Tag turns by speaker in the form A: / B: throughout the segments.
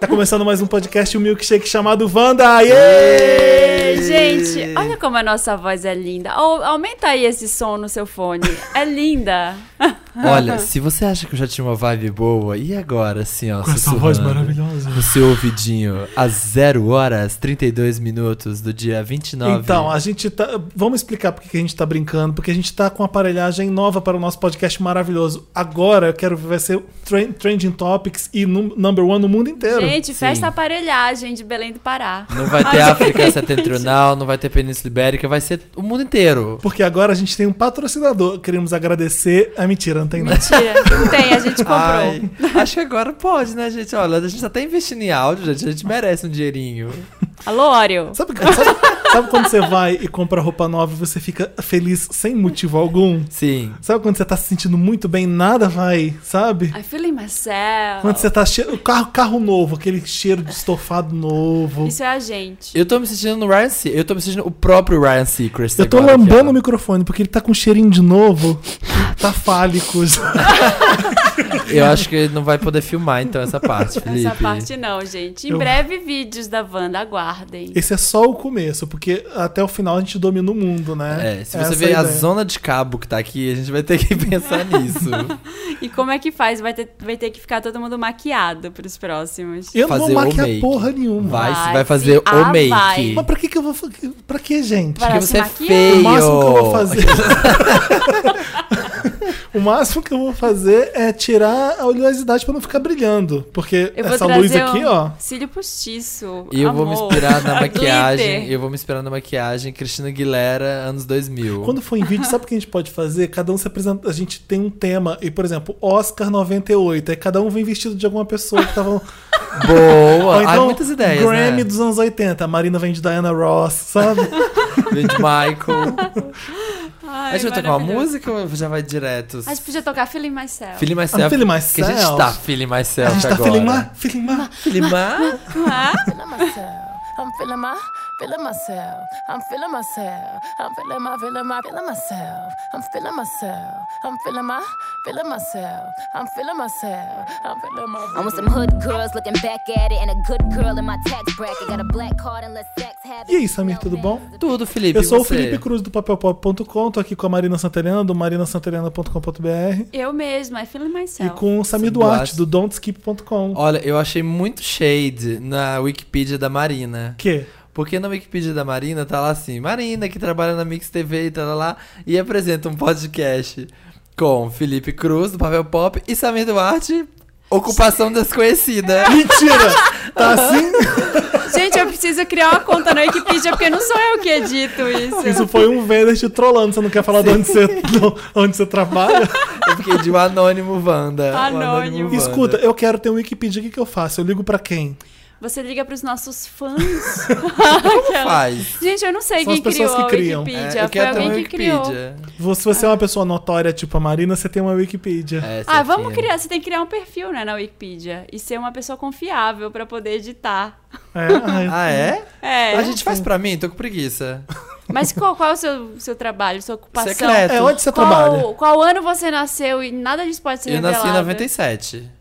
A: Tá começando mais um podcast, um milkshake chamado Wanda.
B: Aê! Gente, olha como a nossa voz é linda. Au- aumenta aí esse som no seu fone. É linda.
C: Olha, se você acha que eu já tinha uma vibe boa, e agora, assim, ó,
A: Com essa
C: sussurrando
A: voz maravilhosa.
C: No seu ouvidinho, às 0 horas 32 minutos do dia 29.
A: Então, a gente tá. Vamos explicar por que que a gente tá brincando, porque a gente tá com aparelhagem nova para o nosso podcast maravilhoso. Agora eu quero ver vai ser tren- Trending Topics e num- number one no mundo inteiro.
B: Gente, festa
C: Sim.
B: aparelhagem de Belém do Pará.
C: não vai ter África Setentrional, não vai ter Península Ibérica, vai ser o mundo inteiro.
A: Porque agora a gente tem um patrocinador. Queremos agradecer. Ah, mentira, não tem nada.
B: Mentira, não tem, a gente comprou.
C: Ai, acho que agora pode, né, gente? Olha, a gente tá até investindo em áudio, gente. A gente merece um dinheirinho.
B: Alô, Oreo.
A: Sabe, que- sabe, sabe quando você vai e compra roupa nova e você fica feliz sem motivo algum?
C: Sim.
A: Sabe quando você tá se sentindo muito bem, nada vai, sabe?
B: I'm feeling myself.
C: Ah.
A: Quando você tá che... o carro, carro novo, aquele cheiro de estofado novo.
B: Isso é a gente.
C: Eu tô me sentindo no Ryan Seacrest. Eu tô me sentindo o próprio Ryan Seacrest.
A: Eu tô
C: agora, é
A: lambando
C: cara.
A: o microfone porque ele tá com cheirinho de novo. Tá fálico. já.
C: Eu acho que ele não vai poder filmar, então, essa parte, Felipe.
B: Essa parte não, gente. Em
A: Eu-
B: breve, vídeos da Wanda, aguardem.
A: Esse é só o começo, porque até o final a gente domina o mundo, né?
C: É, se
A: Essa
C: você
A: é
C: ver a
A: ideia.
C: zona de cabo que tá aqui, a gente vai ter que pensar nisso.
B: E como é que faz? Vai ter, vai ter que ficar todo mundo maquiado pros próximos.
A: Eu não vou
C: fazer o
A: maquiar
C: make.
A: porra nenhuma.
C: Vai,
B: Vai,
C: se vai fazer
B: se-
C: o
B: ah,
C: make.
B: vai.
A: Mas pra que que eu vou... fa- Pra que, gente?
B: Pra-
C: Porque
B: se
C: você é
B: maquiar.
A: O
C: feio.
A: máximo que eu vou fazer... o máximo que eu vou fazer é tirar a oleosidade pra não ficar brilhando. Porque
B: Eu vou
A: essa
B: trazer
A: luz aqui,
B: um
A: ó...
B: cílio postiço.
C: E eu vou me
B: amor,
C: inspirar na
B: glitter.
C: maquiagem. Eu vou me inspirar na maquiagem Cristina Aguilera, anos 2000.
A: Quando for em vídeo, sabe o que a gente pode fazer? Cada um se apresenta. A gente tem um tema. E, por exemplo, Oscar 98. Aí cada um vem vestido de alguma pessoa que tava. um-
C: Boa!
A: Ou então
C: Há muitas ideias,
A: Grammy
C: né?
A: dos anos 80. A Marina vem de Diana Ross, sabe?
C: Vem de Michael.
B: Ai,
C: a gente vai tocar tá uma
B: maravilhoso.
C: música ou já vai direto?
B: A gente podia tocar Feeling Myself.
C: Feeling Myself.
A: I'm feeling
C: Que a gente
A: Ah, myself.
C: tá Feeling Myself
A: a gente tá
C: agora.
A: feeling my, feeling my.
C: Feeling my-
D: feeling myself. I'm feeling my, feeling myself. I'm feeling myself. I'm feeling my, feeling my, feeling myself. I'm feeling myself. I'm feeling my, feeling myself. I'm feeling myself. I'm feeling my.
E: I want some hood girls looking back at it and a good girl in my tax bracket. Got a black card and less sex habits.
A: E aí, Samir, tudo bom?
C: Tudo, Felipe.
A: Eu sou o
C: você?
A: Felipe Cruz do papelpop.com. Tô aqui com a Marina Santelena, do marinasantelena.com.br.
B: Eu mesma, é Feeling
A: E
B: Myself.
A: com o Samir
C: Sim,
A: Duarte,
C: Duarte.
A: do don'tskip.com.
C: Olha, eu achei muito shade na Wikipedia da Marina.
A: Que?
C: Porque na Wikipedia da Marina tá lá assim, Marina que trabalha na Mix TV e tá lá e apresenta um podcast com Felipe Cruz, do Pavel Pop, e Samir Duarte, Ocupação Desconhecida.
A: Mentira! Tá assim?
B: Gente, eu preciso criar uma conta na Wikipedia, porque não sou eu que edito isso.
A: Isso foi um vender te trollando. Você não quer falar de onde você, de onde você trabalha?
C: Eu fiquei de um anônimo Wanda. Um
B: Anônimo.
C: Wanda.
A: Escuta, eu quero ter um Wikipedia, o que, que eu faço? Eu ligo pra quem?
B: Você liga pros nossos fãs.
C: faz.
B: Gente, eu não sei
A: São
B: quem
A: as pessoas
B: criou
A: que
B: a
A: criam.
B: Wikipedia.
C: É, eu
B: foi
C: quero ter uma
B: alguém que criou.
C: Wikipedia.
A: Vo- Se você é uma pessoa notória, tipo a Marina, você tem uma Wikipedia.
C: É,
B: Ah,
C: Sofia.
B: vamos criar. Você tem que criar um perfil, né, na Wikipedia. E ser uma pessoa confiável pra poder editar.
A: É, ai,
C: Ah, é?
B: É.
C: A gente faz pra mim? Tô com preguiça.
B: Mas qual, qual é o seu, seu trabalho, sua ocupação?
C: Secreto.
A: é, onde você
B: qual,
A: trabalha?
B: qual ano você nasceu e nada disso pode ser
C: Eu nasci em
B: revelado.
C: 97.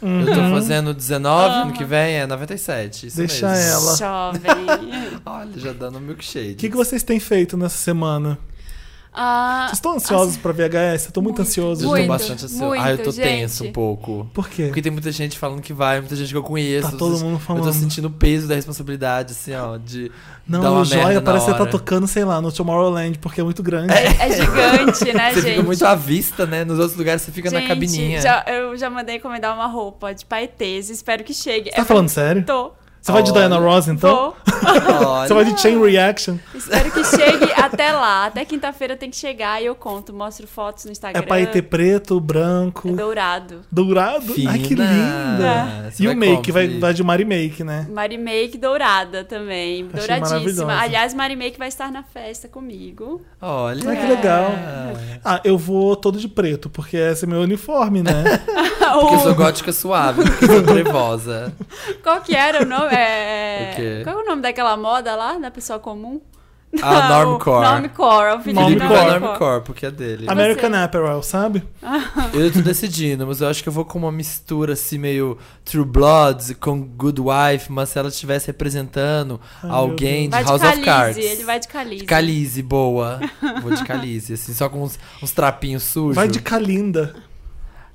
A: Uhum.
C: Eu tô fazendo 19, ano
B: Uhum.
C: que vem é 97. Isso
A: Deixa
C: mesmo.
A: ela.
B: Jovem.
C: Olha, já dando milkshake.
A: O que, que vocês têm feito nessa semana?
B: Ah,
A: Vocês estão ansiosos
C: assim,
A: pra VHS? Eu tô muito, ansioso.
C: Eu
B: Muito.
C: tô bastante ansioso.
B: muito,
C: ah, eu tô
B: gente.
C: tenso um pouco.
A: Por quê?
C: Porque tem muita gente falando que vai, muita gente que eu conheço.
A: Tá todo mundo
C: Eu tô
A: falando.
C: sentindo o peso da responsabilidade, assim, ó, de dar
A: Não,
C: uma
A: o Joia
C: merda
A: parece que
C: na
A: você tá
C: hora.
A: tocando, sei lá, no Tomorrowland, porque é muito grande.
B: é gigante, né,
C: Você
B: gente?
C: fica muito à vista, né? Nos outros lugares você fica
B: gente,
C: na cabininha.
B: Já, eu já mandei encomendar uma roupa de paetês, espero que chegue.
A: Você tá falando sério?
B: Tô.
A: Você vai de
C: então, Olha,
A: Diana Ross, então?
B: Vou.
A: Você vai de Chain Reaction?
B: Espero que chegue até lá. Até quinta-feira tem que chegar e eu conto. Mostro fotos no Instagram.
A: É paetê preto, branco,
B: É Dourado.
A: dourado. Ai, que linda!
C: É. Você
A: E o
C: como,
A: make, vai,
C: Felipe?
A: vai de Mari Make, né?
B: Marimake dourada também.
A: maravilhosa.
B: Douradíssima. Aliás, Marimake vai estar na festa comigo.
C: Olha.
A: Ah, que legal. Ah, eu vou todo de preto, porque esse é meu uniforme, né?
C: Porque eu
B: Ou-
C: sou gótica suave, porque eu sou trevosa.
B: Qual que era o nome? É...
C: O quê?
B: Qual é o nome daquela moda lá, da pessoa comum?
C: Ah,
B: Não,
C: Normcore.
B: Normcore, é o Felipe
C: Felipe
A: Normcore.
C: é
B: Normcore.
C: Normcore, porque é dele.
A: American Apparel, sabe?
C: Eu tô decidindo, mas eu acho que eu vou com uma mistura assim, meio True Bloods com Good Wife, mas se ela estivesse representando
A: Ai,
C: alguém de
B: Vai de
C: House of Cards.
B: Calize, ele vai de Calize.
C: Calize, boa. Vou de Calize, assim, só com uns, uns trapinhos sujos.
A: Vai de Calinda.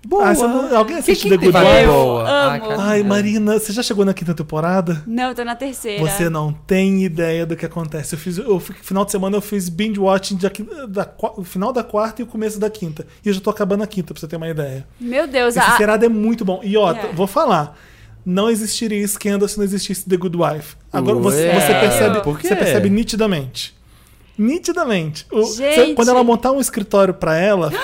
C: boa.
A: Ah, você não- alguém assiste
C: Fica
A: The Good
C: em
B: Wife?
A: Wife?
C: boa.
B: Eu
C: Ah,
B: amo.
C: Calize.
A: Ai, Marina, você já chegou na quinta temporada?
B: Não, eu tô na terceira.
A: Você não tem ideia do que acontece. Eu fiz, eu, fi- final de semana eu fiz binge watching da, qui- da qua- o final da quarta e o começo da quinta. E eu já tô acabando a quinta, pra você ter uma ideia.
B: Meu Deus,
A: Esse
B: a...
A: seriado é muito bom. E ó,
B: É.
A: vou falar. Não existiria Scandal se não existisse The Good Wife. Agora você,
C: Ué,
A: você percebe,
C: por quê?
A: você percebe nitidamente. Nitidamente. O-
B: Gente.
A: sabe quando ela montar um escritório pra ela,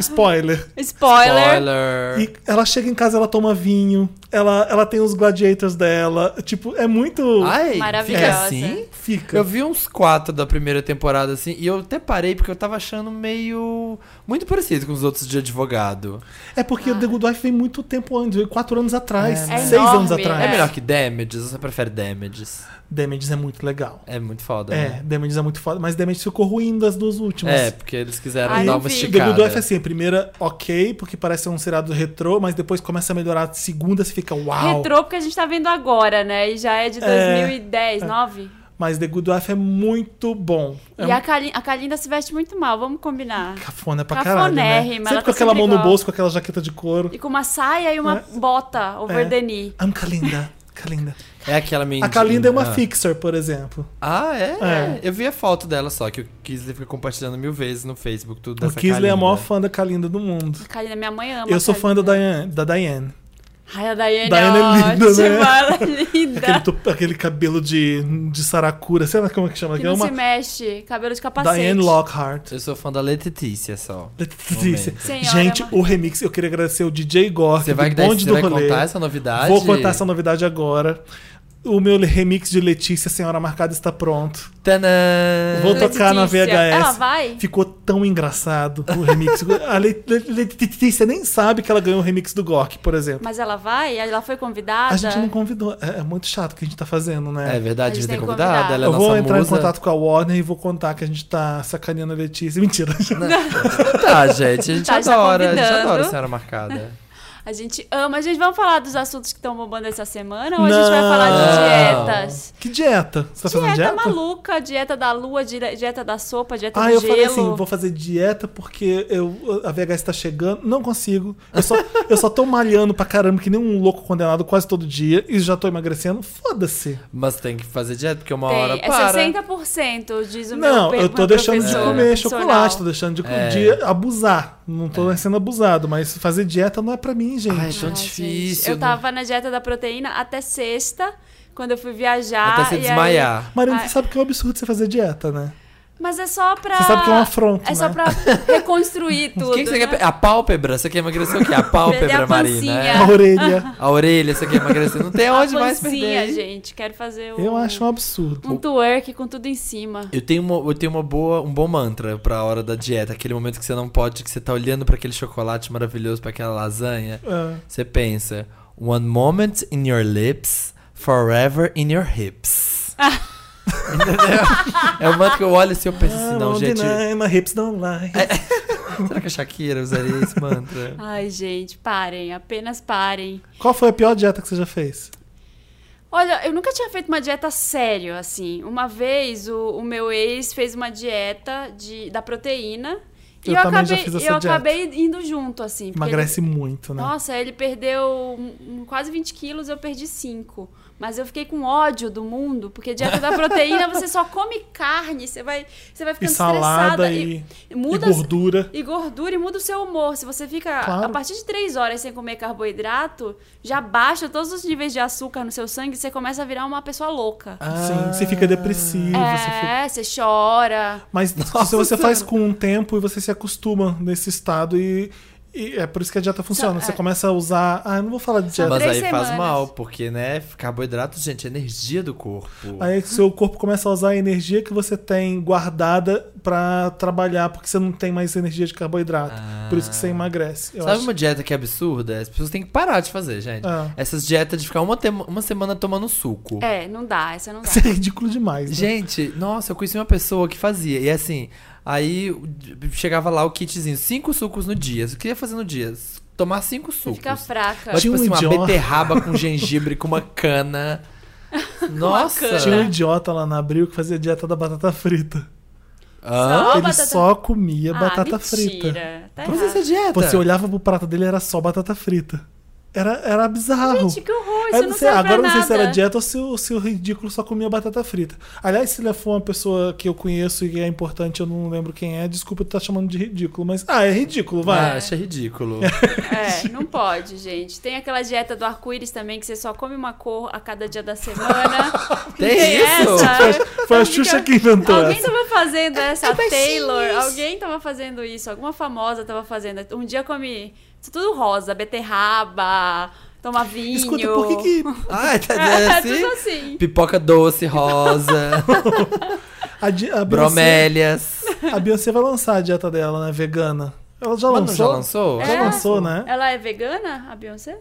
A: spoiler.
B: spoiler.
C: É.
A: E ela chega em casa, ela toma vinho, ela, ela tem os gladiators dela. Tipo, é muito.
C: Ai,
B: Maravilhosa.
C: Fica assim?
A: Fica.
C: Eu vi uns quatro da primeira temporada, assim, e eu até parei porque eu tava achando meio. muito parecido com os outros de advogado.
A: É porque o The Good Wife vem muito tempo antes, veio quatro anos atrás,
B: É
A: seis
B: enorme,
A: anos atrás.
C: É,
B: É.
C: melhor que Damages, você prefere Damages.
A: Damages é muito legal.
C: É muito foda,
A: É, tipo assim.
C: né?
A: Damages é muito foda, mas Damages ficou ruim das duas últimas.
C: É, porque eles quiseram
B: Ai,
A: E
C: dar
B: não vi.
C: uma
A: The
C: esticada.
A: Good Wife é assim, a primeira ok, porque parece um seriado retrô, mas depois começa a melhorar. A segunda você fica uau.
B: Retrô, porque a gente tá vendo agora, né? E já é de 2010, 9.
A: Mas The Good Wife é muito bom. É
B: E a,
A: um
B: Cali... a Calinda se veste muito mal, vamos combinar.
A: cafona pra caralho, né?
B: Cafonérrima,
A: Sempre
B: ela
A: com
B: tá
A: aquela
B: sempre
A: mão no
B: igual.
A: bolso, com aquela jaqueta de couro.
B: E com uma saia e uma
A: É.
B: bota over
A: É.
B: the knee.
A: I'm Kalinda. Kalinda.
C: É aquela menina.
A: A Kalinda é uma
C: ah.
A: fixer, por exemplo.
C: Ah, é?
A: É.
C: Eu vi a foto dela só, que o Kisley fica compartilhando mil vezes no Facebook, tudo
A: O
C: dessa
A: Kisley é a
C: Kalinda.
A: maior fã da Kalinda do mundo.
B: Calinda, minha mãe ama.
A: Eu sou fã da
B: Calinda.
A: Diane. Da Diane.
B: Ai, a Daiane,
A: Daiane
B: é,
A: é linda,
B: ótima,
A: né?
B: ela é linda.
A: Aquele, tu- aquele cabelo de, de Saracura, sei lá como é que chama.
B: Que
A: é
B: não
A: uma
B: se mexe, cabelo de capacete.
A: Diane Lockhart.
C: Eu sou fã da Letitícia só.
A: Letícia.
B: Senhora
A: Gente,
B: Marta.
A: o remix, eu queria agradecer o DJ Gork,
C: Você vai,
A: do
C: dar,
A: Bonde
C: você
A: do
C: vai
A: Rolê.
C: contar essa novidade?
A: Vou contar essa novidade agora. O meu remix de Letícia Senhora Marcada está pronto.
C: Tadã!
A: Vou tocar na
B: Letícia.
A: VHS.
B: Ela vai?
A: Ficou tão engraçado o remix. A Le- Le- Letícia nem sabe que ela ganhou o remix do Gork, por exemplo.
B: Mas ela vai? Ela foi convidada?
A: A gente não convidou. É, é muito chato o que a gente tá fazendo, né?
C: É verdade,
B: A
C: a
B: gente
C: gente
B: tem
C: tem
B: que
C: convidado,
B: convidar.
C: ela é
A: Eu
C: nossa
A: vou entrar
C: musa.
A: em contato com a Warner e vou contar que a gente tá sacaneando a Letícia. Mentira.
C: Tá, gente, a gente
B: Tá, já
C: adora, a gente
B: convidando.
C: adora a Senhora Marcada.
B: A gente ama. A gente vamos falar dos assuntos que estão bombando essa semana ou a gente vai falar de
C: Não.
B: dietas?
A: Que dieta? Você tá fazendo
B: Dieta,
A: dieta?
B: maluca, dieta da lua, dire- dieta da sopa, dieta
A: Ah,
B: do
A: eu
B: gelo.
A: falei assim, vou fazer dieta porque eu, a VHS tá chegando, não consigo. Eu só, eu só tô malhando pra caramba, que nem um louco condenado quase todo dia, e já tô emagrecendo. Foda-se.
C: Mas tem que fazer dieta, porque uma hora
B: Tem, é
C: para.
B: 60%, diz o meu
A: Não,
B: pe-
A: eu tô
B: meu
A: deixando de
B: professor
A: comer
B: personal.
A: chocolate, tô deixando de, co-
C: É.
A: de abusar. Não tô sendo abusado, mas fazer dieta não é pra mim, gente.
C: Ai, é tão
B: Ai,
C: difícil.
B: Ah, gente, eu tava na dieta da proteína até sexta, quando eu fui viajar.
C: Até se
B: e aí-
C: desmaiar.
A: Marina,
B: Ai.
A: você sabe que é um absurdo você fazer dieta, né?
B: Mas é só pra.
A: Você sabe que é um afronto,
B: É só
A: né?
B: pra reconstruir tudo.
C: O que, que você
B: né?
C: quer? pe- A pálpebra, você quer emagrecer o quê? A
B: Perder
C: pálpebra,
B: a
C: Marina.
B: pancinha.
C: é?
A: A orelha.
C: A orelha, você quer emagrecer. Não tem
B: A
C: é onde mais perder.
B: pancinha,
C: hein?
B: gente. Quero fazer um,
A: Eu acho um absurdo.
B: um twerk com tudo em cima.
C: Eu tenho, uma, eu tenho uma boa, um bom mantra pra hora da dieta. Aquele momento que você não pode, que você tá olhando pra aquele chocolate maravilhoso, pra aquela lasanha.
A: É.
C: Você pensa, one moment in your lips, forever in your hips. Entendeu? É o mantra que eu olho assim, eu penso assim, não,
A: Don't
C: gente.
A: deny my hips don't lie.
C: É. Será que a Shakira usaria esse mantra?
B: Ai, gente, parem, apenas parem.
A: Qual foi a pior dieta que você já fez?
B: Olha, eu nunca tinha feito uma dieta sério, assim. Uma vez o, o meu ex fez uma dieta de, da proteína.
A: Eu
B: e eu
A: também já
B: acabei,
A: fiz essa
B: eu
A: dieta.
B: acabei indo junto, assim. porque ele-
A: Emagrece muito, né?
B: Nossa, ele perdeu um- um- quase 20 quilos, eu perdi 5. Mas eu fiquei com ódio do mundo, porque dieta da proteína você só come carne, você vai, você vai
A: e
B: ficando
A: salada
B: estressada
A: e, e
B: muda
A: gordura.
B: e gordura e muda o seu humor. Se você fica
A: Claro.
B: a partir de 3 horas sem comer carboidrato, já baixa todos os níveis de açúcar no seu sangue e você começa a virar uma pessoa louca.
A: Sim, você
C: Ah.
A: fica depressivo. Ah, Você fica...
B: é, você chora.
A: Mas se você faz com um tempo e você se acostuma nesse estado e, E é por isso que a dieta funciona.
B: Só-
A: Você
B: é.
A: começa a usar. Ah, eu não vou falar de dieta.
C: Mas aí
B: três
C: faz
B: semanas.
C: mal, porque, né, carboidrato, gente, é energia do corpo.
A: Aí seu corpo começa a usar a energia que você tem guardada pra trabalhar, porque você não tem mais energia de carboidrato. Por isso que você emagrece. Eu
C: Ah. Sabe
A: acho-
C: uma dieta que é absurda? As pessoas têm que parar de fazer, gente.
A: Ah.
C: Essas dietas de ficar uma, tema- uma semana tomando suco.
B: É, não dá, essa não dá.
A: Isso é ridículo demais. né?
C: Gente, nossa, eu conheci uma pessoa que fazia. E assim, aí chegava lá o kitzinho, cinco sucos no dia. O que ia fazer no dia? Tomar cinco
B: Você
C: sucos.
B: fica fraca.
C: Mas,
A: Tinha
C: tipo
A: um
C: assim, uma
A: idiota.
C: beterraba com gengibre, com uma cana. Nossa!
A: Tinha um idiota lá na Abril que fazia dieta da batata frita.
C: Hã?
B: Só
A: Ele
B: batata-
A: só comia
B: Ah,
A: batata frita.
B: mentira. Tá
C: Mas
B: errado.
C: isso é dieta.
A: Você olhava pro prato dele era só batata frita. Era, era bizarro.
B: Gente, que horror,
A: Eu
B: isso não serve
A: agora eu
B: pra
A: não sei se
B: nada.
A: era dieta ou se, o- se o ridículo só comia batata frita. Aliás, se ele for uma pessoa que eu conheço e que é importante, eu não lembro quem é, desculpa eu estar chamando de ridículo, mas. Ah, é ridículo,
C: Ah,
A: vai.
C: acha ridículo.
B: É, não pode, gente. Tem aquela dieta do arco-íris também, que você só come uma cor a cada dia da semana.
C: Tem isso?
B: Essa.
A: É Foi a
B: Então
A: Xuxa
B: fica-
A: que inventou
B: Alguém tá
A: essa.
B: tava fazendo essa, a Taylor, alguém tava fazendo isso, alguma famosa tava fazendo. Um dia come tudo rosa, beterraba, toma vinho.
A: Escuta, por que que.
C: Ah, tá
B: É,
C: assim?
B: tudo assim.
C: Pipoca doce, rosa,
A: A, di-
C: assim.
A: a, Beyoncé,
C: bromélias.
A: a Beyoncé vai lançar a dieta dela, né? Vegana. Ela já
C: Mas não
A: lançou?
C: já lançou?
A: Já
B: É.
A: lançou, né?
B: Ela é vegana, a Beyoncé?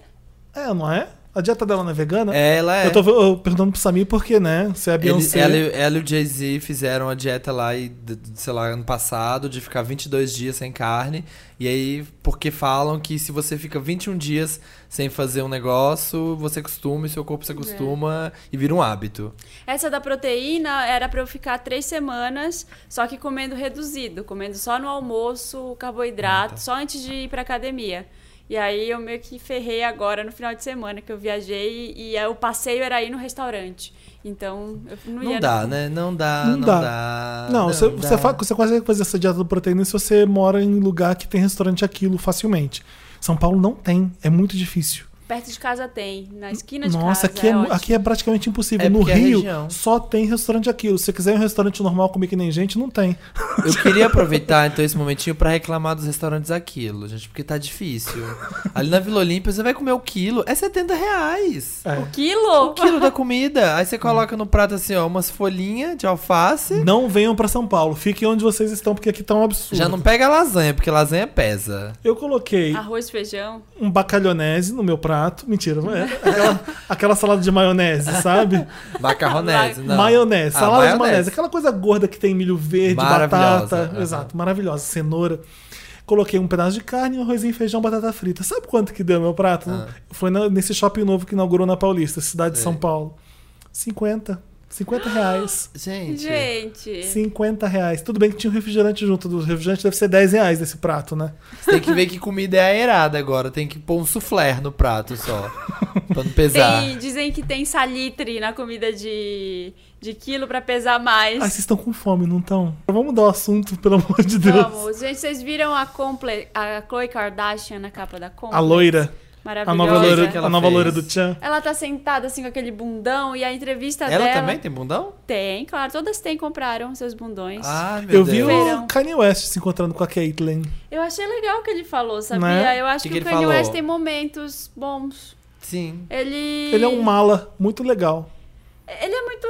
A: É, não é? A dieta dela não é vegana?
C: Ela é.
A: Eu tô eu, perguntando pro Samir por quê, né? Se é a
C: Ele-
A: Beyoncé.
C: ela, e- ela e o Jay-Z fizeram a dieta lá, e, d- d- sei lá, ano passado, de ficar 22 dias sem carne. E aí, porque falam que se você fica 21 dias sem fazer um negócio, você acostuma e seu corpo se acostuma
B: É.
C: e vira um hábito.
B: Essa da proteína era pra eu ficar três semanas, só que comendo reduzido, comendo só no almoço, carboidrato, só antes de ir pra academia. E aí eu meio que ferrei agora no final de semana que eu viajei e aí o passeio era ir no restaurante. Então eu não,
C: Não
B: ia.
C: dá, né? Não dá,
A: Não
C: não,
A: dá.
C: dá.
A: Não, você,
C: dá.
A: você, fa- você consegue fazer essa dieta do proteína se você mora em lugar que tem restaurante aquilo facilmente. São Paulo não tem, é muito difícil.
B: Perto de casa tem, na esquina de
A: Nossa,
B: casa.
A: aqui é, mu-
B: ótimo.
A: aqui é praticamente impossível.
C: É
A: no
C: porque é
A: Rio
C: região.
A: só tem restaurante aquilo. Se você quiser ir em um restaurante normal comer que nem gente, não tem.
C: Eu queria aproveitar, então, esse momentinho pra reclamar dos restaurantes aquilo, gente, porque tá difícil. Ali na Vila Olímpia, você vai comer o quilo, é R$ 70 reais.
A: É.
B: O quilo?
C: O quilo da comida. Aí você coloca no prato assim, ó, umas folhinhas de alface.
A: Não venham pra São Paulo. Fiquem onde vocês estão, porque aqui tá um absurdo.
C: Já não pega a lasanha, porque lasanha pesa.
A: Eu coloquei
B: Arroz, feijão.
A: um bacalhonese no meu prato. Mentira, não é. Aquela, aquela salada de maionese, sabe?
C: Macarronese, não.
A: Maionese,
C: Ah,
A: salada de maionese. Aquela coisa gorda que tem milho verde,
C: Maravilhosa,
A: batata.
C: aham.
A: Exato, maravilhosa. Cenoura. Coloquei um pedaço de carne, um arrozinho, feijão, batata frita. Sabe quanto que deu meu prato?
C: Ah.
A: Foi na- nesse shopping novo que inaugurou na Paulista, cidade de São Paulo. 50.
B: Ah.
A: 50 reais.
C: Gente,
B: Gente.
A: 50 reais. Tudo bem que tinha um refrigerante junto. O refrigerante deve ser 10 reais desse prato, né?
C: você tem que ver que comida é aerada agora. Tem que pôr um suflé no prato só. pra não pesar.
B: Tem, dizem que tem salitre na comida de, de quilo pra pesar mais.
A: Ah, vocês estão com fome, não estão? Vamos mudar o assunto, pelo amor de Deus.
B: Vamos. Gente, vocês viram a, Comple a Chloe Kardashian na capa da Complex?
A: A loira. A
B: Maravilhosa.
A: nova
C: que
A: loira,
C: ela
A: a nova
C: fez.
A: loira do Tchan.
B: Ela tá sentada assim com aquele bundão e a entrevista
C: Ela
B: dela.
C: também tem bundão?
B: Tem, claro. Todas têm, compraram seus bundões.
C: Ah, meu
A: Eu vi um-
C: Deus.
A: o
B: Verão.
A: Kanye West se encontrando com a Caitlyn.
B: Eu achei legal o que ele falou, sabia?
A: Né?
B: Eu acho
C: Que
B: que,
C: que
B: o
C: ele
B: Kanye
C: falou?
B: West tem momentos bons.
C: Sim.
B: Ele.
A: Ele é um mala muito legal.
B: Ele é muito.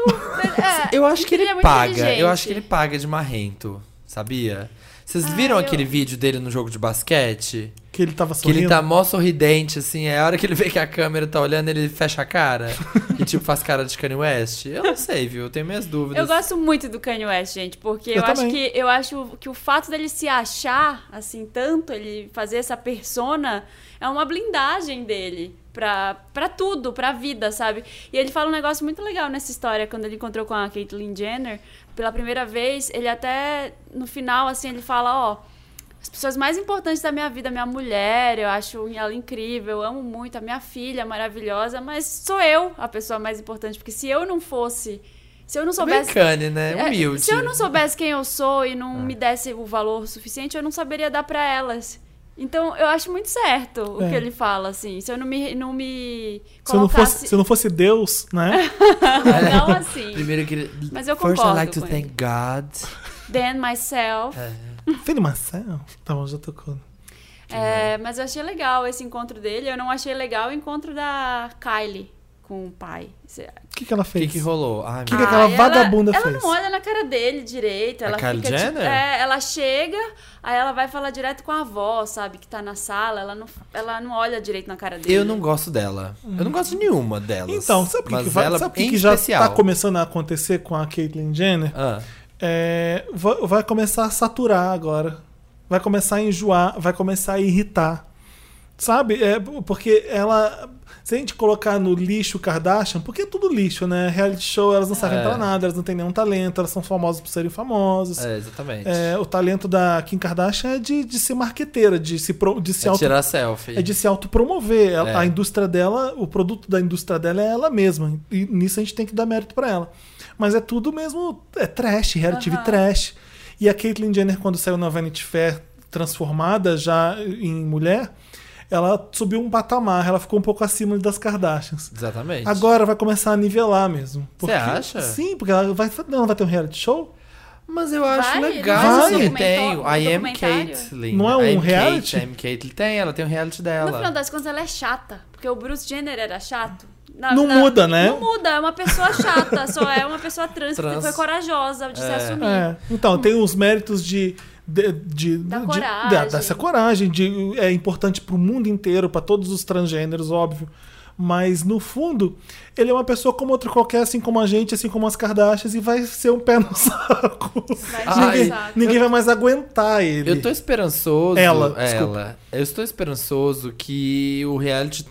B: é,
C: Eu acho que ele,
B: é muito
C: paga. Eu
B: inteligente.
C: acho que ele paga de marrento, sabia? Vocês viram
B: Ah, eu-
C: aquele vídeo dele no jogo de basquete?
A: Que ele tava
C: Que
A: sorrindo.
C: ele tá mó sorridente, assim. É a hora que ele vê que a câmera tá olhando, ele fecha a cara. e, tipo, faz cara de Kanye West. Eu não sei, viu? Eu tenho minhas dúvidas.
B: Eu gosto muito do Kanye West, gente, porque
A: Eu
B: eu, acho
A: também.
B: que eu acho que o fato dele se achar assim tanto, ele fazer essa persona é uma blindagem dele pra, pra tudo, pra vida, sabe? E ele fala um negócio muito legal nessa história quando ele encontrou com a Caitlyn Jenner pela primeira vez, ele até no final assim, ele fala, ó, as pessoas mais importantes da minha vida, minha mulher, eu acho ela incrível, eu amo muito, a minha filha maravilhosa, mas sou eu a pessoa mais importante, porque se eu não fosse, se eu não
C: Bem
B: soubesse.
C: Kanye, né?
B: É,
C: Humilde.
B: Se eu não soubesse quem eu sou e
A: É.
B: não me desse o valor suficiente, eu não saberia dar pra elas. Então, eu acho muito certo o
A: É.
B: que ele fala, assim. Se eu não me, não me
A: se, eu não fosse,
B: colocasse...
A: se eu não fosse Deus, né?
B: não... assim.
C: Primeiro que ele...
B: Mas eu
C: First I
B: concordo
C: like to
B: com
C: thank
B: ele.
C: God.
B: Then myself.
A: Filho Marcel. Tá bom, já tocou.
B: É, mas eu achei legal esse encontro dele. Eu não achei legal o encontro da Kylie com o pai. Cê-
A: O que, que ela
C: O que,
A: fez?
C: que rolou? Ai,
A: Que
C: meu-
A: que aquela
B: ela-
A: vagabunda
B: ela,
A: fez?
B: não olha na cara dele direito. Ela
C: Kylie
B: fica, tipo,
C: Jenner?
B: é, ela chega, aí ela vai falar direto com a avó, sabe? Que tá na sala. Ela não, ela não olha direito na cara dele.
C: Eu não gosto dela. Eu não gosto de nenhuma delas.
A: Hum. Então, sabe o que,
C: Mas
A: que, vai-
C: ela,
A: sabe o que
C: em
A: que já
C: especial.
A: tá começando a acontecer com a Caitlyn Jenner?
C: Ah,
A: É, vai, vai começar a saturar agora. Vai começar a enjoar, vai começar a irritar. Sabe? É, porque ela. Se a gente colocar no lixo Kardashian, porque é tudo lixo, né? Reality show, elas não servem
C: É.
A: pra nada, elas não têm nenhum talento, elas são famosas por serem famosas.
C: é, exatamente.
A: É, o talento da Kim Kardashian é de, de ser marqueteira, de se, pro- de se
C: É
A: auto
C: tirar selfie.
A: é de se autopromover. Ela-
C: É.
A: A indústria dela, o produto da indústria dela é ela mesma. E nisso a gente tem que dar mérito pra ela. Mas é tudo mesmo, é trash, reality TV trash. E a Caitlyn Jenner, quando saiu na Vanity Fair, transformada já em mulher, ela subiu um patamar, ela ficou um pouco acima das Kardashians.
C: Exatamente.
A: Agora vai começar a nivelar mesmo. Porque-
C: acha?
A: Sim, porque ela vai, não, ela vai ter um reality show.
C: Mas eu acho
B: Vai,
C: legal.
A: não é um
C: Eu
B: documento-
C: tenho. I am
B: documentário?
C: Caitlyn.
A: Não é
C: I am
A: um
C: Kate,
A: reality?
C: I am Caitlyn. Tem, ela tem um reality
B: No final
C: dela.
B: das contas, ela é chata. Porque o Bruce Jenner era chato. Na-
A: Não
B: na-
A: muda, né?
B: Não muda, é uma pessoa chata. só é uma pessoa trans, que
C: Trans.
B: foi corajosa de se
C: É.
B: assumir.
A: É. Então, tem os méritos de. de- de-
B: Da
A: de-
B: coragem.
A: da- dessa coragem. De, é importante pro mundo inteiro, pra todos os transgêneros, óbvio. Mas, no fundo, ele é uma pessoa como outra qualquer, assim como a gente, assim como as Kardashians, e vai ser um pé no saco.
B: Vai
C: Ai,
B: encher o
A: ninguém
B: saco.
A: ninguém vai mais aguentar ele.
C: Eu tô esperançoso.
A: Ela,
C: ela. Eu estou esperançoso que o reality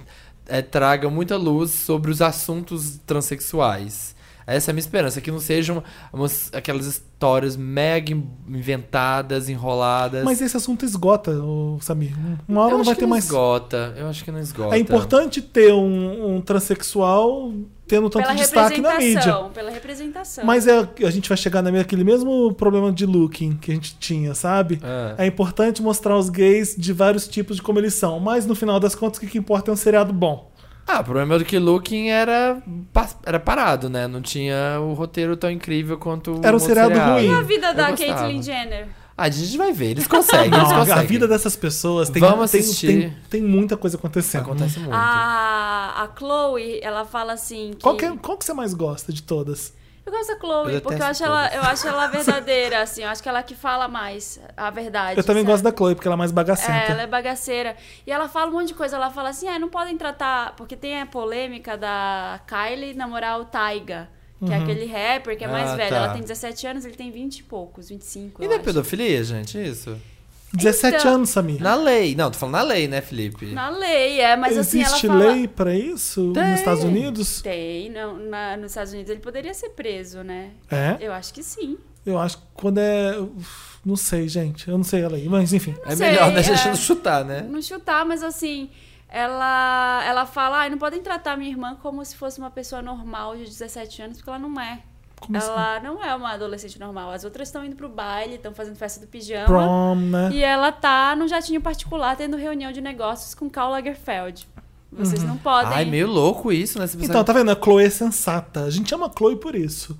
C: eh, traga muita luz sobre os assuntos transexuais. Essa é a minha esperança, que não sejam umas- aquelas histórias mega in- inventadas, enroladas.
A: Mas esse assunto esgota, ô, Samir. Uma hora
C: eu
A: não
C: acho
A: vai
C: que
A: ter mais.
C: Esgota. Eu acho que não esgota.
A: É importante ter um, um transexual tendo tanto
B: Pela
A: um destaque na mídia.
B: representação. Pela representação.
A: Mas é, a gente vai chegar na- naquele mesmo problema de looking que a gente tinha, sabe?
C: Ah.
A: É importante mostrar os gays de vários tipos de como eles são. Mas no final das contas, o que, que importa é um seriado bom.
C: Ah, o problema é que Looking era, pas- era parado, né? Não tinha o roteiro tão incrível quanto o
A: Era um
C: outro
A: seriado ruim.
B: E a
A: Eu
B: vida da
C: gostava.
B: Caitlyn Jenner?
C: Ah, a gente vai ver, eles conseguem. eles
A: Não, Ah, a- a
C: conseguem.
A: vida dessas pessoas tem,
C: Vamos
A: tem-
C: assistir.
A: tem- tem muita coisa acontecendo.
C: Acontece muito.
B: Ah, A, a Chloe, ela fala assim. Que...
A: Qual que, é- qual que você mais gosta de todas?
B: Eu gosto da
C: Eu
B: Chloe,
C: detesto
B: porque eu acho, ela, eu acho ela verdadeira, assim. Eu acho que ela é que fala mais a verdade.
A: Eu também
B: sabe?
A: gosto da Chloe, porque ela é mais
B: É,
A: bagacenta.
B: ela é bagaceira. E ela fala um monte de coisa. Ela fala assim: ah, não podem tratar. Porque tem a polêmica da Kylie namorar o Taiga, que
A: Uhum.
B: é aquele rapper que é mais
C: Ah,
B: velho.
C: tá.
B: Ela tem 17 anos, ele tem 20 e poucos, 25.
C: E
B: eu
C: não é
B: acho.
C: pedofilia, gente, isso?
A: 17
B: Então-
A: anos, Samir.
C: Na lei. Não, tô falando na lei, né, Felipe?
B: Na lei, é, mas
A: Existe
B: assim. Ela fala...
A: lei pra isso
C: Tem.
A: nos Estados Unidos?
B: Tem, não, na- nos Estados Unidos ele poderia ser preso, né?
A: É?
B: Eu acho que sim.
A: Eu acho que quando é. uf, Não sei, gente. Eu não sei a lei, mas enfim.
C: É
B: sei,
C: melhor, né?
B: é.
C: Deixa eu chutar, né?
B: Não chutar, mas assim, ela, ela fala, ai, não podem tratar minha irmã como se fosse uma pessoa normal de 17 anos, porque ela não é.
A: Como assim?
B: ela não é uma adolescente normal. As outras estão indo pro baile, estão fazendo festa do pijama.
A: Prom, né?
B: E ela tá num jatinho particular tendo reunião de negócios com Karl Lagerfeld. Vocês
A: Uhum.
B: não podem.
C: Ai, meio louco isso, né? Você
A: Então,
C: pensava-
A: tá vendo? A Chloe é sensata. A gente ama a Chloe por isso.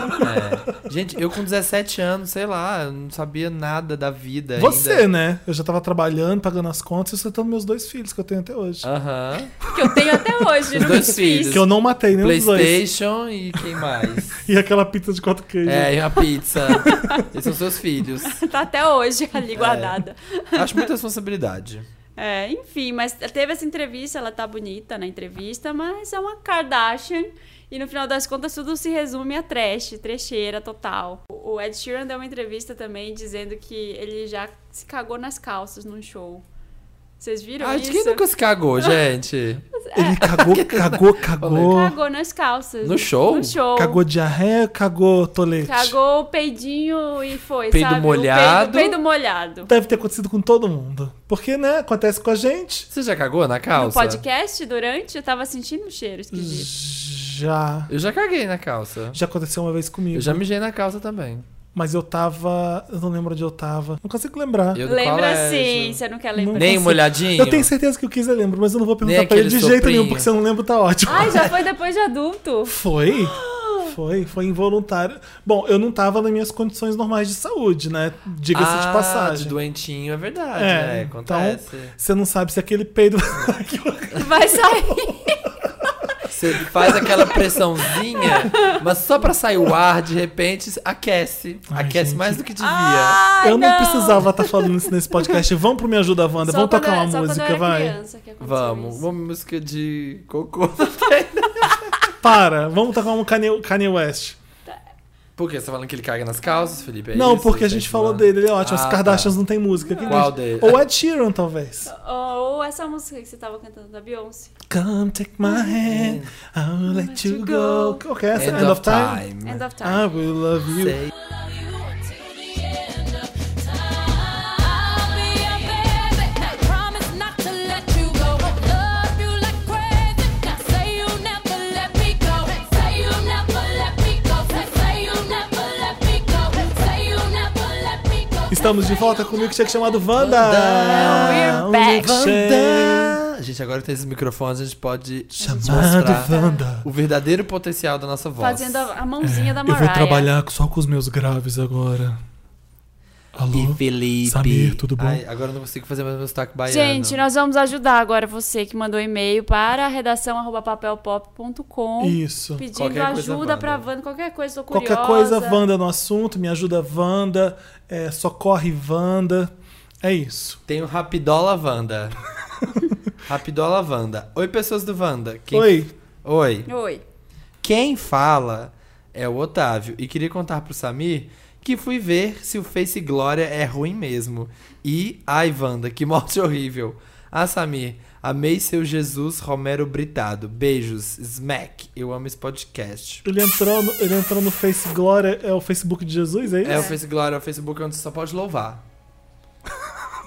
C: É. Gente, eu com 17 anos, sei lá, eu não sabia nada da vida ainda.
A: Você, né? Eu já tava trabalhando, pagando as contas e sustentando meus dois filhos que eu tenho até hoje.
C: Ah, Aham.
B: Que eu tenho até hoje.
C: Os
B: não
C: dois
B: fiz.
C: filhos.
A: Que eu não matei nenhum dos dois.
C: Playstation e quem mais?
A: E aquela pizza de quatro queijos.
C: É, e uma pizza. Esses são seus filhos.
B: Tá até hoje
A: É.
B: ali guardada.
C: Acho muita responsabilidade.
B: É, enfim, mas teve essa entrevista, ela tá bonita na entrevista, mas é uma Kardashian. E no final das contas, tudo se resume a trash, trecheira total. O o Ed Sheeran deu uma entrevista também dizendo que ele já se cagou nas calças num show. Vocês viram
C: Ai, Ah, de
B: isso?
C: quem nunca se cagou, gente?
A: Ele cagou, cagou, cagou.
B: Cagou nas calças.
C: No show?
B: No show.
A: Cagou diarreia, cagou tolete.
B: Cagou o peidinho e foi,
C: Peido
B: sabe? O
C: molhado.
B: Peido, peido molhado.
A: Deve ter acontecido com todo mundo. Porque, né? Acontece com a gente.
C: Você já cagou na
B: No
C: calça?
B: podcast, durante, eu tava sentindo um cheiro esquisito.
A: Já.
C: Eu já caguei na calça.
A: Já aconteceu uma vez comigo.
C: Eu já mijei na calça também.
A: Mas eu tava. Eu não lembro onde eu tava. Não consigo lembrar.
C: Eu do
B: Lembra
C: colégio.
B: sim, você assim não quer
A: Não
B: lembrar.
C: Nem
A: consigo.
C: molhadinho?
A: Eu tenho certeza que o Kiz lembra, mas eu não vou perguntar
C: Nem
A: pra ele de
C: aquele
A: jeito nenhum,
B: Ah!
C: soprinho.
A: porque se eu não lembro, tá ótimo.
B: Ai, já foi depois de adulto.
A: Foi? Foi, foi involuntário. Bom, eu não tava nas minhas condições normais de saúde, né? Diga-se de
C: Ah,
A: passagem.
C: de doentinho, é verdade.
A: É,
C: né?
A: então
C: Acontece.
A: você não sabe se aquele peido. Aquilo-
B: Vai sair.
C: Você faz aquela pressãozinha, mas só pra sair o ar, de repente, aquece.
A: Ai,
C: aquece
A: gente.
C: mais do que devia.
B: Ai,
A: eu não, precisava estar falando isso nesse podcast. Vamos pro Me Ajuda Wanda,
B: Só
A: vamos
B: quando
A: tocar
B: eu-
A: uma
B: só quando eu
A: música,
B: era
A: vai.
B: criança que aconteceu
C: Vamos,
B: isso.
C: uma música de cocô.
A: Para, vamos tocar um Kanye, Kanye West.
C: Por quê? Você tá falando que ele caga nas calças, Felipe? É
A: não,
C: isso?
A: porque a
C: Tá
A: gente
C: insinuando?
A: falou dele, ele é ótimo.
C: Ah,
A: As
C: tá.
A: Kardashians não tem música. que
C: Qual
A: lindo.
C: dele?
A: Ou Ed Sheeran, talvez.
B: Ou essa música que você tava cantando da Beyoncé.
A: Come take my hand, I will let you go. Qual que é Uhum. essa?
C: End, of time.
B: End of Time.
A: I will Ah, love you.
C: Sei.
A: Estamos de volta com o milkshake chamado Wanda.
B: Wanda, we're back.
A: milkshake
C: Wanda! Gente, agora que tem esses microfones, a gente pode
A: Chamado
C: mostrar
A: Wanda.
C: o verdadeiro potencial da nossa voz.
B: Fazendo a, a mãozinha da
A: Eu
B: Mariah.
A: vou trabalhar só com os meus graves agora.
C: E
A: Alô?
C: Felipe.
A: Samir, tudo bom?
C: Ai, agora eu não consigo fazer mais meu sotaque baiano.
B: Gente, nós vamos ajudar agora você que mandou e-mail para redação arroba papelpop.com
A: Isso.
B: pedindo
C: Qualquer coisa,
B: ajuda
C: Wanda.
B: pra Wanda. Qualquer coisa, tô curiosa.
A: Qualquer coisa, Wanda no assunto, me ajuda Wanda, é, socorre Wanda. É isso.
C: Tem o Rapidola Wanda. Rapidola Wanda. Oi, pessoas do Wanda. Quem-
A: Oi.
C: Oi.
B: Oi.
C: Quem fala é o Otávio. E queria contar pro Samir que fui ver se o Face Glória é ruim mesmo. E, ai, Wanda, que morte horrível. Ah, Samir, amei seu Jesus Romero Britado. Beijos, smack. Eu amo esse podcast.
A: Ele entrou no, ele entrou no Face Glória, é o Facebook de Jesus, é isso?
C: É, o Face Glória é o Facebook onde você só pode louvar.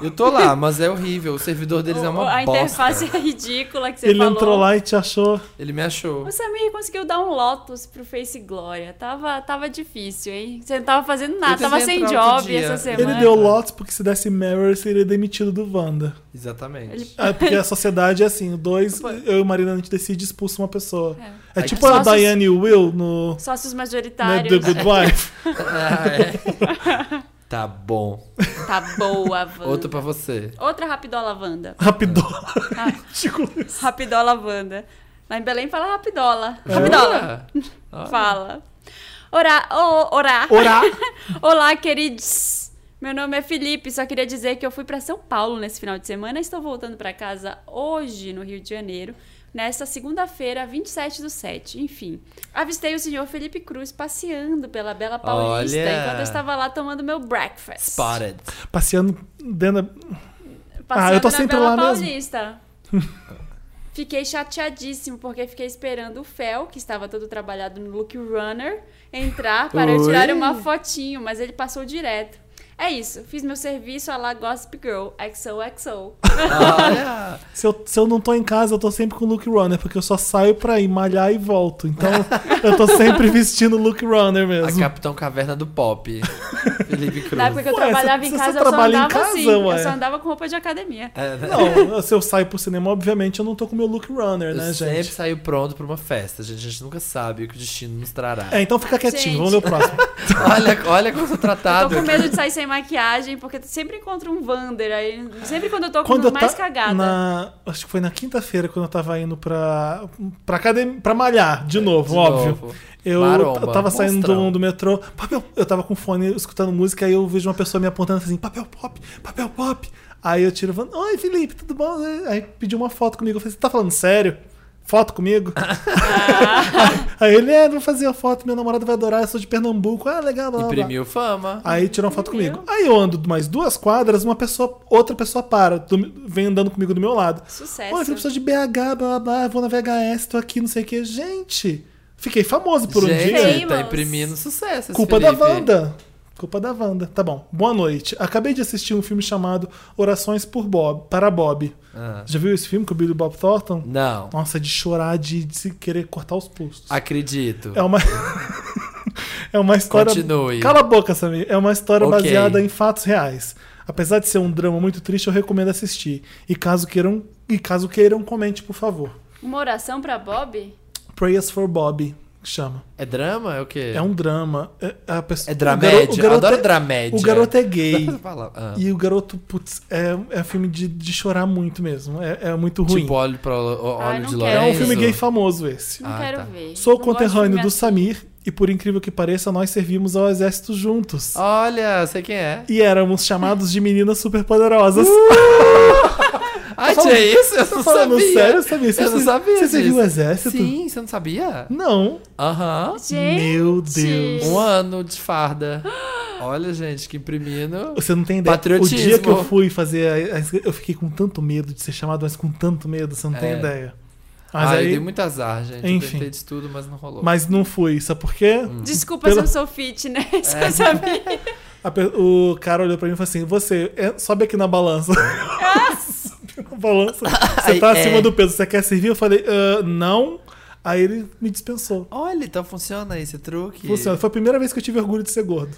C: Eu tô lá, mas é horrível. O servidor deles é
B: O-
C: uma
B: a
C: bosta.
B: interface é ridícula que você
A: ele
B: falou.
A: entrou lá e te achou.
C: Ele me achou.
B: O Samir conseguiu dar um Lotus pro Face Glória. Tava, tava difícil, hein? Você não tava fazendo
C: Eu
B: nada.
C: tentei
B: Tava sem
C: entrar outro
B: job
C: dia.
B: essa
C: Ele
B: semana.
A: Ele deu lotes porque se desse Mary, seria demitido do Wanda.
C: Exatamente.
B: Ele-
A: É, porque a sociedade é assim, dois, eu e o marido, a gente decide e expulsa uma pessoa. É,
C: É
A: tipo
C: que
A: a
B: sócios-
A: Diane Will no,
B: Sócios
A: no The
B: majoritários.
A: Good Wife.
C: Ah, é. tá bom.
B: Tá boa, Wanda.
C: Outro pra você.
B: Outra rapidola Wanda.
A: Rapidola. Ridículo.
B: Rapidola Wanda. Lá em Belém fala rapidola.
C: É.
B: Rapidola. Fala. Orar. ô, orar.
A: Orar.
B: Olá, queridos. Meu nome é Felipe. Só queria dizer que eu fui para São Paulo nesse final de semana. Estou voltando para casa hoje, no Rio de Janeiro. Nesta segunda-feira, 27 do 7. Enfim, avistei o senhor Felipe Cruz passeando pela Bela Paulista
C: Olha.
B: enquanto eu estava lá tomando meu breakfast.
C: Spotted.
A: Passeando dentro da...
B: Passeando
A: Ah, eu tô
B: na
A: sempre
B: Bela
A: lá mesmo.
B: Paulista. fiquei chateadíssimo porque fiquei esperando o Fel, que estava todo trabalhado no Look Runner, entrar para eu
C: Oi.
B: tirar uma fotinho, mas ele passou direto. É isso, fiz meu serviço à la Gossip Girl, XOXO.
A: Ah,
C: Olha!
A: Se eu, se eu não tô em casa, eu tô sempre com Look Runner, porque eu só saio pra ir malhar e volto. Então, eu tô sempre vestindo Look Runner
C: A
A: mesmo.
C: Capitão Caverna do Pop. Felipe Cruz.
B: Na época que eu
A: Ué,
B: trabalhava
A: você-
B: em
A: você
B: casa,
A: só
B: eu só
A: trabalha em
B: andava
A: casa,
B: assim.
A: ué?
B: Eu só andava com roupa de academia.
C: É, né?
A: Não, se eu saio pro cinema, obviamente eu não tô com meu Look Runner,
C: Eu
A: né,
C: sempre
A: gente?
C: saiu pronto pra uma festa, gente. A gente nunca sabe o que o destino nos trará.
A: É, então fica quietinho, vamos ler o próximo.
C: Olha, olha como eu sou
B: Eu
C: tratado.
B: tô com medo de sair sem maquiagem, porque sempre encontro um Wander aí. Sempre quando eu tô com
A: Quando eu
B: mais
A: ta-
B: cagada.
A: na- acho que foi na quinta-feira quando eu tava indo pra, pra, academia, pra malhar, de novo,
C: É, De
A: óbvio.
C: novo.
A: Eu,
C: Maromba,
A: eu tava saindo do,
C: monstrão.
A: do metrô, papel, eu tava com fone escutando música, aí eu vejo uma pessoa me apontando assim, papel pop, papel pop. Aí eu tiro e falo, oi Felipe, tudo bom? Aí pediu uma foto comigo. Eu falei, você tá falando sério? Foto comigo?
B: Ah.
A: aí ele, é, vou fazer a foto, meu namorado vai adorar, eu sou de Pernambuco. Ah, legal, blá, blá, blá.
C: Imprimiu fama.
A: Aí tirou uma foto comigo. Aí eu ando mais duas quadras, uma pessoa, outra pessoa para, do- vem andando comigo do meu lado.
B: Sucesso.
A: Olha, Felipe, sou de BH, blá blá blá, vou na VHS, tô aqui, não sei o que. Gente, fiquei famoso por um
C: gente,
A: dia.
B: Famous.
C: tá imprimindo sucesso. esse
A: Culpa
C: Felipe.
A: da Wanda. Culpa da Wanda. Tá bom. Boa noite. Acabei de assistir um filme chamado Orações por Bob, para Bob.
C: Ah.
A: Já viu esse filme com o Billy Bob Thornton?
C: Não.
A: Nossa, de chorar, de, de se querer cortar os pulsos.
C: Acredito.
A: É uma. é uma história.
C: Continue.
A: Cala a boca, Samir. É uma história
C: Ok.
A: baseada em fatos reais. Apesar de ser um drama muito triste, eu recomendo assistir. E caso queiram, e caso queiram comente, por favor.
B: Uma oração pra Bob?
A: Prayers for Bob. que chama.
C: É drama? É o quê?
A: É um drama. É, a pessoa,
C: É
A: o
C: dramédia.
A: garo- o garoto
C: Adoro
A: é-
C: dramédia.
A: O garoto é
C: Dá
A: gay.
C: essa palavra. Ah.
A: E o garoto, putz, é, é filme de, de chorar muito mesmo. É, é muito ruim.
C: Tipo óleo, pra, ó-
B: Ai,
C: óleo
B: Ah, não quero.
C: de Lorenzo.
A: é um filme gay famoso esse.
B: Não
C: Ah,
B: quero
C: tá.
B: ver.
A: Sou
B: Não
A: conterrâneo do
B: gosto de filme assim.
A: Samir e, por incrível que pareça, nós servimos ao exército juntos.
C: Olha, sei quem é.
A: E éramos chamados de meninas superpoderosas.
C: Ai,
A: falando-
C: tia, é isso? Uh, Eu não
A: falando
C: sabia.
A: sério, sabia? Você-
C: eu não sabia
A: É você serviu
C: disso.
A: o exército?
C: Sim, você não sabia?
A: Não.
C: Aham.
B: Gente,
A: Meu Deus.
C: Um ano de farda. Olha, gente, que imprimindo.
A: Você não tem ideia.
C: Patriotismo.
A: O dia que eu fui fazer. a- a inscri- eu fiquei com tanto medo de ser chamado, mas com tanto medo, você não tem
C: É.
A: ideia. Mas,
C: Ai, eu
A: aí,
C: dei muito azar, gente. Eu
A: Enfim.
C: tentei de tudo, mas não rolou.
A: mas não fui. Sabe por quê?
C: Hum.
B: desculpa
A: Pela-
B: se eu sou fit, né? Se
C: É.
B: eu sabia.
A: A pe- o cara olhou pra mim e falou assim: Você, é, sobe aqui na balança. Subiu na balança. Você tá
C: Ai, é.
A: acima do peso, você quer servir? Eu falei: "Ah, Não. Aí ele me dispensou.
C: Olha, então funciona esse truque.
A: Funciona. Foi a primeira vez que eu tive orgulho de ser gordo.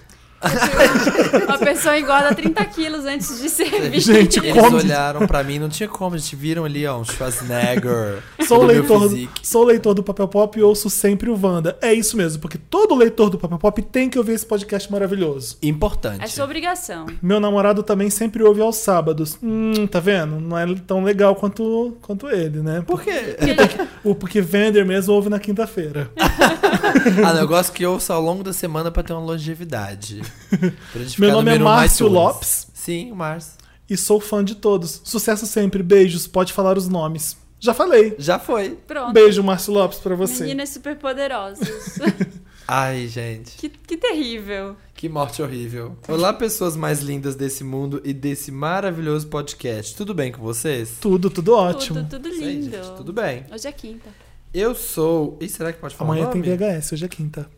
B: Uma pessoa engorda 30 quilos antes de servir.
A: Gente,
C: Eles
A: como.
C: olharam pra mim, não tinha como. Eles te viram ali, ó, um Schwarzenegger.
A: Sou
C: do meu
A: leitor,
C: physique.
A: sou leitor do Papel Pop e ouço sempre o Wanda. É isso mesmo, porque todo leitor do Papel Pop tem que ouvir esse podcast maravilhoso.
C: Importante.
B: É sua obrigação.
A: Meu namorado também sempre ouve aos sábados. Hum, tá vendo? Não é tão legal quanto, quanto ele, né?
C: Por quê?
A: O, porque Vender mesmo ouve na quinta-feira.
C: Ah, não, eu gosto que ouça ao longo da semana pra ter uma longevidade. Pra gente
A: Meu
C: ficar
A: nome é
C: número um mais
A: Márcio
C: tunes.
A: Lopes.
C: Sim, o Márcio.
A: E sou fã de todos. Sucesso sempre. Beijos. Pode falar os nomes. Já falei.
C: Já foi.
B: Pronto.
A: Beijo, Márcio Lopes, pra você.
B: Meninas superpoderosas.
C: Ai, gente.
B: que, que terrível.
C: Que morte horrível. Olá, pessoas mais lindas desse mundo e desse maravilhoso podcast. Tudo bem com vocês?
A: Tudo, tudo ótimo.
B: Tudo, tudo
C: Isso aí,
B: lindo.
C: gente, Tudo bem.
B: Hoje é quinta.
C: Eu sou. Ih, será que pode falar
A: Amanhã
C: o
A: tem
C: nome?
A: VHS, hoje é quinta.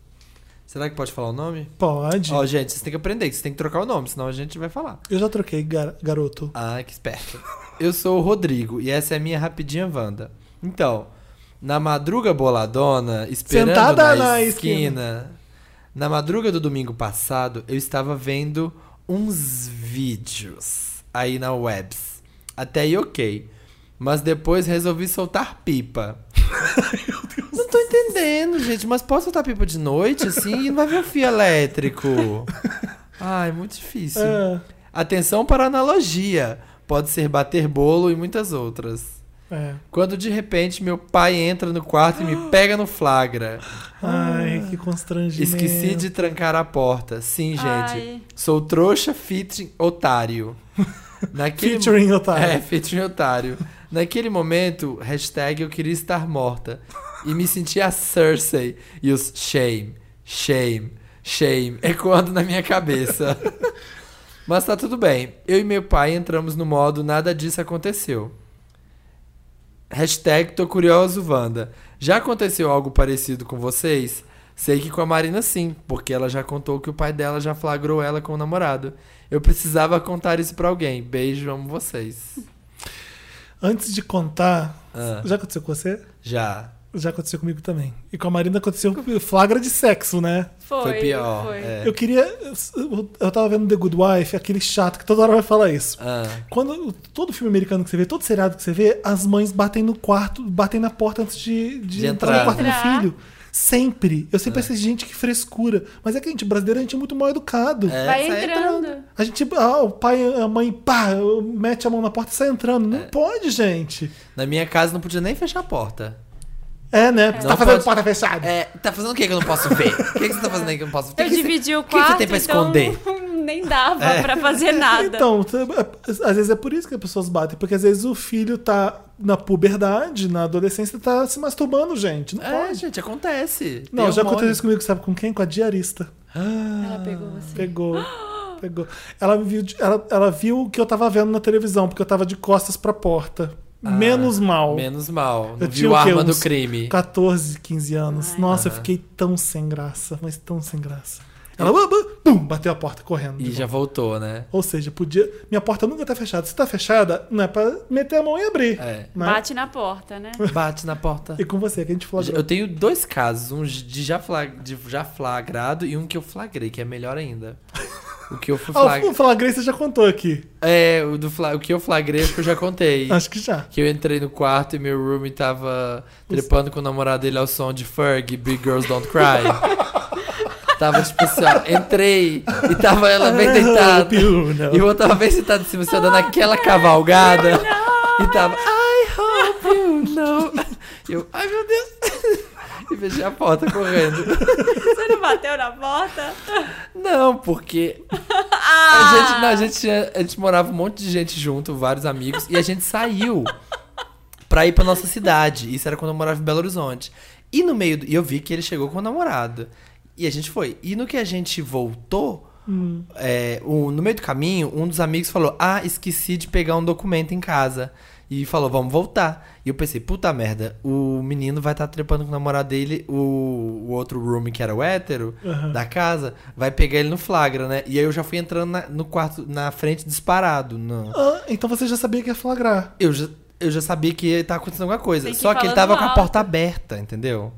C: Será que pode falar o nome?
A: Pode.
C: Ó, gente, vocês têm que aprender, que vocês têm que trocar o nome, senão a gente vai falar.
A: Eu já troquei, gar- garoto.
C: Ah, que esperto. Eu sou o Rodrigo e essa é a minha rapidinha Wanda. Então, na madruga boladona, esperando
A: Sentada
C: na,
A: na
C: esquina, na madruga do domingo passado, eu estava vendo uns vídeos aí na webs. Até aí ok. Mas depois resolvi soltar pipa. Não tô entendendo, gente. Mas posso soltar pipa de noite, assim, e não vai ver um fio elétrico. Ai, muito difícil.
A: É,
C: Atenção para a analogia. Pode ser bater bolo e muitas outras.
A: é.
C: Quando de repente meu pai entra no quarto e me pega no flagra.
A: Ai, que constrangimento.
C: Ah. Esqueci de trancar a porta. Sim, gente.
B: Ai.
C: Sou trouxa featuring otário. Naquele
A: Featuring otário.
C: É, featuring otário. Naquele momento, hashtag eu queria estar morta. E me senti a Cersei. E os shame, shame, shame ecoando na minha cabeça. Mas tá tudo bem. Eu e meu pai entramos no modo nada disso aconteceu. Hashtag tô curioso, Wanda. Já aconteceu algo parecido com vocês? Sei que com a Marina sim, porque ela já contou que o pai dela já flagrou ela com o namorado. Eu precisava contar isso pra alguém. Beijo, amo vocês.
A: Antes de contar,
C: Ah.
A: já aconteceu com você?
C: Já.
A: Já aconteceu comigo também. E com a Marina aconteceu flagra de sexo, né?
B: Foi,
C: Foi, pior.
B: foi.
C: é.
A: Eu queria. eu- Eu tava vendo The Good Wife, aquele chato que toda hora vai falar isso.
C: Ah,
A: Quando todo filme americano que você vê, todo seriado que você vê, as mães batem no quarto, batem na porta antes de, de,
C: De
A: entrar no
C: entrar. É.
A: quarto
B: Entrar.
A: do filho. Sempre. Eu sempre pensei, gente, que frescura. Mas é que a gente, brasileiro, a gente é muito mal educado.
C: é,
B: Vai
C: sai
B: entrando.
A: A gente, ah, o pai, a mãe, pá, mete a mão na porta e sai entrando.
C: É.
A: Não pode, gente.
C: Na minha casa não podia nem fechar a porta.
A: É, né? Porque
C: Não
A: tá fazendo
C: pode.
A: porta fechada.
C: É, tá fazendo o que que eu não posso ver? O que, que você tá fazendo aí que eu não posso ver?
B: Eu
C: O que que
B: dividi
C: você,
B: o
C: o que que
B: quarto,
C: você tem pra
B: então
C: esconder? É.
B: nem dava pra fazer nada.
A: Então, t- é- às vezes é por isso que as pessoas batem, porque às vezes o filho tá na puberdade, na adolescência, tá se masturbando, gente. Não
C: É,
B: Ah.
A: pode.
C: gente, acontece. Tem um
A: Não, já
C: hormônio.
A: aconteceu isso comigo, sabe com quem? Com a diarista.
B: Ela pegou você.
A: Pegou. Pegou. Ela viu, de- ela, ela viu o que eu tava vendo na televisão, porque eu tava de costas pra porta. Menos mal.
C: Ah, Menos mal. Não
A: Eu tinha
C: viu
A: o
C: a
A: quê?
C: arma do
A: Uns
C: crime. Ah.
A: 14, 15 anos. Nossa, eu fiquei tão sem graça, mas tão sem graça. Ela bum, bum, bum, bateu a porta correndo.
C: E já voltou, né?
A: Ou seja, podia. Minha porta nunca tá fechada. Se tá fechada, não é pra meter a mão e abrir.
C: É.
A: né?
B: Bate na porta, né?
C: Bate na porta.
A: E com você, que a gente falou
C: Eu tenho dois casos, um de já, fla- de já flagrado e um que eu flagrei, que é melhor ainda. O que eu fui
A: Ah, o
C: flagrei.
A: flagrei você já contou aqui.
C: É, o, do fla... o que eu flagrei acho que eu já contei.
A: Acho que já.
C: Que eu entrei no quarto e meu roomie tava trepando com o namorado dele ao som de Ferg, Big Girls Don't Cry. tava tipo assim, ó, entrei e tava ela bem
A: Ah,
C: deitada.
A: Piúna.
C: E o outro tava bem sentado em cima, assim, ó, dando aquela cavalgada. E tava, I hope you know. E eu, ai meu Deus. E fechei a porta correndo.
B: Você não bateu na porta?
C: Não, porque
B: Ah!
C: A gente, não, a gente, tinha- a gente morava um monte de gente junto, vários amigos, e a gente saiu pra ir pra nossa cidade. Isso era quando eu morava em Belo Horizonte. E no meio. do- E eu vi que ele chegou com o namorado. E a gente foi. E no que a gente voltou, é, o- no meio do caminho, um dos amigos falou: Ah, esqueci de pegar um documento em casa. E falou, vamos voltar. E eu pensei, puta merda, o menino vai estar trepando com o namorado dele, o, o outro roomie que era o hétero da casa, vai pegar ele no flagra, né? E aí eu já fui entrando na- no quarto, na frente, disparado. No...
A: Ah, então você já sabia que ia flagrar.
C: Eu já, eu já sabia que ia estar acontecendo alguma coisa.
B: Tem que ir
C: Só que
B: falando
C: ele tava com a
B: alto.
C: porta aberta, entendeu?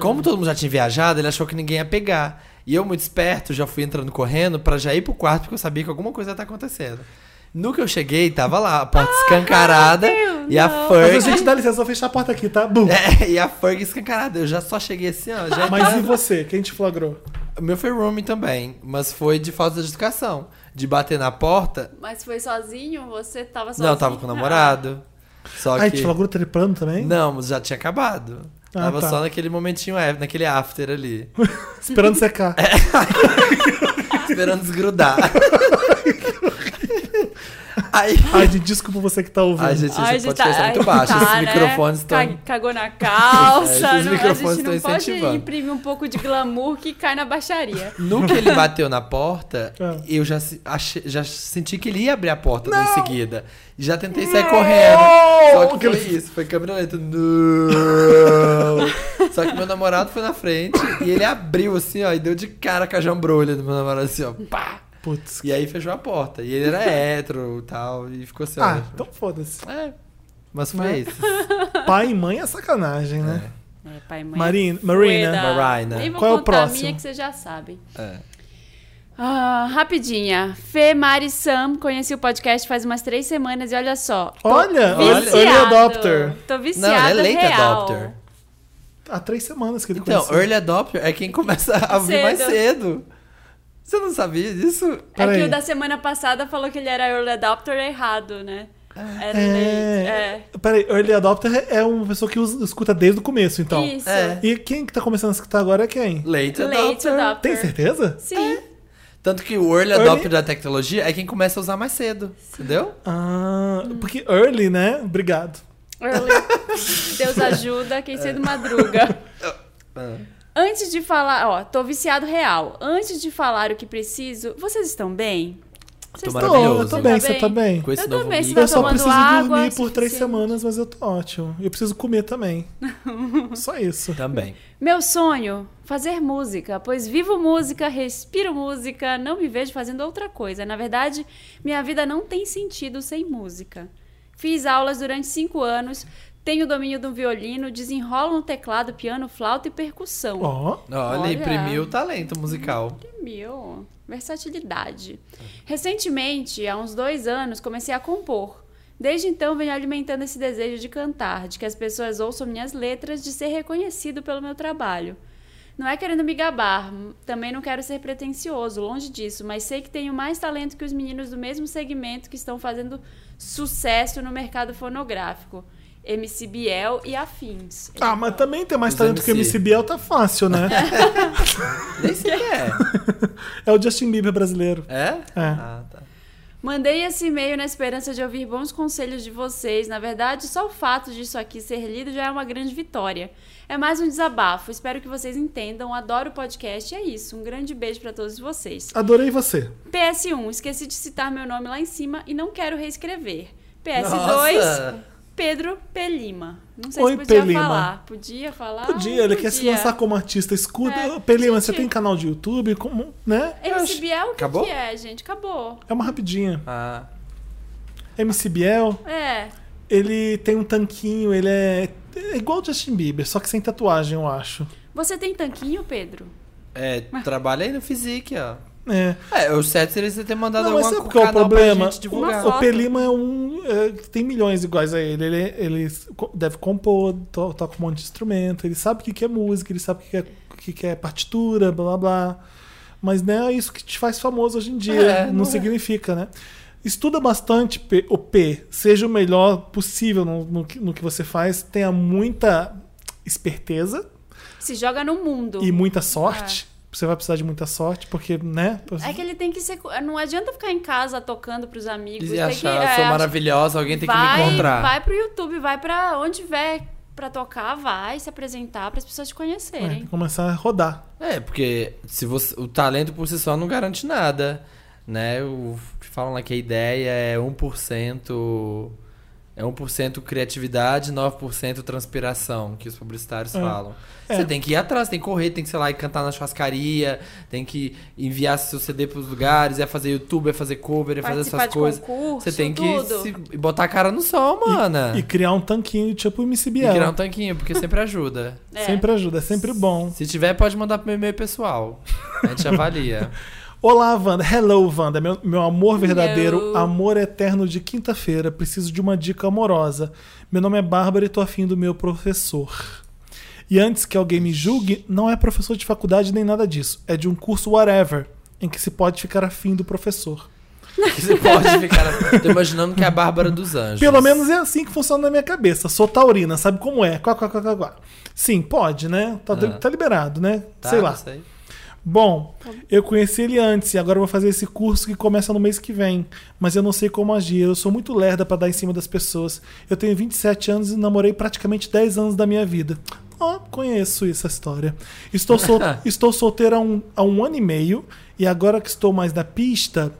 C: Como todo mundo já tinha viajado, ele achou que ninguém ia pegar. E eu, muito esperto, já fui entrando correndo pra já ir pro quarto, porque eu sabia que alguma coisa ia estar acontecendo. No que eu cheguei, tava lá, a porta escancarada
B: meu Ah, Deus,
C: e a
B: não.
A: Ah, Mas a
C: Ferg.
A: gente dá licença, vou fechar a porta aqui, tá? Bum.
C: É, e a Ferg escancarada. Eu já só cheguei assim, ó. Já
A: Mas e você? Quem te flagrou?
C: O meu foi roomie também, mas foi de falta de educação. De bater na porta.
B: Mas foi sozinho? Você tava sozinho?
C: Não, eu tava com o namorado.
B: Ah.
C: Só
A: Ai,
C: que.
A: te flagrou trepando também?
C: Não, mas já tinha acabado.
A: Ah,
C: Tava
A: tá.
C: só naquele momentinho, af- naquele after ali.
A: Esperando secar.
C: É. esperando desgrudar. Aí.
A: Ai, de desculpa você que tá ouvindo.
C: Ai, gente,
B: Ai,
C: esse
B: gente, tá,
C: podcast é muito
B: ai,
C: baixo.
B: tá,
C: Esses
B: né?
C: microfones estão.
B: Ca- Cagou na calça.
C: É, esses
B: não, a
C: microfones
B: gente não
C: tão
B: pode
C: incentivando.
B: imprimir um pouco de glamour que cai na baixaria.
C: No que ele bateu na porta,
A: É.
C: eu já, se- achei- já senti que ele ia abrir a porta em seguida. E já tentei sair correndo. Só que foi isso, foi câmera lenta. Não! Só que meu namorado foi na frente e ele abriu assim, ó, e deu de cara com a jambrolha do meu namorado assim, ó. Pá!
A: Putz.
C: E aí fechou a porta. E ele era hétero e tal, e ficou assim,
A: Ah,
C: ó.
A: então foda-se.
C: É. Mas foi
A: Né?
C: isso.
A: Pai e mãe é sacanagem, né?
B: É, pai, e mãe.
A: Marina-
B: Fueda.
A: Marina.
C: Marina.
B: E vou
A: Qual é o
B: contar
A: próximo?
B: a minha que vocês já sabem.
C: É.
B: Ah, rapidinha. Fê, Mari e Sam, conheci o podcast faz umas três semanas e olha só. tô
A: Olha,
C: olha. é
A: early- early
B: viciado.
A: adopter.
B: Tô
C: Não,
B: viciada
C: ela é late
B: real. É
C: adopter.
A: Há três semanas que ele
C: Então,
A: conheceu.
C: early adopter é quem começa a ouvir mais
B: Cedo.
C: cedo. Você não sabia disso?
B: É que
A: Peraí.
B: o da semana passada falou que ele era early adopter errado, né? Era late,
A: É... Peraí, early adopter é uma pessoa que usa- escuta desde o começo, então.
B: Isso.
C: É.
A: E quem que tá começando a escutar agora é quem?
B: Late
C: Late adopter.
B: adopter.
A: Tem certeza?
B: Sim. É.
C: Tanto que o early
A: Early-
C: adopter da tecnologia é quem começa a usar mais cedo. Entendeu?
A: Ah,
B: Hum.
A: porque early, né? Obrigado.
B: Early. Deus ajuda quem cedo madruga.
C: É.
B: Antes de falar, ó, tô viciado real. Antes de falar o que preciso, vocês estão bem? Vocês
C: Tô
A: Tô,
C: Maravilhoso.
A: eu tô
C: Você
A: bem,
B: tá
A: você tá bem?
C: Com esse
B: Eu
C: novo
B: também,
C: mix.
B: Tá
A: Eu só
B: tomando
A: preciso
B: água
A: dormir por três
B: suficiente.
A: semanas, mas eu tô ótimo. Eu preciso comer também. Só isso.
C: Também.
B: Meu sonho, fazer música, pois vivo música, respiro música, não me vejo fazendo outra coisa. Na verdade, minha vida não tem sentido sem música. Fiz aulas durante cinco anos, tenho domínio do violino, desenrolo no teclado, piano, flauta e percussão.
A: Ó,
C: Olha,
B: Olha.
C: imprimiu o talento musical.
B: Meu, versatilidade. Recentemente, há uns dois anos, comecei a compor. Desde então, venho alimentando esse desejo de cantar, de que as pessoas ouçam minhas letras, de ser reconhecido pelo meu trabalho. Não é querendo me gabar, m- também não quero ser pretensioso, longe disso, mas sei que tenho mais talento que os meninos do mesmo segmento que estão fazendo sucesso no mercado fonográfico. MC Biel e afins.
A: Ah, mas também ter mais
C: Os
A: talento que o
C: MC.
A: MC Biel tá fácil, né?
C: Nem sei que é.
A: é o Justin Bieber brasileiro.
C: É? Ah, tá.
B: Mandei esse e-mail na esperança de ouvir bons conselhos de vocês. Na verdade, só o fato disso aqui ser lido já é uma grande vitória. É mais um desabafo. Espero que vocês entendam. Adoro o podcast. E é isso. Um grande beijo pra todos vocês.
A: Adorei você.
B: PS1. Esqueci de citar meu nome lá em cima e não quero reescrever. PS2.
C: Nossa.
B: Pedro P. Lima. Não sei
A: Oi,
B: se podia
A: P. Lima.
B: falar. Podia falar?
A: Podia, ele quer se
B: Ah, Podia.
A: lançar como artista escudo.
B: É,
A: Pelima, você
B: gente.
A: tem canal de YouTube? Como, né?
B: MC Biel, o que,
C: Acabou?
B: que é, gente? Acabou.
A: É uma rapidinha.
C: Ah.
A: MC Biel,
B: É.
A: ele tem um tanquinho, ele é, é igual o Justin Bieber, só que sem tatuagem, eu acho.
B: Você tem tanquinho, Pedro?
C: É, trabalha aí no physique, ó.
A: É.
C: É, o certo seria você ter mandado
A: Não, mas
C: alguma
A: sabe
C: coisa
A: qual é o problema?
C: pra gente divulgar.
B: Uma
A: O Pelima é um. é, que tem milhões iguais a ele. Ele, ele co- deve compor, to- toca um monte de instrumento, ele sabe o que, que é música, ele sabe o que, que, é, o que, que é partitura, blá blá blá. Mas não é isso que te faz famoso hoje em dia.
C: É,
A: não,
C: não é.
A: significa, né? Estuda bastante P- o P, seja o melhor possível no, no que- no que você faz, tenha muita esperteza
B: Se joga no mundo.
A: e muita sorte. Você vai precisar de muita sorte, porque, né?
B: É que ele tem que ser. co- Não adianta ficar em casa tocando pros amigos.
C: E
B: tem
C: achar,
B: que,
C: eu sou
B: é,
C: maravilhosa, alguém tem
B: vai,
C: que me encontrar.
B: Vai pro YouTube, vai pra onde tiver pra tocar, vai se apresentar pras pessoas te
A: É, tem que
B: conhecerem.
A: começar a rodar.
C: É, porque se você, o talento por si só não garante nada, né? O, falam lá que a ideia é 1%, é 1% criatividade, 9% transpiração, que os publicitários falam.
A: É.
C: Você tem que ir atrás, tem que correr, tem que, sei lá, ir cantar na churrascaria, tem que enviar seu CD pros lugares, é fazer YouTube, é fazer cover, é fazer
B: Participar
C: essas
B: de
C: coisas.
B: concurso,
C: Você tem que
B: tudo.
C: se- botar a cara no sol, mana.
A: E criar um tanquinho tipo o MC
C: É. e
A: Biel.
C: criar um tanquinho, porque sempre ajuda.
B: É.
A: Sempre ajuda, é sempre bom.
C: Se tiver, pode mandar pro meu e-mail pessoal. A gente avalia.
A: Olá, Wanda. Hello, Wanda. Meu, meu amor verdadeiro,
B: Hello.
A: amor eterno de quinta-feira. Preciso de uma dica amorosa. Meu nome é Bárbara e tô afim do meu professor. E antes que alguém me julgue, não é professor de faculdade nem nada disso. É de um curso whatever, em que se pode ficar afim do professor.
C: Que Você pode ficar. Tô imaginando que é a Bárbara dos Anjos.
A: Pelo menos é assim que funciona na minha cabeça. Sou taurina, sabe como é? Quá, quá, quá, quá, quá. Sim, pode, né? Tá,
C: Ah.
A: tá liberado, né?
C: Tá,
A: sei lá.
C: não sei.
A: Bom, eu conheci ele antes e agora eu vou fazer esse curso que começa no mês que vem. Mas eu não sei como agir, eu sou muito lerda pra dar em cima das pessoas. Eu tenho 27 anos e namorei praticamente 10 anos da minha vida. Ó, conheço essa história. Estou, sol- estou solteira há um, há um ano e meio e agora que estou mais na pista,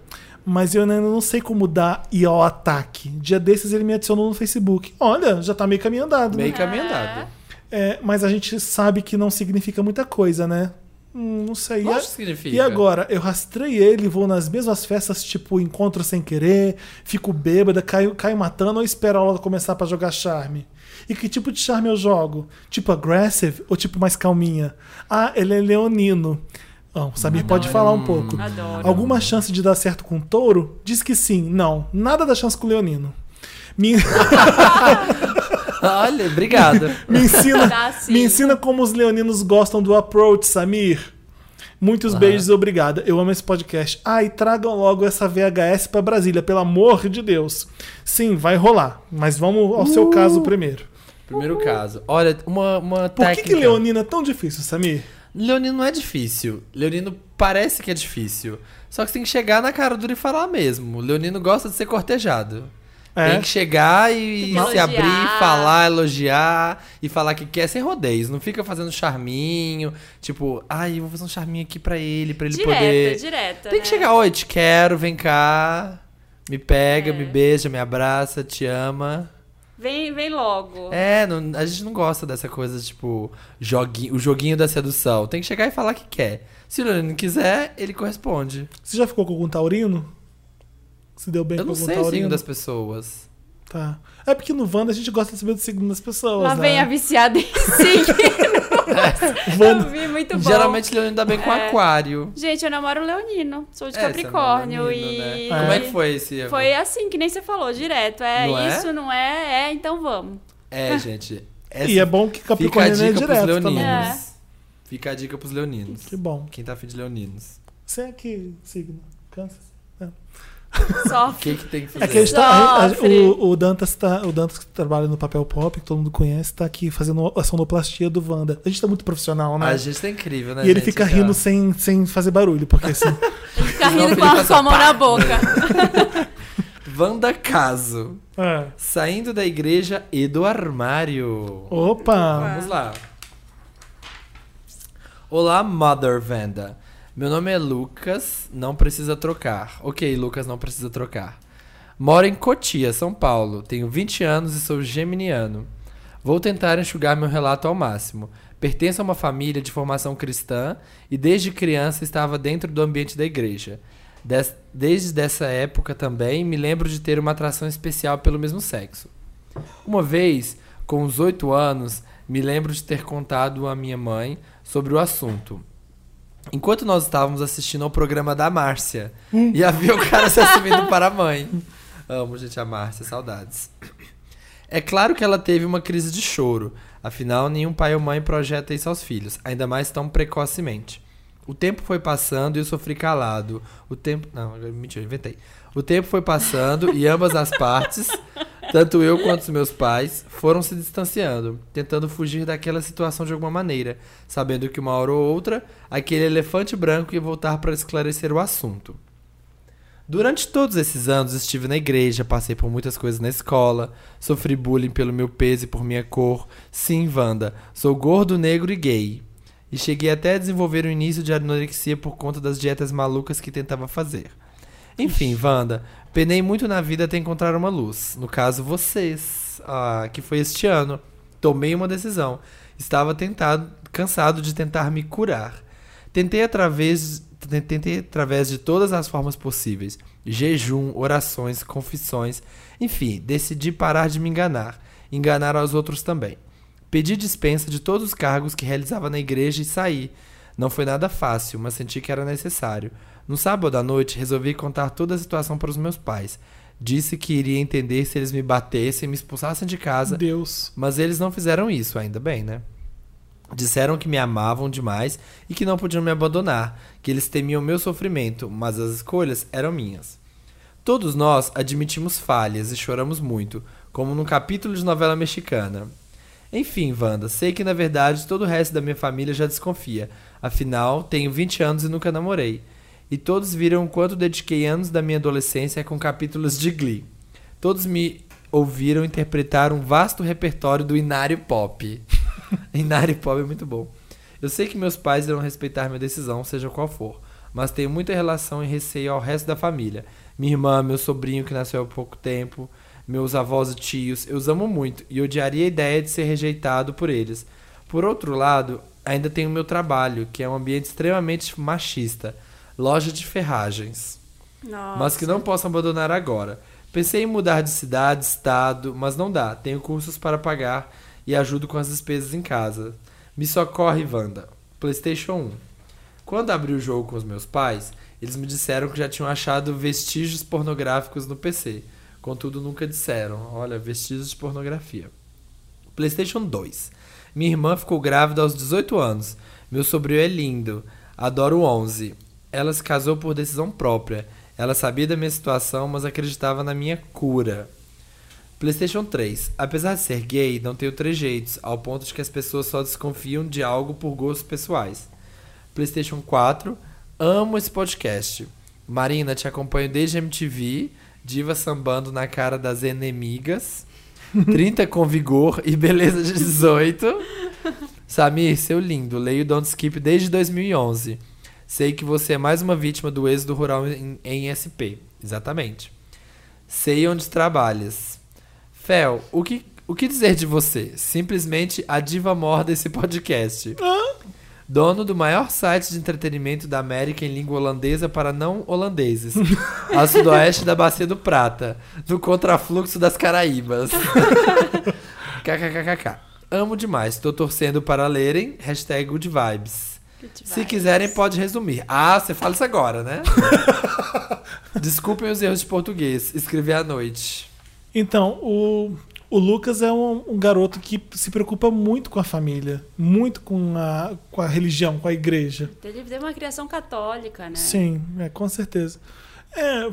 A: mas eu ainda não sei como dar e ao ataque. Dia desses ele me adicionou no Facebook. Olha, já tá meio caminho andado, né?
C: Meio caminho andado.
A: É, mas a gente sabe que não significa muita coisa, né? Hum, não sei. E
C: Lógico
A: a-
C: que significa.
A: E agora? Eu rastrei ele, vou nas mesmas festas, tipo, encontro sem querer, fico bêbada, caio, caio matando ou espero a aula começar pra jogar charme? E que tipo de charme eu jogo? Tipo aggressive ou tipo mais calminha? Ah, ele é leonino. Bom, o Samir pode falar um pouco.
B: Adoro.
A: Alguma chance de dar certo com touro? Diz que sim. Não, nada da chance com leonino. Me,
C: Olha, obrigado.
A: me ensina.
B: Dá assim, sim.
A: Me ensina como os leoninos gostam do approach, Samir. Muitos beijos e obrigada. Eu amo esse podcast. Ah, e tragam logo essa VHS pra Brasília, pelo amor de Deus. Sim, vai rolar. Mas vamos ao
C: Uh,
A: seu caso primeiro.
C: Primeiro caso. Olha, uma, uma
A: Por que,
C: técnica.
A: que Leonina é tão difícil, Samir?
C: Leonino não é difícil. Leonino parece que é difícil. Só que você tem que chegar na cara dura e falar mesmo. Leonino gosta de ser cortejado.
A: É.
C: Tem que chegar e,
B: Tem que
C: se
B: elogiar.
C: abrir, falar, elogiar e falar que quer sem rodeios. Não fica fazendo charminho, tipo, ai, eu vou fazer um charminho aqui pra ele, pra ele
B: Direta,
C: poder.
B: direta.
C: Tem
B: né?
C: que chegar, oi, te quero, vem cá. Me pega,
B: É.
C: me beija, me abraça, te ama.
B: Vem, vem logo.
C: É, não- a gente não gosta dessa coisa, tipo, joguinho, o joguinho da sedução. Tem que chegar e falar que quer. Se o Leonino quiser, ele corresponde.
A: Você já ficou com algum taurino? Se deu bem
C: Eu
A: com
C: não
A: algum
C: sei o signo
A: taurino?
C: das pessoas.
A: Tá. É porque no Wanda a gente gosta de saber do signo das pessoas.
B: Lá
A: né?
B: vem a viciada em signos.
A: Vanda-
B: Eu vi, muito bom.
C: Geralmente o Leonino dá bem com
B: É.
C: aquário.
B: Gente, eu namoro leonino. Sou de
C: É,
B: Capricórnio
C: você é um leonino,
B: e...
C: né? Como é que foi esse?
B: Foi assim, que nem você falou, direto. É
C: Não é?
B: isso, não é? É, então vamos.
C: É, gente. Essa
A: E é bom que
C: fica a
A: Capricórnio é
C: dica pros
A: direto
C: leoninos.
A: também. né?
B: É.
C: Fica a dica pros leoninos.
A: Que bom.
C: Quem tá afim de leoninos.
A: Você é que signo? Câncer?
B: Só
C: O que que tem que fazer?
A: É que a gente tá- a- a-
B: Sofre.
A: o, o Dantas tá, o Dantas que trabalha no papel pop, que todo mundo conhece, tá aqui fazendo a sonoplastia do Wanda. A gente tá muito profissional, né?
C: A gente tá incrível, né,
A: e ele
C: gente?
A: fica
C: Aqui, ó.
A: rindo sem, sem fazer barulho, porque assim.
B: ficar
C: Não,
B: rindo
C: ele
B: com a
C: faz né?
B: sua
C: a
B: mão na
C: pá.
B: boca.
C: Wanda Caso.
A: é.
C: Saindo da igreja e do armário.
A: Opa!
C: Vamos lá. Olá, Mother Vanda. Meu nome é Lucas, não precisa trocar. Ok, Lucas, não precisa trocar. Moro em Cotia, São Paulo. Tenho 20 anos e sou geminiano. Vou tentar enxugar meu relato ao máximo. Pertenço a uma família de formação cristã e desde criança estava dentro do ambiente da igreja. Des- desde dessa época também me lembro de ter uma atração especial pelo mesmo sexo. Uma vez, com os oito anos, me lembro de ter contado à minha mãe sobre o assunto. Enquanto nós estávamos assistindo ao programa da Márcia, e havia o cara se assumindo para a mãe. Amo, gente, a Márcia, saudades. É claro que ela teve uma crise de choro. Afinal, nenhum pai ou mãe projeta isso aos filhos, ainda mais tão precocemente. O tempo foi passando e eu sofri calado. O tempo. Não, agora- mentira, eu inventei. O tempo foi passando e ambas as partes, tanto eu quanto os meus pais, foram se distanciando, tentando fugir daquela situação de alguma maneira, sabendo que uma hora ou outra aquele elefante branco ia voltar para esclarecer o assunto. Durante todos esses anos estive na igreja, passei por muitas coisas na escola, sofri bullying pelo meu peso e por minha cor. Sim, Wanda, sou gordo, negro e gay. E cheguei até a desenvolver o início de anorexia por conta das dietas malucas que tentava fazer. Enfim, Wanda, penei muito na vida até encontrar uma luz. No caso, vocês. Ah, que foi este ano. Tomei uma decisão. Estava tentado, cansado de tentar me curar. Tentei através, te- tentei através de todas as formas possíveis: jejum, orações, confissões. Enfim, decidi parar de me enganar. Enganar aos outros também. Pedi dispensa de todos os cargos que realizava na igreja e saí. Não foi nada fácil, mas senti que era necessário. No sábado à noite, resolvi contar toda a situação para os meus pais. Disse que iria entender se eles me batessem, me expulsassem de casa,
A: Deus.
C: mas eles não fizeram isso, ainda bem, né? Disseram que me amavam demais e que não podiam me abandonar, que eles temiam meu sofrimento, mas as escolhas eram minhas. Todos nós admitimos falhas e choramos muito, como num capítulo de novela mexicana. Enfim, Wanda, sei que na verdade todo o resto da minha família já desconfia. Afinal, tenho 20 anos e nunca namorei. E todos viram o quanto dediquei anos da minha adolescência com capítulos de Glee. Todos me ouviram interpretar um vasto repertório do Inário Pop. Inário Pop é muito bom. Eu sei que meus pais irão respeitar minha decisão, seja qual for, mas tenho muita relação e receio ao resto da família. Minha irmã, meu sobrinho que nasceu há pouco tempo, meus avós e tios, eu os amo muito e odiaria a ideia de ser rejeitado por eles. Por outro lado, ainda tenho meu trabalho, que é um ambiente extremamente machista loja de ferragens
B: Nossa.
C: mas que não posso abandonar agora. Pensei em mudar de cidade, estado, mas não dá. Tenho cursos para pagar e ajudo com as despesas em casa. Me socorre, Wanda. PlayStation 1. Quando abri o jogo com os meus pais, eles me disseram que já tinham achado vestígios pornográficos no PC. Contudo, nunca disseram. Olha, vestígios de pornografia. PlayStation 2. Minha irmã ficou grávida aos 18 anos. Meu sobrinho é lindo. Adoro o 11. Ela se casou por decisão própria. Ela sabia da minha situação, mas acreditava na minha cura. PlayStation 3. Apesar de ser gay, não tenho trejeitos, ao ponto de que as pessoas só desconfiam de algo por gostos pessoais. PlayStation 4. Amo esse podcast. Marina, te acompanho desde MTV, Diva sambando na cara das inimigas. 30 com vigor e beleza de 18. Samir, seu lindo, leio Don't Skip desde 2011. Sei que você é mais uma vítima do êxodo rural em, em SP. Exatamente. Sei onde trabalhas. Fel, o que, o que dizer de você? Simplesmente a diva mor desse podcast. Dono do maior site de entretenimento da América em língua holandesa para não holandeses, a sudoeste da Bacia do Prata, no contrafluxo das Caraíbas. KKKKK. Amo demais, tô torcendo para lerem. Hashtag good vibes. Se quiserem, pode resumir. Ah, você fala isso agora, né? Desculpem os erros de português. Escrevi à noite.
A: Então, o, o Lucas é um, um garoto que se preocupa muito com a família, muito com a, com a religião, com a igreja.
B: Ele teve uma criação católica, né?
A: Sim, é, com certeza. É,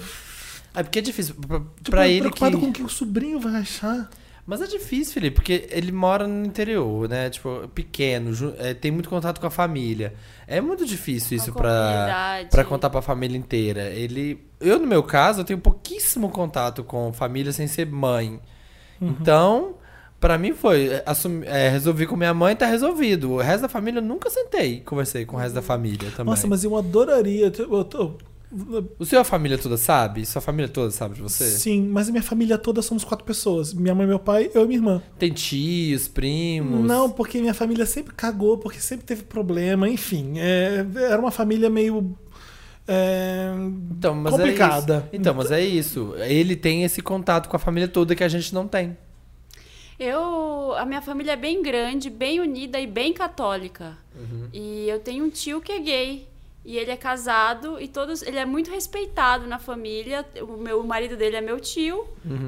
C: É porque é difícil. Pra,
A: tipo,
C: pra ele que...
A: preocupado com o que o sobrinho vai achar.
C: Mas é difícil, Felipe, porque ele mora no interior, né? Tipo, pequeno, ju- é, tem muito contato com a família. É muito difícil isso pra,
B: comunidade.
C: pra contar pra família inteira. Ele. Eu, no meu caso, eu tenho pouquíssimo contato com família sem ser mãe.
A: Uhum.
C: Então, pra mim foi. é, assumi- é, resolvi com minha mãe, tá resolvido. O resto da família eu nunca sentei e conversei com o resto da família também.
A: Nossa, mas eu adoraria. ter- eu tô-
C: O seu a família toda sabe? Sua família toda sabe de você?
A: Sim, mas a minha família toda somos quatro pessoas: minha mãe, meu pai, eu e minha irmã.
C: Tem tios, primos.
A: Não, porque minha família sempre cagou, porque sempre teve problema, enfim. é, era uma família meio. é,
C: Então, mas É
A: complicada.
C: isso. Então, mas é isso. Ele tem esse contato com a família toda que a gente não tem.
B: Eu, a minha família é bem grande, bem unida e bem católica. E eu tenho um tio que é gay. E ele é casado e todos. Ele é muito respeitado na família. O meu o marido dele é meu tio.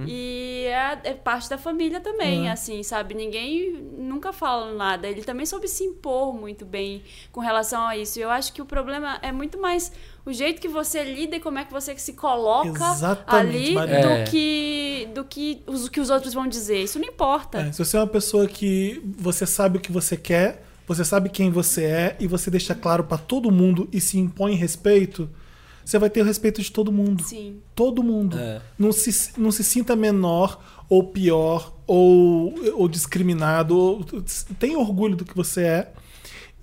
B: E é, é parte da família também, assim, sabe? Ninguém nunca fala nada. Ele também soube se impor muito bem com relação a isso. E eu acho que o problema é muito mais o jeito que você lida e como é que você se coloca
A: Exatamente,
B: ali
A: Maria.
B: do
C: É.
B: que do que os, o que os outros vão dizer. Isso não importa.
A: É, se você é uma pessoa que você sabe o que você quer, você sabe quem você é e você deixa claro pra todo mundo e se impõe respeito, você vai ter o respeito de todo mundo.
B: Sim.
A: Todo mundo.
C: É.
A: Não, se, não se sinta menor ou pior ou, ou discriminado. ou- tem orgulho do que você é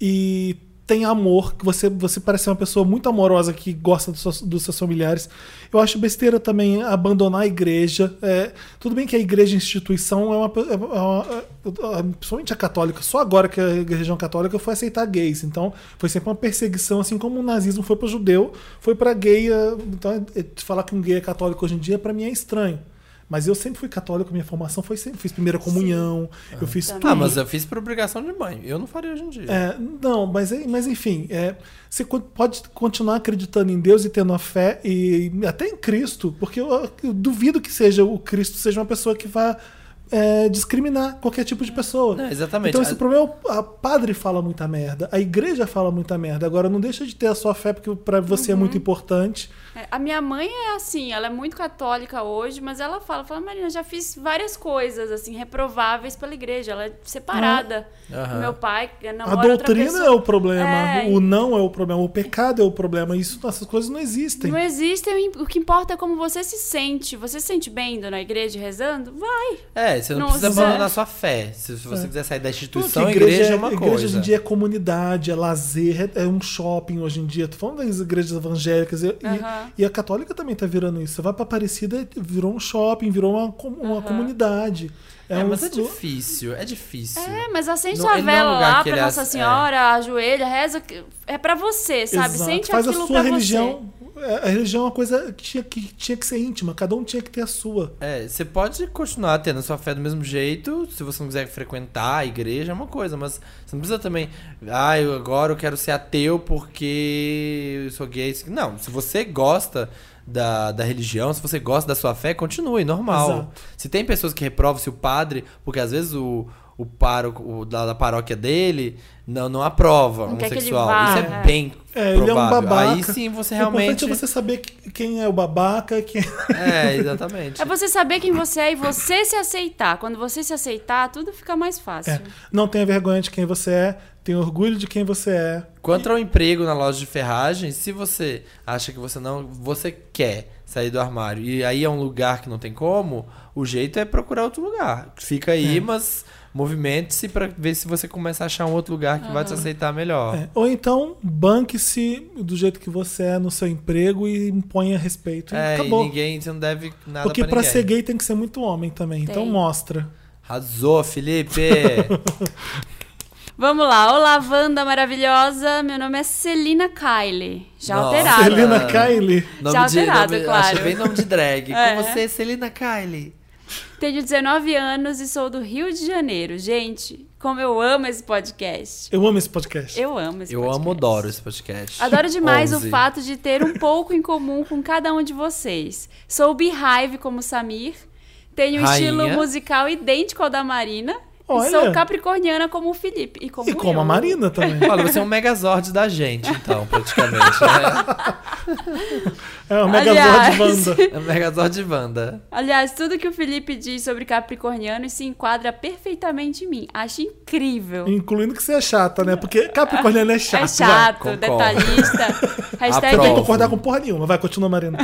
A: e tem amor, que você, você parece ser uma pessoa muito amorosa que gosta dos seus, dos seus familiares. Eu acho besteira também abandonar a igreja. É, tudo bem que a igreja e a instituição é uma, pe- é uma- é- é- Principalmente a católica, só agora que a religião católica foi aceitar gays. Então, foi sempre uma perseguição, assim como o nazismo foi para judeu, foi para gay. é, Então, é, falar que um gay é católico hoje em dia, para mim, é estranho. Mas eu sempre fui católico, minha formação foi sempre. Fiz primeira comunhão, eu fiz tudo.
C: Ah, mas eu fiz por obrigação de mãe. Eu não faria hoje em dia.
A: Uhum. É, não, mas, é- mas enfim, é, você co- pode continuar acreditando em Deus e tendo a fé, e até em Cristo, porque eu, eu duvido que seja o Cristo seja uma pessoa que vá é, discriminar qualquer tipo de pessoa.
C: Não, exatamente.
A: Então esse
C: A-
A: problema é o a padre fala muita merda, a igreja fala muita merda. Agora não deixa de ter a sua fé porque pra você
B: Uhum.
A: é muito importante.
B: É, A minha mãe é assim, ela é muito católica hoje, mas ela fala, fala, Marina, já fiz várias coisas, assim, reprováveis pela igreja, ela é separada.
C: Ah. Aham.
B: Meu pai namora
A: A doutrina
B: outra pessoa.
A: é o problema,
B: É,
A: o não é o problema, o pecado é o problema. Isso, essas coisas não existem.
B: Não existe, o que importa é como você se sente. Você se sente bem indo na igreja rezando? Vai.
C: É, você não,
B: Não,
C: precisa
B: Zé.
C: abandonar sua fé. Se se você quiser sair da instituição,
A: Porque
C: a igreja é uma
A: É. igreja
C: coisa.
A: hoje em dia é comunidade, é lazer, é, é um shopping hoje em dia. Tô falando das igrejas evangélicas. E, e-
B: Aham.
A: e a católica também tá virando isso. Você vai pra Aparecida, virou um shopping, virou uma, com- uma comunidade.
C: É,
A: um,
C: mas é difícil, é difícil.
B: É, mas acende
C: Não-
B: sua
C: ele não é um
B: vela
C: lugar
B: lá
C: que
B: pra
C: ele
B: Nossa
C: é-
B: Senhora, ajoelha, reza. que- É pra você, sabe?
A: Exato.
B: Sente
A: Faz a
B: aquilo
A: sua
B: pra você.
A: religião. é, A religião é uma coisa que tinha, que tinha que ser íntima. Cada um tinha que ter a sua.
C: É, você pode continuar tendo sua fé do mesmo jeito, se você não quiser frequentar a igreja, é uma coisa, mas você não precisa também. Ah, eu agora eu quero ser ateu porque eu sou gay. Não, se você gosta da, da religião, se você gosta da sua fé, continue, normal.
A: Exato.
C: Se tem pessoas que reprovam-se o padre, porque às vezes o, o pároco o da, da paróquia dele não, não aprova
B: Não quer que ele
C: homossexual.
B: vá,
C: Isso é,
B: é.
C: bem.
A: É,
C: provável.
A: ele é um babaca.
C: Aí sim você
A: O
C: realmente.
A: importante é você saber que- quem é o babaca, quem
C: É, exatamente.
B: É você saber quem você é e você se aceitar. Quando você se aceitar, tudo fica mais fácil.
A: é. Não tenha vergonha de quem você é, tenha orgulho de quem você é.
C: Quanto ao um emprego na loja de ferragens, se você acha que você não, você quer sair do armário e aí é um lugar que não tem como, o jeito é procurar outro lugar. Fica
A: É.
C: aí, mas movimente-se pra ver se você começa a achar um outro lugar que vai te aceitar melhor.
A: É, Ou então, banque-se do jeito que você é no seu emprego e imponha respeito. E
C: É,
A: então acabou.
C: e ninguém, você não deve nada
A: Porque
C: pra
A: pra
C: ninguém.
A: ser gay tem que ser muito homem também. Então
B: Tem.
A: mostra.
C: Arrasou, Felipe!
B: Vamos lá. Olá, Wanda maravilhosa. Meu nome é Celina Kyle. Já
C: Nossa.
B: alterado.
A: Helena
C: Ah.
A: Kylie.
C: nome de,
B: alterado,
C: nome,
B: claro.
C: Achei bem nome de drag.
B: É.
C: Com você, Celina Kylie.
B: Tenho 19 anos e sou do Rio de Janeiro. Gente, como eu amo esse podcast.
A: Eu amo esse podcast.
B: Eu amo esse
C: Eu
B: podcast.
C: amo, adoro esse podcast.
B: Adoro demais o
C: 11.
B: fato de ter um pouco em comum com cada um de vocês. Sou Beehive como Samir, tenho um
C: Rainha.
B: estilo musical idêntico ao da Marina
A: Olha.
B: e sou capricorniana como o Felipe e como
A: E como
B: eu.
A: a Marina também.
C: Olha, você é um megazord da gente, então, praticamente. né?
A: É o Megazord
B: Aliás.
A: Wanda.
C: É um megazord de Wanda.
B: Aliás, tudo que o Felipe diz sobre capricorniano se enquadra perfeitamente em mim. Acho incrível.
A: Incluindo que você é chata, né? Porque Capricorniano é chato.
B: é chato,
C: ah, concordo. Ah,
B: detalhista. Hashtag
A: Não
C: Aprovo.
A: vou concordar com porra nenhuma. Vai, continua, Marina.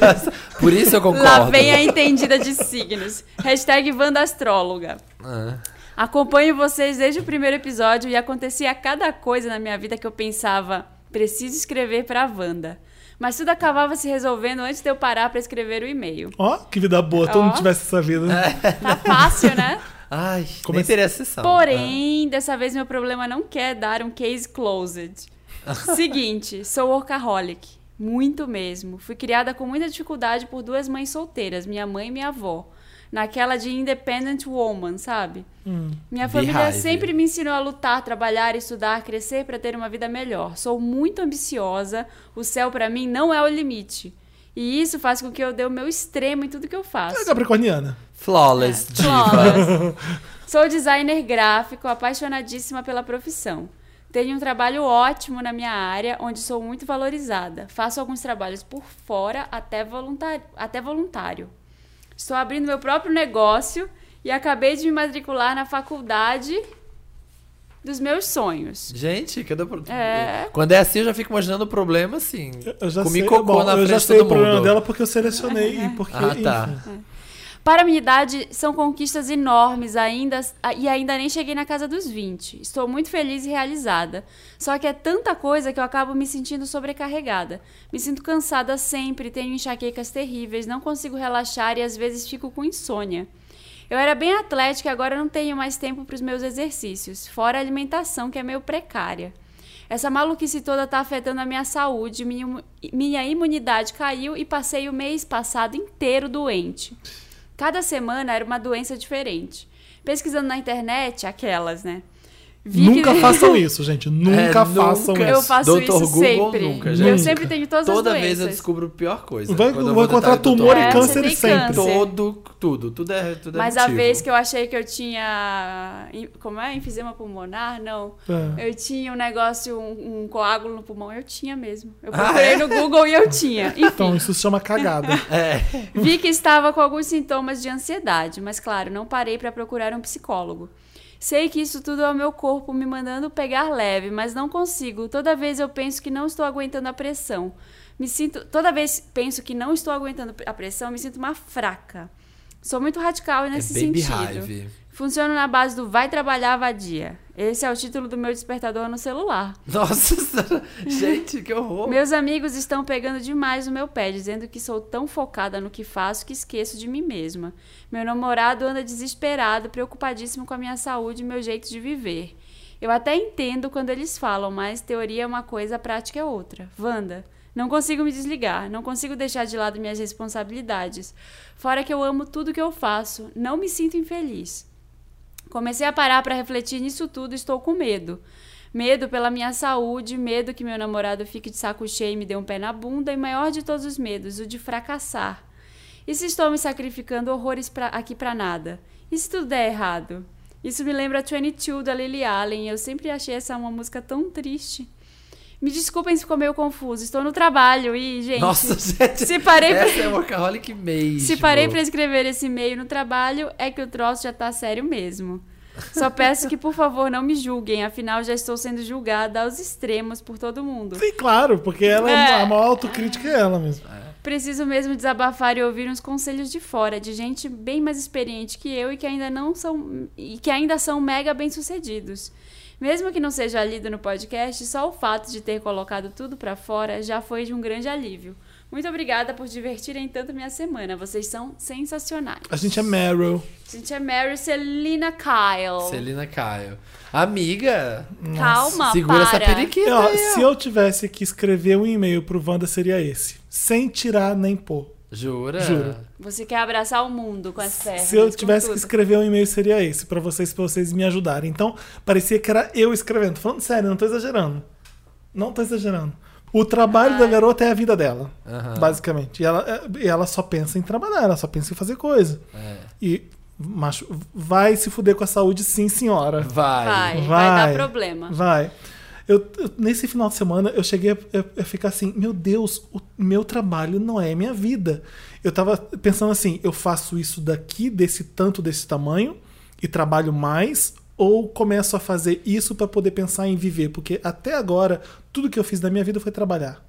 C: Por isso eu concordo.
B: Lá vem a entendida de signos. Hashtag Vandastróloga.
C: Ah,
B: Acompanho vocês desde o primeiro episódio e acontecia cada coisa na minha vida que eu pensava, preciso escrever pra Wanda. Mas tudo acabava se resolvendo antes de eu parar pra escrever o e-mail.
A: Ó, que vida boa. Todo
B: Ó.
A: mundo tivesse essa vida. né?
C: É.
B: Tá fácil, né?
C: Ai,
A: Como
C: nem
A: assim?
C: teria sessão. Ah.
B: Porém, dessa vez meu problema não quer dar um case closed. Seguinte, sou workaholic. Muito mesmo. Fui criada com muita dificuldade por duas mães solteiras, minha mãe e minha avó. naquela de independent woman, sabe? Minha família
C: Beehive.
B: sempre me ensinou a lutar, trabalhar, estudar, crescer para ter uma vida melhor. Sou muito ambiciosa, o céu para mim não é o limite. E isso faz com que eu dê o meu extremo em tudo que eu faço.
A: É capricorniana.
C: Flawless, diva.
B: é, Flawless. Sou designer gráfico, apaixonadíssima pela profissão. Tenho um trabalho ótimo na minha área, onde sou muito valorizada. Faço alguns trabalhos por fora, até voluntário. Até voluntário. Estou abrindo meu próprio negócio e acabei de me matricular na faculdade dos meus sonhos.
C: Gente, cadê o problema?
B: É.
C: Quando é assim, eu já fico imaginando o problema assim.
A: Eu já
C: Comi
A: sei,
C: cocô
A: bom,
C: na
A: eu
C: frente
A: já
C: de
A: sei
C: todo
A: o problema
C: mundo.
A: dela porque eu selecionei
B: É.
A: e porque.
C: Ah, tá.
A: enfim.
B: Para minha idade, são conquistas enormes ainda e ainda nem cheguei na casa dos 20. Estou muito feliz e realizada. Só que é tanta coisa que eu acabo me sentindo sobrecarregada. Me sinto cansada sempre, tenho enxaquecas terríveis, não consigo relaxar e às vezes fico com insônia. Eu era bem atlética e agora não tenho mais tempo para os meus exercícios, fora a alimentação que é meio precária. Essa maluquice toda tá afetando a minha saúde, minha, imu- minha imunidade caiu e passei o mês passado inteiro doente. Cada semana era uma doença diferente. Pesquisando na internet, aquelas, né? Vi
A: Nunca
B: que-
A: façam isso, gente. Nunca
C: É, nunca.
A: façam
B: Eu
A: isso.
B: faço
C: Dr.
B: isso
C: Google
B: sempre.
C: nunca,
B: Eu
A: gente.
B: sempre tenho todas
C: Toda
B: as doenças.
C: vez eu descubro a pior coisa.
A: Vai,
C: Quando eu
A: vai
C: vou
A: encontrar
C: tentar ir no
A: tumor
B: É,
A: e
B: você
A: câncer
B: tem
A: sempre.
B: câncer.
C: Todo, tudo, tudo é, tudo é
B: Mas a
C: motivo.
B: vez que eu achei que eu tinha. em- Como é? Enfisema pulmonar? Não.
A: É.
B: Eu tinha um negócio, um, um coágulo no pulmão. Eu tinha mesmo.
C: Ah,
B: Eu procurei no Google e eu tinha. Enfim.
A: Então, isso se chama cagada.
C: É,
B: Vi que estava com alguns sintomas de ansiedade, mas claro, não parei para procurar um psicólogo. Sei que isso tudo é o meu corpo me mandando pegar leve, mas não consigo. Toda vez eu penso que não estou aguentando a pressão. Me sinto, toda vez penso que não estou aguentando a pressão, me sinto uma fraca. Sou muito radical
C: é
B: nesse
C: baby
B: sentido.
C: hive.
B: Funciona na base do vai trabalhar vadia. Esse é o título do meu despertador no celular.
C: Nossa, senhora. gente, que horror.
B: Meus amigos estão pegando demais no meu pé, dizendo que sou tão focada no que faço que esqueço de mim mesma. Meu namorado anda desesperado, preocupadíssimo com a minha saúde e meu jeito de viver. Eu até entendo quando eles falam, mas teoria é uma coisa, prática é outra. Wanda, não consigo me desligar, não consigo deixar de lado minhas responsabilidades. Fora que eu amo tudo que eu faço, não me sinto infeliz. Comecei a parar para refletir nisso tudo e estou com medo. Medo pela minha saúde, medo que meu namorado fique de saco cheio e me dê um pé na bunda, e maior de todos os medos, o de fracassar. E se estou me sacrificando horrores pra, aqui para nada? E se tudo der errado? Isso me lembra 22 da Lily Allen, e eu sempre achei essa uma música tão triste. Me desculpem se ficou meio confuso, estou no trabalho e, gente.
C: Nossa, gente.
B: se parei pra-
C: Essa é workaholic mesmo.
B: Se parei pra escrever esse e-mail no trabalho, é que o troço já tá sério mesmo. Só peço que, por favor, não me julguem, afinal já estou sendo julgada aos extremos por todo mundo.
A: Sim, claro, porque ela
B: É.
A: a maior autocrítica é ela mesmo.
B: Preciso mesmo desabafar e ouvir uns conselhos de fora, de gente bem mais experiente que eu e que ainda não são e que ainda são mega bem-sucedidos. Mesmo que não seja lido no podcast, só o fato de ter colocado tudo pra fora já foi de um grande alívio. Muito obrigada por divertirem tanto minha semana. Vocês são sensacionais.
A: A gente é Meryl.
B: Gente, é Mary Celina Kyle.
C: Celina Caio. Amiga,
B: Calma,
C: segura
B: para.
C: essa periquita
A: Ó,
C: aí, ó.
A: se eu tivesse que escrever um e-mail pro Wanda, seria esse. Sem tirar nem pôr.
C: Jura?
A: Juro.
B: Você quer abraçar o mundo com as pernas.
A: Se eu
B: com
A: tivesse que
B: tudo.
A: escrever um e-mail, seria esse, pra vocês, pra vocês me ajudarem. Então, parecia que era eu escrevendo. Tô falando sério, não tô exagerando. Não tô exagerando. O trabalho da garota é a vida dela, basicamente. E ela, é, e ela só pensa em trabalhar, ela só pensa em fazer coisa. E macho, vai se fuder com a saúde, sim, senhora.
C: Vai.
B: Vai, vai,
A: Vai.
B: dar problema.
A: Vai. Eu, eu- nesse final de semana, eu cheguei a, eu- eu ficar assim: meu Deus, o meu trabalho não é minha vida. Eu tava pensando assim: eu faço isso daqui, desse tanto, desse tamanho, e trabalho mais, ou começo a fazer isso pra poder pensar em viver? Porque até agora, tudo que eu fiz da minha vida foi trabalhar.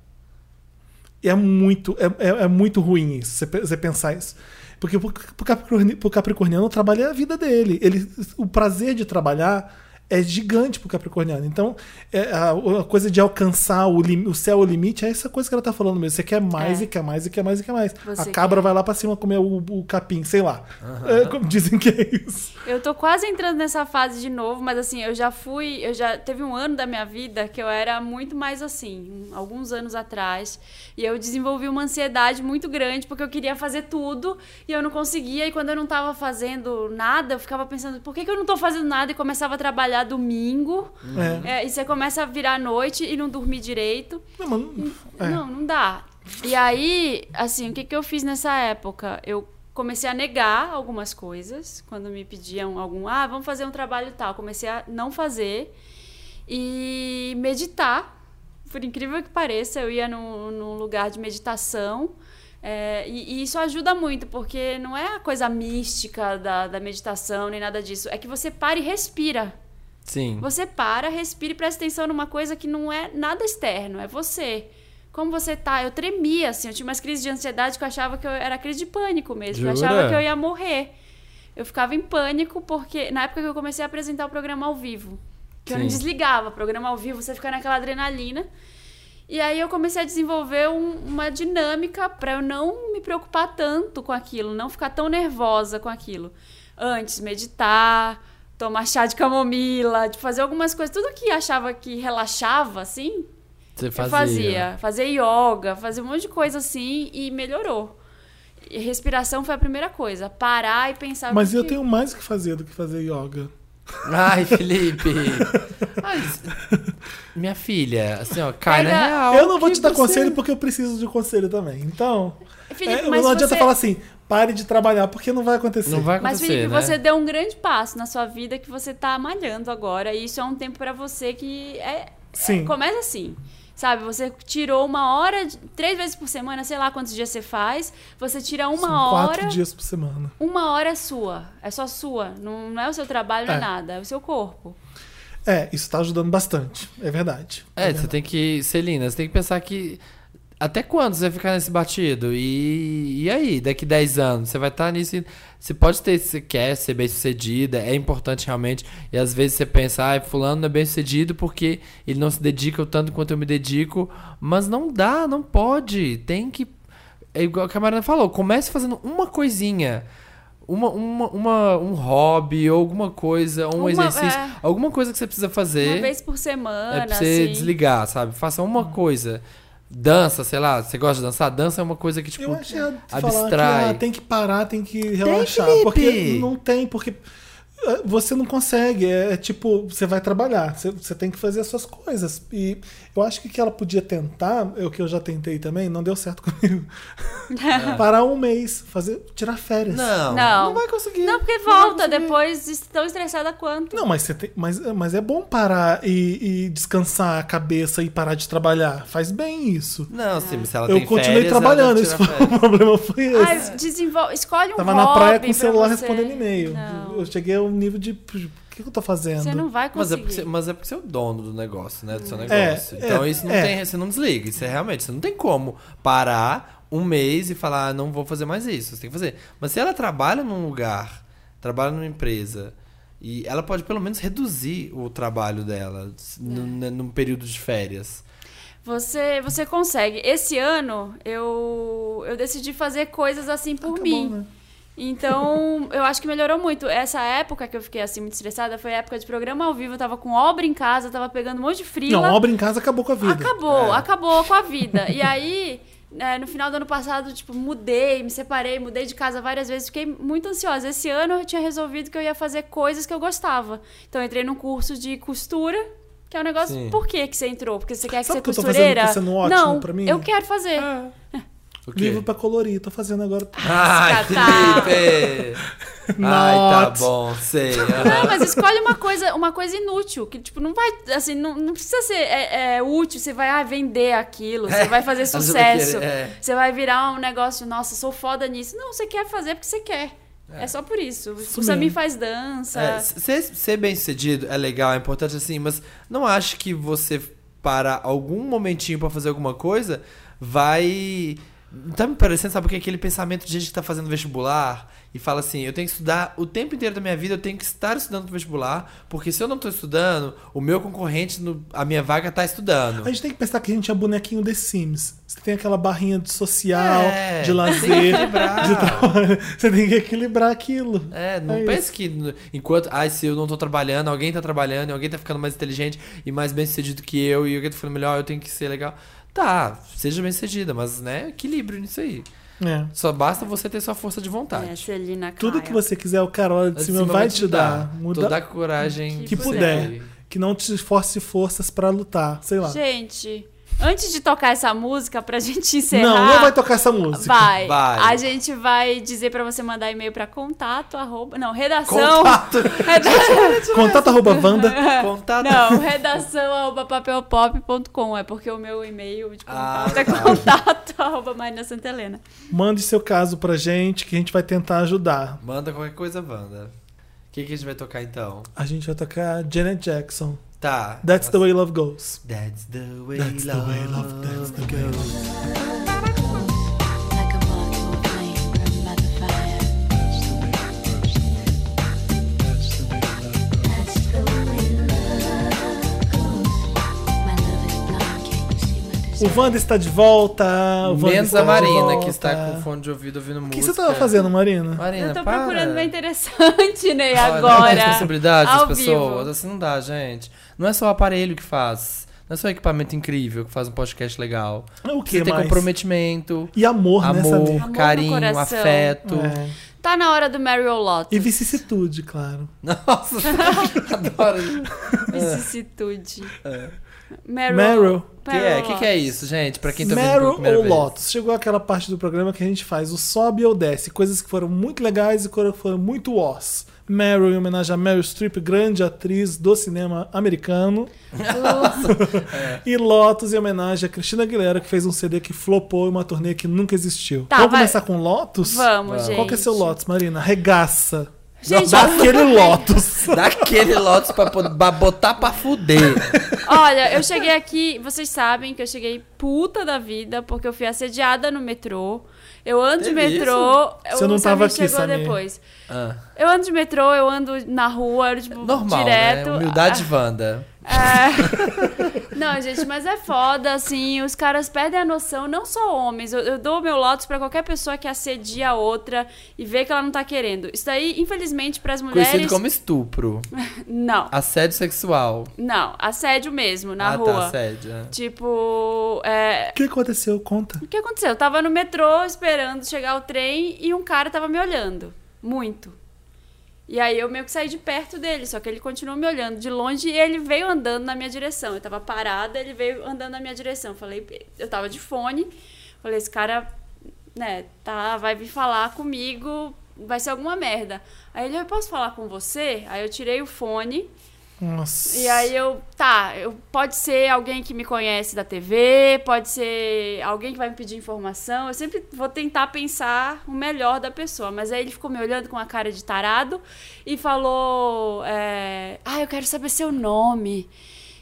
A: E é muito, é, é, é muito ruim isso, você, pe- você pensar isso. Porque pro, pro, Capricorni- pro Capricorniano, o trabalho é a vida dele. Ele, o prazer de trabalhar é gigante pro capricorniano. Então, é, a, a coisa de alcançar o, lim- o céu ao limite é essa coisa que ela tá falando mesmo. Você quer mais
B: É.
A: e quer mais e quer mais e quer mais.
B: Você
A: a cabra
B: quer.
A: vai lá pra cima comer o, o capim, sei lá. É, como dizem que é isso.
B: Eu tô quase entrando nessa fase de novo, mas assim, eu já fui, eu já teve um ano da minha vida que eu era muito mais assim, um- alguns anos atrás, e eu desenvolvi uma ansiedade muito grande porque eu queria fazer tudo e eu não conseguia e quando eu não tava fazendo nada, eu ficava pensando, por que, que eu não tô fazendo nada e começava a trabalhar domingo?
A: É.
B: É, e você começa a virar à noite e não dormir direito.
A: Não,
B: Hum,
A: mano, é.
B: Não, não dá. E aí, assim, o que, que eu fiz nessa época? Eu comecei a negar algumas coisas quando me pediam algum, ah, vamos fazer um trabalho tal. Comecei a não fazer e meditar. Por incrível que pareça, eu ia num, num lugar de meditação. é, e, e isso ajuda muito, porque não é a coisa mística da, da meditação nem nada disso. É que você para e respira.
C: Sim.
B: Você para, respira e presta atenção numa coisa que não é nada externo, é você. Como você tá? Eu tremia, assim, eu tinha umas crises de ansiedade que eu achava que eu era crise de pânico mesmo. Eu
C: Jura?
B: achava que eu ia morrer. Eu ficava em pânico porque, na época que eu comecei a apresentar o programa ao vivo, que eu não
C: Sim.
B: desligava, programa ao vivo, você fica naquela adrenalina. E aí eu comecei a desenvolver um- uma dinâmica para eu não me preocupar tanto com aquilo, não ficar tão nervosa com aquilo. Antes, meditar, tomar chá de camomila, de fazer algumas coisas, tudo que achava que relaxava, assim,
C: Você
B: eu fazia.
C: fazia.
B: Fazer yoga, fazer um monte de coisa assim e melhorou. E respiração foi a primeira coisa, parar e pensar.
A: Mas
B: o
A: eu
B: que-
A: tenho mais o que fazer do que fazer yoga.
C: Ai, Felipe. Ai, s- minha filha, assim, ó, cai na
B: Ah, Pega-
C: real.
A: eu não vou
C: que
A: te dar
C: você-
A: conselho porque eu preciso de conselho também. Então,
B: Felipe,
A: é,
B: mas
A: não adianta
B: você-
A: falar assim, pare de trabalhar, porque não vai acontecer.
C: Não vai
B: Mas,
C: acontecer,
B: Felipe,
C: né?
B: você deu um grande passo na sua vida que você tá malhando agora. E isso é um tempo pra você que é.
A: Sim.
B: é- começa assim. Sabe, você tirou uma hora, de- três vezes por semana, sei lá quantos dias você faz. Você tira uma
A: São
B: hora.
A: quatro dias por semana.
B: Uma hora é sua. É só sua. Não, não é o seu trabalho, não
A: É.
B: é nada. É o seu corpo.
A: É, isso tá ajudando bastante. É verdade.
C: É,
A: verdade.
C: você tem que. Celina, você tem que pensar que. Até quando você vai ficar nesse batido? E, e aí, daqui 10 anos? Você vai estar nisso. e- Você pode ter, você quer ser bem sucedida, é importante realmente. E às vezes você pensa, ah, fulano não é bem sucedido porque ele não se dedica o tanto quanto eu me dedico. Mas não dá, não pode. Tem que. É igual que a Marina falou, comece fazendo uma coisinha. Uma, uma, uma- um hobby, ou alguma coisa, um
B: Uma-
C: exercício,
B: é.
C: alguma coisa que É você precisa fazer.
B: Uma vez por semana,
C: É pra você
B: assim.
C: desligar, sabe? Faça uma coisa. Dança, sei lá, você gosta de dançar? Dança é uma coisa que, tipo,
A: Eu achei falar que
C: abstrai.
A: ah, tem que parar, tem que relaxar.
C: Felipe!
A: porque não tem, porque eh, você não consegue. É, é tipo, você vai trabalhar, você, você tem que fazer as suas coisas. E eu acho que o que ela podia tentar, é o que eu já tentei também, não deu certo comigo. Parar um mês, fazer, tirar férias.
C: É. Não.
B: Não.
A: Não vai conseguir.
B: Não, porque volta depois, est- tão estressada quanto.
A: Não, mas, você tem, mas, mas é bom parar e, e descansar a cabeça e parar de trabalhar. Faz bem isso.
C: Não, sim, mas se ela
A: eu
C: tem
A: continuei
C: férias,
A: trabalhando,
C: ela
A: isso
C: tira
A: foi,
C: férias.
A: o problema foi esse.
B: Ah, desenvol... escolhe um
A: Tava
B: hobby
A: na praia com o
B: pra
A: celular
B: você.
A: respondendo e-mail.
B: Não.
A: Eu cheguei a um nível de. O que que eu tô fazendo?
B: Você não vai
C: Mas é,
B: conseguir.
C: porque, você- mas é porque você é o dono do negócio, né? Do seu
A: É,
C: negócio. então
A: é,
C: isso não
A: é.
C: tem. Você não desliga. Isso é realmente. Você não tem como parar um mês e falar, ah, não vou fazer mais isso. Você tem que fazer. Mas se ela trabalha num lugar, trabalha numa empresa, e ela pode pelo menos reduzir o trabalho dela s- num, né, num período de férias.
B: Você, você consegue. Esse ano eu, eu decidi fazer coisas assim por
A: Tá
B: mim.
A: bom, né?
B: Então, eu acho que melhorou muito. Essa época que eu fiquei assim muito estressada foi a época de programa ao vivo, eu tava com obra em casa, eu tava pegando um monte de frila.
A: Não, obra em casa acabou com a vida. É.
B: Acabou, acabou com a vida. E aí, né, no final do ano passado, tipo, mudei, me separei, mudei de casa várias vezes, fiquei muito ansiosa. Esse ano eu tinha resolvido que eu ia fazer coisas que eu gostava. Então, eu entrei num curso de costura, que é um negócio.
C: Sim.
B: Por que, que você entrou? Porque você quer
A: Sabe
B: ser
A: que eu tô fazendo
B: costureira?
A: que tá sendo ótimo
B: Não,
A: pra mim? É.
B: eu quero fazer.
C: O quê?
A: Livro pra colorir, tô fazendo agora.
B: Tá.
C: Ai,
B: Catar.
C: Felipe! Ai, tá
A: Not.
C: bom, sei.
B: Não,
C: aham.
B: mas escolhe uma coisa, uma coisa inútil, que, tipo, não vai, assim, não, não precisa ser é, é, útil, você vai ah, vender aquilo, você vai fazer
C: Você vai
B: sucesso,
C: querer, é.
B: você vai virar um negócio, nossa, sou foda nisso. Não, você quer fazer porque você quer. É, só por isso. o Samir
A: mesmo.
B: faz dança.
C: É, ser, ser bem sucedido é legal, é importante assim, mas não acho que você parar algum momentinho pra fazer alguma coisa vai Tá me parecendo, sabe o que? Aquele pensamento de gente que tá fazendo vestibular e fala assim: eu tenho que estudar o tempo inteiro da minha vida, eu tenho que estar estudando pro vestibular, porque se eu não tô estudando, o meu concorrente, no- a minha vaga tá estudando.
A: A gente tem que pensar que a gente é bonequinho The Sims. Você tem aquela barrinha de social,
C: É,
A: de
C: tem que
A: lazer,
C: equilibrar.
A: de trabalho. Você tem que equilibrar aquilo.
C: É, não
A: É
C: pense que n- enquanto. Ai, se eu não tô trabalhando, alguém tá trabalhando, e alguém tá ficando mais inteligente e mais bem sucedido que eu, e alguém tá ficando melhor, eu tenho que ser legal. Tá, seja bem sucedida, mas né, equilíbrio nisso aí.
A: É.
C: Só basta você ter sua força de vontade.
B: É, Celina
A: Tudo
B: Caio.
A: que você quiser, o cara olha de
C: Mas
A: cima,
C: sim, eu
A: vai
C: vou
A: te dar. Muda
C: Toda a coragem
A: que
B: que é.
A: puder. Que não te force forças pra lutar. Sei lá.
B: Gente, antes de tocar essa música, pra gente encerrar.
A: Não, não vai tocar essa música.
B: Vai.
C: Vai.
B: A gente vai dizer pra você mandar e-mail pra contato, arroba, não, redação.
C: Contato,
B: Reda-
A: Contato arroba Wanda.
C: contato.
B: Não, redação arroba papelpop.com. É porque o meu e-mail de
C: Ah,
B: contato é
C: tá.
B: contato arroba Marina Santa Helena.
A: Mande seu caso pra gente que a gente vai tentar ajudar.
C: Manda qualquer coisa, Wanda. O que, que a gente vai tocar então?
A: A gente vai tocar Janet Jackson.
C: Tá.
A: That's the way love goes.
C: That's the way
A: That's the
C: love,
A: way love, that's the way
C: goes.
F: Like a moth to a flame, burned by the fire. My love is blind, can't you see my desire?
A: O Wanda está de volta. Ah, O Wanda
C: Menos
A: está
C: a
A: de
C: Marina,
A: volta.
C: que está com fone de ouvido ouvindo
A: O
C: música.
A: que você tava fazendo, Marina?
C: Marina,
B: Eu tô
C: para.
B: procurando uma interessante, Ney,
C: Olha, Não tem
B: agora.
C: responsabilidade das
B: ao
C: pessoas.
B: vivo.
C: Assim não dá, gente. Não é só o aparelho que faz. Não é só o equipamento incrível que faz um podcast legal.
A: O que
C: Você tem
A: mais?
C: comprometimento,
A: E amor, né,
C: amor,
A: Samir?
C: carinho,
B: Amor no coração.
C: afeto.
A: É.
B: Tá na hora do Mary or Lotus.
A: E vicissitude, claro.
C: Nossa, adoro.
B: Vicissitude. Meryl.
A: É. Meryl.
C: O que é? que, que é isso, gente? Pra quem tá vendo pela
A: Meryl
C: primeira
A: ou
C: vez.
A: Lotus? Chegou aquela parte do programa que a gente faz o sobe ou desce, coisas que foram muito legais e que foram muitoós. Meryl em homenagem a Meryl Streep, grande atriz do cinema americano. É. E Lotus em homenagem a Cristina Aguilera, que fez um CD que flopou e uma turnê que nunca existiu.
B: Tá,
A: Vamos
B: vai.
A: começar com Lotus?
B: Vamos, gente.
A: Qual que é seu Lotus, Marina? Regaça.
B: Gente,
A: Dá
B: eu-
A: aquele Lotus.
C: Dá aquele Lotus pra, pod- pra botar pra fuder.
B: Olha, eu cheguei aqui, vocês sabem que eu cheguei puta da vida, porque eu fui assediada no metrô. Eu ando de
C: Teve
B: metrô. eu
A: Você não tava aqui,
B: chegou
A: Samir.
B: depois.
C: Ah,
B: Eu ando de metrô, eu ando na rua, eu, tipo,
C: normal,
B: direto. Ah,
C: né? Humildade, Wanda.
B: É. Não, gente, mas é foda, assim, os caras perdem a noção, não só homens. Eu, eu dou meu lotus pra qualquer pessoa que assedia a outra e vê que ela não tá querendo. Isso daí, infelizmente, pras mulheres.
C: Conhecido como estupro.
B: Não,
C: Assédio sexual.
B: não, assédio mesmo, na
C: ah,
B: rua.
C: tá, assédio. é.
B: Tipo, é,
A: O que aconteceu? Conta.
B: O que aconteceu? Eu tava no metrô esperando chegar o trem e um cara tava me olhando. Muito. E aí eu meio que saí de perto dele, só que ele continuou me olhando de longe e ele veio andando na minha direção. Eu tava parada, ele veio andando na minha direção. Falei, eu tava de fone. Falei, esse cara, né, tá, vai vir falar comigo, vai ser alguma merda. Aí ele, eu posso falar com você? Aí eu tirei o fone.
A: Nossa.
B: E aí eu, tá, eu, pode ser alguém que me conhece da TV, pode ser alguém que vai me pedir informação. Eu sempre vou tentar pensar o melhor da pessoa. Mas aí ele ficou me olhando com a cara de tarado e falou: é, Ah, eu quero saber seu nome.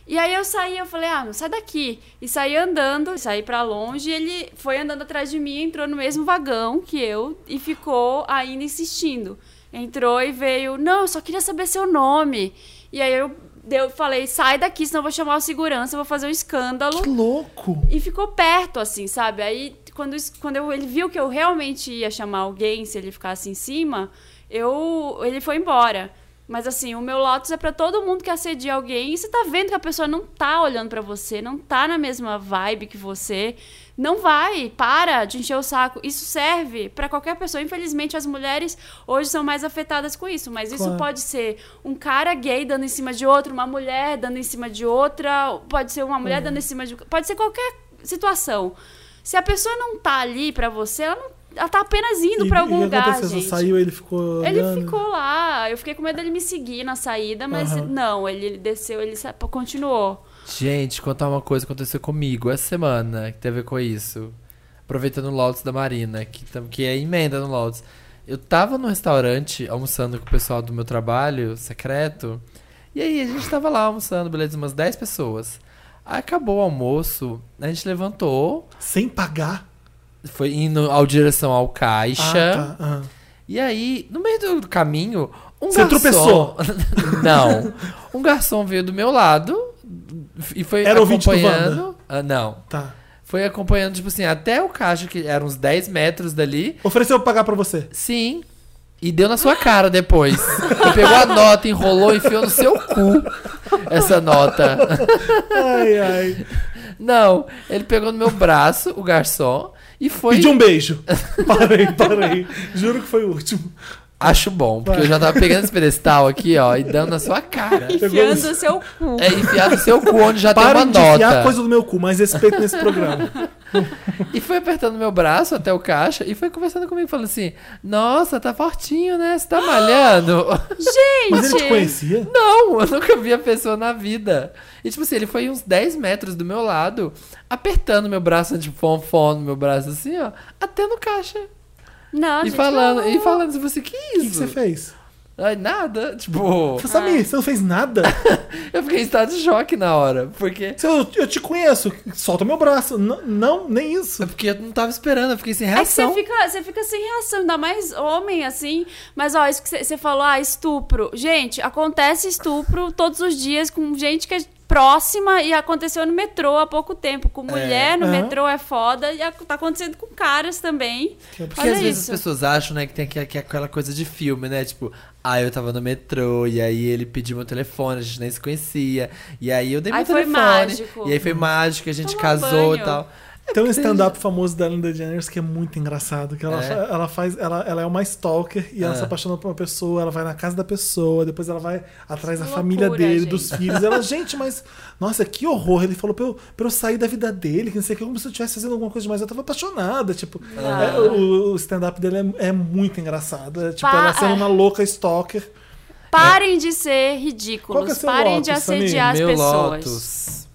B: E aí eu saí, eu falei, ah, não sai daqui. E saí andando, saí pra longe, e ele foi andando atrás de mim, entrou no mesmo vagão que eu e ficou ainda insistindo. Entrou e veio, não, eu só queria saber seu nome. E aí eu, eu falei, sai daqui, senão eu vou chamar o segurança, eu vou fazer um escândalo.
A: Que louco.
B: E ficou perto, assim, sabe? Aí, quando, isso- quando eu- ele viu que eu realmente ia chamar alguém, se ele ficasse em cima, eu ele foi embora. Mas, assim, o meu Lotus é pra todo mundo que assedia alguém. E você tá vendo que a pessoa não tá olhando pra você, não tá na mesma vibe que você. Não vai, para de encher o saco. Isso serve pra qualquer pessoa. Infelizmente, as mulheres hoje são mais afetadas com isso. Mas isso
A: Claro.
B: pode ser um cara gay dando em cima de outro, uma mulher dando em cima de outra, pode ser uma mulher dando em cima de. Pode ser qualquer situação. Se a pessoa não tá ali pra você, ela, não- ela tá apenas indo
A: E-
B: pra
A: e
B: algum
A: o que
B: lugar.
A: aconteceu? Você
B: Gente.
A: saiu, ele ficou.
B: Ele
A: olhando?
B: ficou lá. Eu fiquei com medo dele me seguir na saída, mas
A: Aham.
B: não, ele, ele desceu, ele sa- continuou.
C: Gente, contar uma coisa que aconteceu comigo essa semana, que tem a ver com isso. Aproveitando o Lotus da Marina, que, tam- que é emenda no Lotus. Eu tava no restaurante almoçando com o pessoal do meu trabalho, secreto. E aí a gente tava lá almoçando, beleza, umas 10 pessoas. Aí acabou o almoço, a gente levantou.
A: Sem pagar?
C: foi indo ao direção ao caixa.
A: Ah, tá. Ah.
C: E aí, no meio do caminho, um
A: Você
C: garçom.
A: tropeçou.
C: não. Um garçom veio do meu lado e foi
A: Era ouvinte do
C: acompanhando. Ah, não.
A: tá.
C: Foi acompanhando, tipo assim, até o caixa, que era uns 10 metros dali.
A: Ofereceu pra pagar pra você.
C: Sim. E deu na sua cara depois. Ele pegou a nota, enrolou e enfiou no seu cu essa nota.
A: Ai, ai.
C: Não, ele pegou no meu braço, o garçom, e foi.
A: Pedi um beijo. Parei, parei. Juro que foi o último.
C: Acho bom, porque eu já tava pegando esse pedestal aqui, ó, e dando na sua cara.
B: Enfiando o seu cu.
C: É enfiar no seu cu onde já
A: Parem de
C: tem uma
A: enfiar
C: nota.
A: coisa do meu cu, mas respeito nesse programa.
C: E foi apertando meu braço até o caixa e foi conversando comigo, falando assim: Nossa, tá fortinho, né? Você tá malhando?
A: Mas ele te
B: Gente!
A: conhecia?
C: Não, eu nunca vi a pessoa na vida. E tipo assim, ele foi uns 10 metros do meu lado, apertando meu braço de fonfon no meu braço, assim, ó, até no caixa.
B: Não,
C: e
B: Ah, gente,
C: falando,
B: não.
C: e falando, tipo assim, que
A: O que, que
C: isso?
A: você fez?
C: Ai, nada. Tipo,
A: Você sabe, você não fez nada?
C: eu fiquei em estado de choque na hora, porque.
A: Se Eu, eu te conheço, solta meu braço. N- não, nem isso.
C: É Porque eu não tava esperando, eu fiquei sem
B: É que você
C: reação.
B: fica, você fica sem reação, ainda mais homem, assim. Mas, ó, isso que você- você falou, ah, estupro. Gente, acontece estupro todos os dias com gente que é próxima e aconteceu no metrô há pouco tempo. Com mulher no
A: É, Aham.
B: metrô é foda e ac- tá acontecendo com caras também.
C: Porque
B: Olha
C: às vezes
B: isso.
C: as pessoas acham, né, que tem aqu- aqu- aquela coisa de filme, né? Tipo, ah, eu tava no metrô, e aí ele pediu meu telefone, a gente nem se conhecia. E aí eu dei
B: Aí
C: meu
B: foi
C: telefone.
B: mágico.
C: E aí foi mágico, a gente
B: Toma
C: casou
B: banho.
C: e tal.
A: Tem um stand-up famoso da Linda DeGeneres que é muito engraçado, que ela,
C: É?
A: fa- ela faz, ela, ela é uma stalker e ela se apaixona por uma pessoa, ela vai na casa da pessoa, depois ela vai atrás da
B: Que
A: família
B: loucura,
A: dele,
B: gente.
A: dos filhos. Ela, gente, mas nossa, que horror. Ele falou pra eu, pra eu sair da vida dele, que não sei o que, como se eu estivesse fazendo alguma coisa demais. Eu tava apaixonada, tipo. é, o, o stand-up dele é, é muito engraçado. É, tipo,
B: Pa-
A: ela sendo uma louca stalker.
B: Parem de ser
A: É. Qual que é
B: ridículos.
A: seu
B: parem
A: Lotus,
B: de assediar as
C: meu
B: pessoas.
C: Lotus.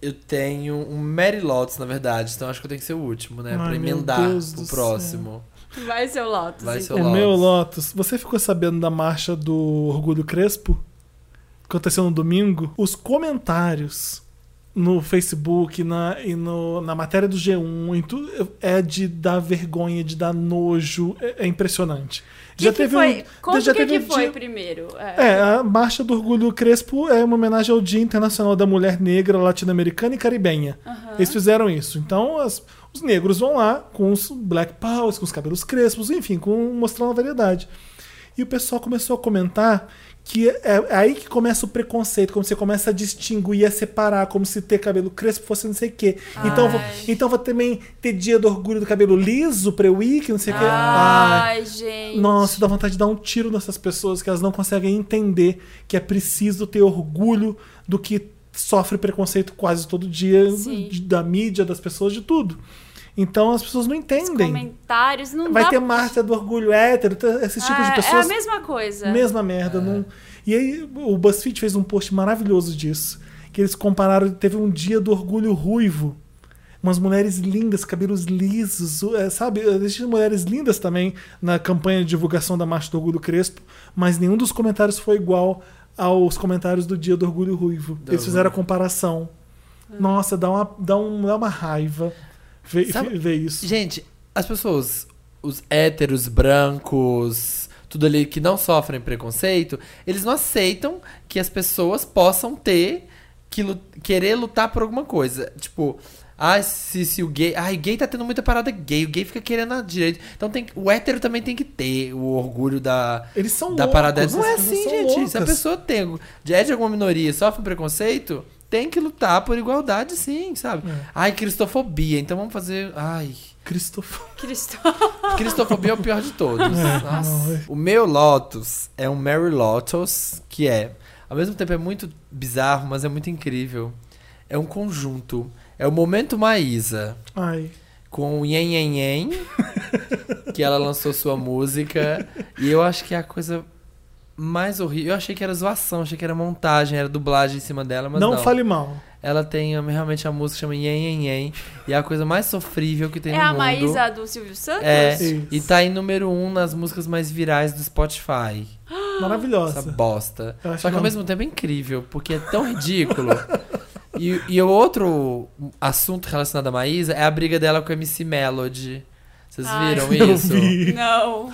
C: Eu tenho um Mary Lotus, na verdade, então acho que eu tenho que ser o último, né?
A: Ai,
C: pra
A: meu
C: emendar
A: Deus
C: pro
A: do
C: próximo.
B: Vai seu Lotus. então.
C: Vai ser
A: O É meu Lotus, você ficou sabendo da marcha do Orgulho Crespo? Que Aconteceu no domingo? Os comentários no Facebook na, e no- na matéria do G1 em tu- é de dar vergonha, de dar nojo. É, é impressionante.
B: Que que foi? Conta o que,
A: teve
B: que
A: um
B: foi
A: dia-
B: primeiro.
A: é, a Marcha do Orgulho Crespo é uma homenagem ao Dia Internacional da Mulher Negra, Latino-Americana e Caribenha. Eles fizeram isso. Então, as- os negros vão lá com os black powers, com os cabelos crespos, enfim, com, mostrando a variedade. E o pessoal começou a comentar que é, é aí que começa o preconceito, como você começa a distinguir, a separar, como se ter cabelo crespo fosse não sei o quê. Então, vou, então vou também ter dia do orgulho do cabelo liso pra eu ir, que não sei o quê.
C: Ah.
A: Ai.
B: Ai, gente.
A: Nossa, dá vontade de dar um tiro nessas pessoas que elas não conseguem entender que é preciso ter orgulho do que sofre preconceito quase todo dia
B: Sim.
A: de- da mídia, das pessoas, de tudo. Então as pessoas não entendem.
B: Comentários, não
A: Vai
B: dá
A: ter marcha do orgulho hétero, tá- esses tipos
B: Ah,
A: de pessoas.
B: É a mesma coisa.
A: Mesma merda. Não... E aí o BuzzFeed fez um post maravilhoso disso. Que eles compararam, teve um dia do orgulho ruivo. Umas mulheres lindas, cabelos lisos, eh, sabe? Existem mulheres lindas também na campanha de divulgação da Marcha do Orgulho Crespo, mas nenhum dos comentários foi igual aos comentários do Dia do Orgulho Ruivo. Eles fizeram a comparação.
C: É.
A: Nossa, dá uma, dá um, dá uma raiva ver,
C: Sabe-
A: ver isso.
C: Gente, as pessoas, os héteros, brancos, tudo ali que não sofrem preconceito, eles não aceitam que as pessoas possam ter que lu- querer lutar por alguma coisa. Tipo, ah, se, se o gay. Ai, gay tá tendo muita parada gay, o gay fica querendo a direita. Então tem, que- o hétero também tem que ter o orgulho da.
A: Eles são
C: da
A: loucos.
C: parada hétero. Não é
A: essas pessoas
C: assim,
A: são
C: gente. Se a
A: loucas.
C: pessoa tem, é de alguma minoria, sofre um preconceito, tem que lutar por igualdade, sim, sabe?
A: É.
C: Ai, cristofobia, então vamos fazer. Ai.
A: Christopher.
B: Cristo.
C: Cristofobia é o pior de todos.
A: é.
C: Nossa. O meu Lotus é um Mary Lotus, que é, ao mesmo tempo é muito bizarro, mas é muito incrível. É um conjunto. É o Momento Maísa,
A: Ai.
C: com o Yen Yen Yen, que ela lançou sua música. E eu acho que é a coisa mais horrível. Eu achei que era zoação, achei que era montagem, era dublagem em cima dela, mas não.
A: Não, fale mal.
C: Ela tem um, realmente a música que chama Yen Yen Yen, e é a coisa mais sofrível que tem
B: É
C: no
B: a
C: mundo.
B: Maísa do Silvio Santos?
C: É,
A: Isso.
C: e tá em número um nas músicas mais virais do Spotify. Essa
A: Maravilhosa.
C: bosta.
A: Eu acho
C: Só que
A: bom.
C: ao mesmo tempo é incrível, porque é tão ridículo. E E, e o outro assunto relacionado a Maísa é a briga dela com a MC Melody. Vocês
B: Ai.
C: viram
A: Eu
C: isso?
A: vi.
B: Não.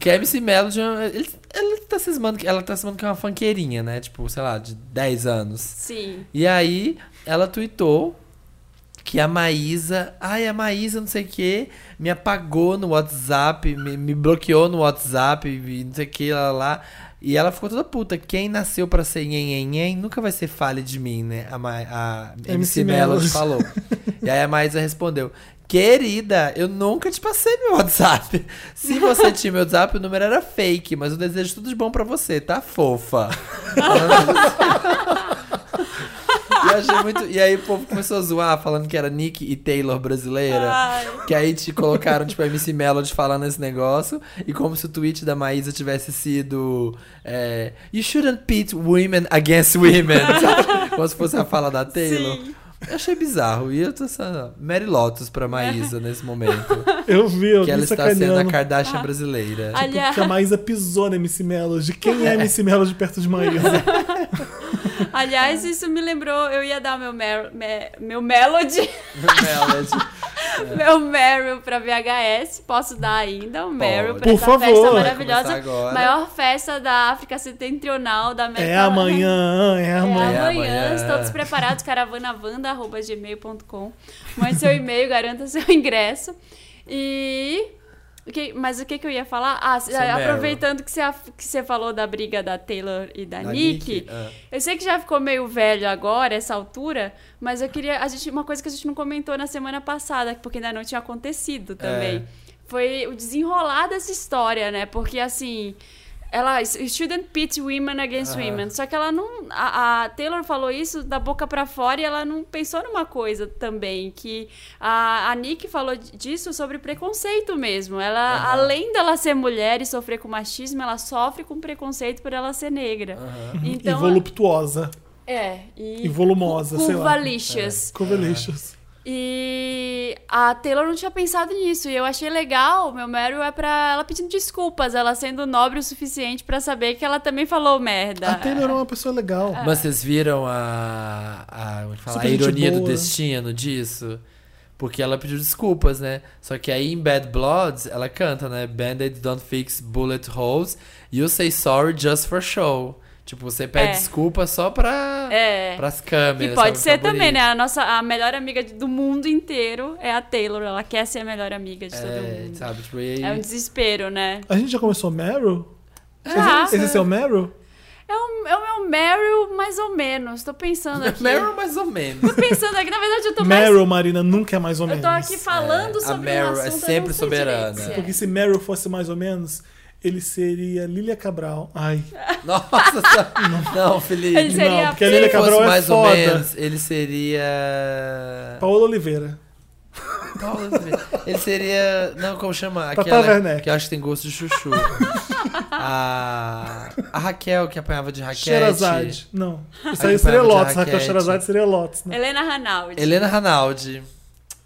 C: Que a MC Melody, ele, ele tá cismando, que- ela tá cismando que é uma fanqueirinha, né? Tipo, sei lá, de 10 anos.
B: Sim.
C: E aí, ela tweetou que a Maísa, ai, a Maísa não sei o que, me apagou no WhatsApp, me, me bloqueou no WhatsApp, e não sei o que, lá, lá. E ela ficou toda puta. Quem nasceu pra ser nhen, nhen, nhen nunca vai ser fale de mim, né? A, Ma- a MC,
A: MC
C: Melody
A: Melody.
C: falou. e aí a Maísa respondeu. Querida, eu nunca te passei meu WhatsApp. Se você tinha meu WhatsApp, o número era fake, mas eu desejo tudo de bom pra você, tá fofa. E, eu achei muito- e aí o povo começou a zoar, falando que era Nick e Taylor brasileira.
A: Tipo,
B: Ai.
C: Que aí te colocaram, tipo, a MC Melody falando esse negócio. E como se o tweet da Maísa tivesse sido. é, you shouldn't pit women against women. sabe? como se fosse a fala da Taylor.
B: Sim.
C: Eu achei bizarro. E eu tô sendo Mary Lotus pra Maísa nesse momento.
A: Eu vi, eu
C: que
A: vi
C: ela está sendo a
A: sacaneando.
B: Ah.
C: Kardashian brasileira.
A: Porque a
B: Aliás,
A: Maísa pisou na MC Melody. Quem é a MC Melody perto de Maísa?
B: aliás, isso me lembrou. Eu ia dar meu, mer- me- meu Melody,
C: Tipo, Melody.
A: É.
B: meu Meryl pra VHS. Posso dar ainda o Meryl pra
A: Por
B: essa
A: favor.
B: festa
A: Vai
C: começar
B: maravilhosa.
C: agora.
B: Maior festa da África Setentrional, da América
A: É amanhã, é
B: É
A: amanhã.
B: amanhã.
C: É amanhã.
B: Estão despreparados, caravanavanda.gmail.com. Mande seu e-mail, garanta seu ingresso. E. o que- mas o que, que eu ia falar? Ah, se-
C: Samara.
B: aproveitando que você, af- que você falou da briga da Taylor e da,
C: Da
B: Nick,
C: Nicki, ah.
B: eu sei que já ficou meio velho agora, essa altura, mas eu queria. A gente, uma coisa que a gente não comentou na semana passada, porque ainda não tinha acontecido também. Foi o desenrolar dessa história, né? Porque assim. Ela. Shouldn't pit women against women. Só que ela não. A, a Taylor falou isso da boca pra fora e ela não pensou numa coisa também. Que a, a Nick falou d- disso sobre preconceito mesmo. Ela, além dela ser mulher e sofrer com machismo, ela sofre com preconceito por ela ser negra.
A: e
B: Então.
A: voluptuosa.
B: É. E,
A: E volumosa, sei lá.
B: curvalicious.
C: É.
B: É.
A: Covelicious.
B: E a Taylor não tinha pensado nisso. E eu achei legal. Meu Meryl é pra ela pedindo desculpas, ela sendo nobre o suficiente pra saber que ela também falou merda.
A: A Taylor é uma pessoa legal.
C: Mas vocês viram a, a, como é que fala?
A: Super
C: a
A: gente
C: ironia do
A: boa.
C: destino disso? Porque ela pediu desculpas, né? Só que aí em Bad Bloods ela canta, né? Band-Aids don't fix bullet holes. You say sorry just for show. Tipo, você pede
B: É.
C: desculpa só pra,
B: É.
C: pras câmeras.
B: Que pode
C: sabe?
B: ser
C: Ficar
B: também,
C: bonito.
B: né? A nossa a melhor amiga de- do mundo inteiro é a Taylor. Ela quer ser a melhor amiga de todo
C: É,
B: mundo.
C: sabe? Tipo, e aí...
B: né, É um desespero, né?
A: A gente já começou Meryl?
B: Já.
A: Esse, esse é seu Meryl?
B: É o, é o meu Meryl, mais ou menos. Tô pensando aqui.
C: Meryl mais ou menos.
B: Tô pensando aqui. Na verdade, eu tô mais.
A: Meryl, Marina, nunca é mais ou
B: Eu
A: menos.
B: tô aqui falando
C: É, a
B: sobre
C: Meryl
B: um
C: é
B: assunto, eu não
C: sempre
B: sei direito
C: soberana.
B: se é.
A: Porque se Meryl fosse mais ou menos, ele seria Lília Cabral. Ai,
C: Nossa, não, não Felipe.
B: Ele seria
A: não, porque a
B: Lília
A: Lília
C: Se fosse
A: Cabral é
C: mais
A: foda.
C: ou menos, ele seria...
A: Paola Oliveira.
C: Paulo Oliveira. Ele seria. Não, como chama?
A: Tata
C: Aquela
A: Werneck.
C: que eu acho que tem gosto de chuchu. a... a Raquel, que apanhava de raquete.
A: Xerazade. Não. Isso aí
C: Aí
A: seria
C: vai de
A: Lotus. né? Raquel
C: raquete.
A: Xerazade seria Lotus, né?
B: Helena Ranaldi.
C: Helena Ranaldi.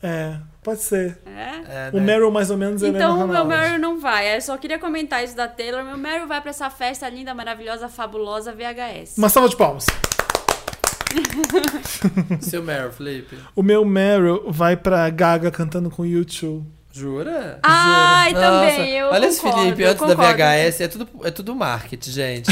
A: É, pode ser.
B: É?
C: É,
A: O
C: né?
A: Meryl mais ou menos é
B: Então,
A: Helena
B: o meu
A: Ranaldi.
B: Meryl não vai. Eu só queria comentar isso da Taylor. Meu Meryl vai pra essa festa linda, maravilhosa, fabulosa VHS.
A: Uma salva de palmas.
C: Seu Meryl, Felipe.
A: O meu Meryl vai pra Gaga cantando com o YouTube.
C: Jura?
B: Ai,
C: Nossa,
B: também. Eu
C: Olha esse
B: concordo,
C: Felipe,
B: eu
C: antes da
B: concordo.
C: VHS, é tudo, é tudo marketing, gente.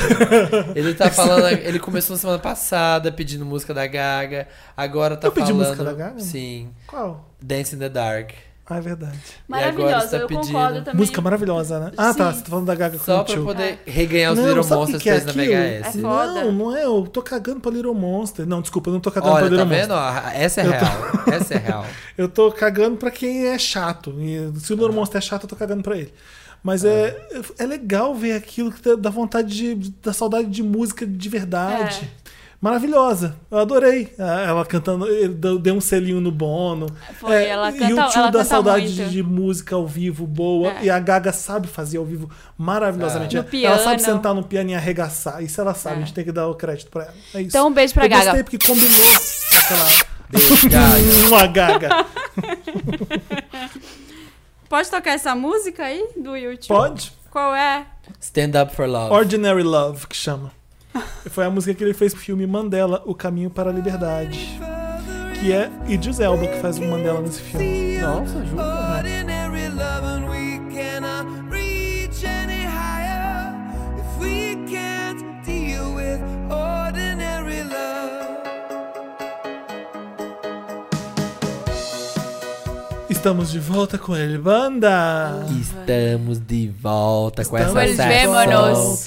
C: ele tá falando. Ele começou na semana passada pedindo música da Gaga. Agora tá
A: Eu pedi
C: falando.
A: música da Gaga?
C: Sim.
A: Qual?
C: Dance in the Dark.
A: Ah, é verdade.
C: E agora
B: Maravilhosa,
C: você tá
B: eu
C: pedindo
B: concordo também.
A: Música maravilhosa, né? Ah, tá.
B: Sim.
A: Você tá falando da Gaga com
C: Só
A: o
C: pra
A: Tio.
C: poder reganhar os Little
A: sabe o
C: Monsters
A: que é
C: fez na
A: aquilo?
C: VHS.
B: É foda.
A: Não, não é. Eu tô cagando pra Little Monster. Não, desculpa, eu não tô cagando
C: Olha,
A: pra
C: tá
A: Little
C: vendo?
A: Monster.
C: Ó, Essa é
A: Eu tô-
C: real. Essa é real.
A: Eu tô cagando pra quem é chato. E se o Little Monster é chato, eu tô cagando pra ele. Mas é, é legal ver aquilo que dá- dá vontade de. dá saudade de música de verdade.
B: É.
A: Maravilhosa, eu adorei. Ah, Ela cantando, ele deu deu um selinho no Bono. É,
B: Foi, ela
A: e
B: canta-
A: o
B: ela
A: tio
B: canta
A: dá saudade
B: muito.
A: de- de música ao vivo boa.
B: É.
A: E a Gaga sabe fazer ao vivo maravilhosamente. É.
B: No
A: ela
B: piano.
A: sabe sentar no piano e arregaçar. Isso ela sabe,
B: É.
A: a gente tem que dar o crédito pra ela. É isso.
B: Então, um beijo pra
A: eu
B: Gaga.
A: gostei porque combinou aquela.
C: Beijo, Gaga.
A: Uma gaga.
B: Pode tocar essa música aí do YouTube?
A: Pode?
B: Qual é?
C: Stand up for love.
A: Ordinary Love, que chama. Foi a música que ele fez pro filme Mandela, O Caminho para a Liberdade. que é Idris Elba que faz o Mandela nesse filme.
C: Nossa, juro.
G: Ordinary love, and we cannot reach any higher if we can't deal with ordinary love.
A: Estamos de volta com ele, banda!
C: Estamos de volta com
A: Estamos
C: essa
A: de
C: sessão,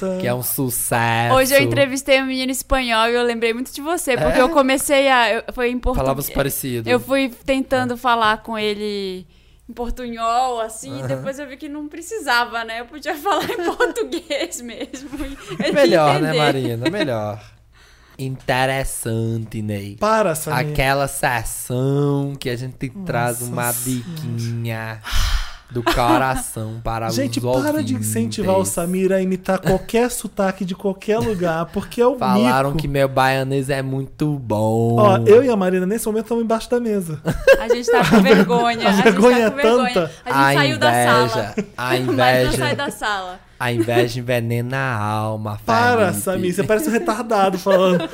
A: volta.
C: que é um sucesso.
B: Hoje eu entrevistei um menino espanhol e eu lembrei muito de você, porque
C: É?
B: eu comecei a. eu- foi em português.
C: Palavras parecidas.
B: Eu fui tentando falar com ele em portunhol, assim, e depois eu vi que não precisava, né? Eu podia falar em português mesmo. e ele
C: Melhor, né,
B: entender.
C: Marina? Melhor. Interessante, Ney.
A: Para, Samir.
C: Aquela sessão que a gente traz uma biquinha do coração para
A: Gente,
C: os
A: para de
C: ouvintes.
A: incentivar o Samir é a imitar qualquer sotaque de qualquer lugar, porque é o
C: Falaram
A: mico.
C: que meu baianês é muito bom.
A: Ó, eu e a Marina, nesse momento, estamos embaixo da mesa.
B: A gente tá com vergonha.
A: A
B: A,
A: vergonha é
B: gente tá com vergonha.
A: tanta.
B: A gente saiu da sala. Mas não
C: A Ah, inveja.
B: sai da sala.
C: A inveja envenena a alma.
A: Para,
C: Felipe.
A: Samir, você parece um retardado falando.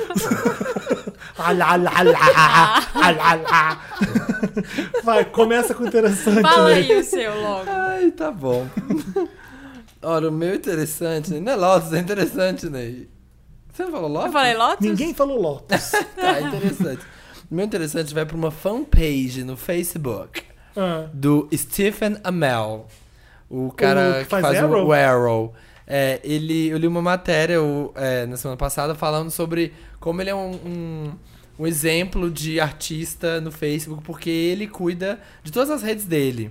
A: Ah, lá, lá, lá, ah, lá, lá. Vai, começa com o interessante.
B: Fala
A: né?
B: aí o seu logo.
C: Ai, tá bom. Ora, o meu é interessante, né? Não é Lotus, é interessante, Ney. Você não falou Lotus?
B: Eu falei, Lotus?
A: Ninguém falou Lotus.
C: Tá, interessante. O meu é interessante vai pra uma fanpage no Facebook
A: Ah,
C: do Stephen Amell. O cara
A: que
C: que
A: faz
C: faz, o,
A: Arrow?
C: o Arrow. É, ele, eu li uma matéria o- é, na semana passada falando sobre como ele é um, um, um exemplo de artista no Facebook, porque ele cuida de todas as redes dele.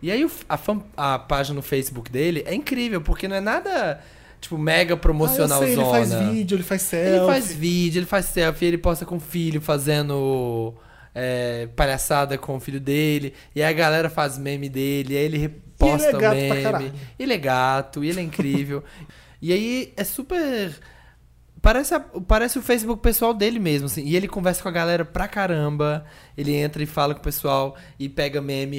C: E aí o f- a, fan- a página no Facebook dele é incrível, porque não é nada, tipo, mega
A: Ah, eu
C: promocional
A: sei, ele faz vídeo, ele faz selfie.
C: ele faz vídeo, ele faz selfie, ele posta com o filho fazendo é, palhaçada com o filho dele. E aí a galera faz meme dele, aí ele reposta
A: é gato pra
C: o meme.
A: caralho.
C: ele é gato, e ele é incrível. e aí é super. Parece, a- parece o Facebook pessoal dele mesmo, assim. E ele conversa com a galera pra caramba. Ele entra e fala com o pessoal e pega meme,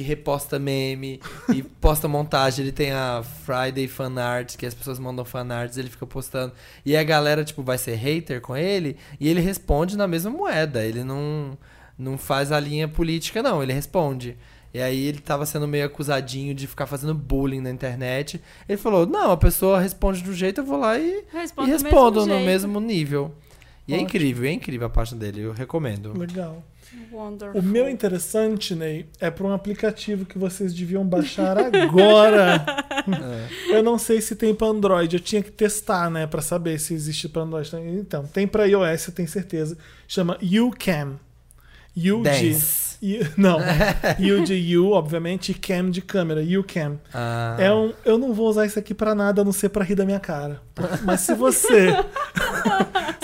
C: reposta meme e posta montagem. Ele tem a Friday Fan Art, que as pessoas mandam fan arts, ele fica postando. E a galera, tipo, vai ser hater com ele e ele responde na mesma moeda. Ele não, não faz a linha política, não. Ele responde. E aí ele tava sendo meio acusadinho de ficar fazendo bullying na internet. Ele falou: não, a pessoa responde do jeito, eu vou lá e
B: Responde
C: e
B: do
C: respondo no
B: jeito.
C: mesmo nível. E é
A: Ótimo.
C: incrível, é incrível a página dele, eu recomendo.
A: Legal.
B: Wonderful.
A: O meu é interessante, Ney, é para um aplicativo que vocês deviam baixar agora. Eu não sei se tem para Android, eu tinha que testar, né, para saber se existe para Android. Então, tem para iOS, eu tenho certeza. Chama YouCam. U de
C: Dance.
A: U- não. U de U, obviamente, e cam de câmera, YouCam.
C: Ah,
A: É um, eu não vou usar isso aqui pra nada, a não ser pra rir da minha cara. Mas se você.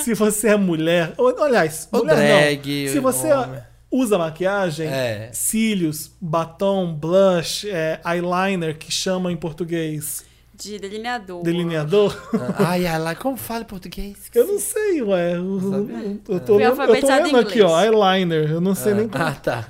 A: se você é mulher. ou- Aliás,
C: Ou
A: mulher
C: drag,
A: não. Se
C: ou
A: você
C: homem.
A: usa maquiagem,
C: É.
A: cílios, batom, blush, é, eyeliner, que chama em português
B: De delineador.
A: delineador.
C: Ah, Ai, ai, lá, como fala em português?
A: Eu não sei, ué. Eu, eu, eu tô,
B: Fui
A: lendo, eu tô
B: alfabetizada em
A: lendo aqui, ó.
B: inglês.
A: Eyeliner. Eu não sei nem como.
C: Ah, tá.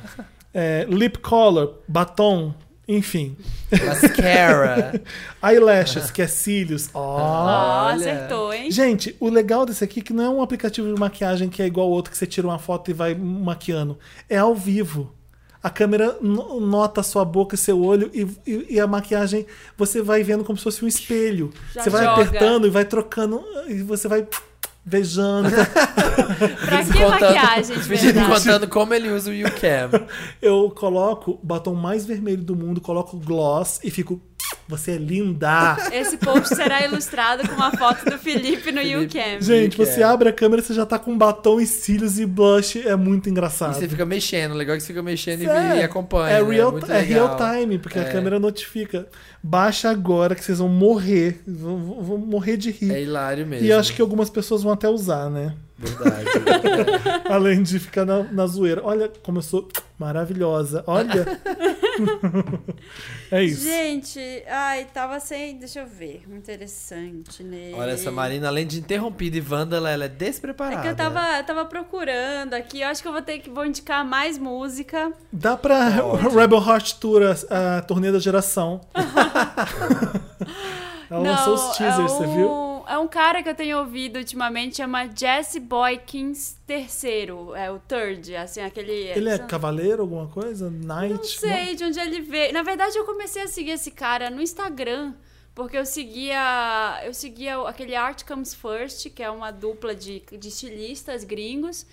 A: É, lip color, batom, enfim.
C: Mascara.
A: Eyelashes, que é cílios. Ó.
B: Ó,
C: Olha.
B: acertou, hein?
A: Gente, o legal desse aqui é que não é um aplicativo de maquiagem que é igual ao outro que você tira uma foto e vai maquiando. É ao vivo. A câmera no- nota a sua boca e seu olho e, e- e a maquiagem você vai vendo como se fosse um espelho.
B: Já
A: você vai
B: joga.
A: apertando e vai trocando e você vai beijando.
B: Pra que maquiagem de
C: Fingindo
B: verdade?
C: contando como ele usa o YouCam.
A: Eu coloco o batom mais vermelho do mundo, coloco gloss e fico você é linda.
B: Esse post será ilustrado com uma foto do Felipe no YouCam.
A: Gente,
C: Fica.
A: você abre a câmera e você já tá com batom e cílios e blush, é muito
C: E
A: engraçado.
C: você fica mexendo, o legal é que você fica mexendo e,
A: É,
C: e acompanha.
A: É
C: né?
A: real,
C: Muito
A: é real
C: legal.
A: time, porque
C: É.
A: a câmera notifica. Baixa agora que vocês vão morrer. Vão, vão- vão morrer de
C: É
A: rir.
C: hilário mesmo.
A: e eu acho que algumas pessoas vão até usar, né?
C: Verdade.
A: Além de ficar na, na zoeira. Olha como eu sou maravilhosa. Olha. é isso.
B: Gente, ai, tava sem. Deixa eu ver. um Interessante, né?
C: Olha, essa Marina, além de interrompida e vândala, ela é despreparada.
B: É que eu tava, eu tava procurando aqui. Eu acho que eu vou ter que vou indicar mais música.
A: Dá
C: tá
A: pra Rebel Heart Tour, a, a turnê da geração. Ela lançou os teasers,
B: é
A: você viu?
B: um- um, é um cara que eu tenho ouvido ultimamente, chama Jesse Boykins III, é o Third, assim, aquele...
A: Ele é cavaleiro, alguma coisa? Knight?
B: Não sei de onde ele veio. Na verdade, eu comecei a seguir esse cara no Instagram, porque eu seguia, eu seguia aquele Art Comes First, que é uma dupla de, de estilistas gringos.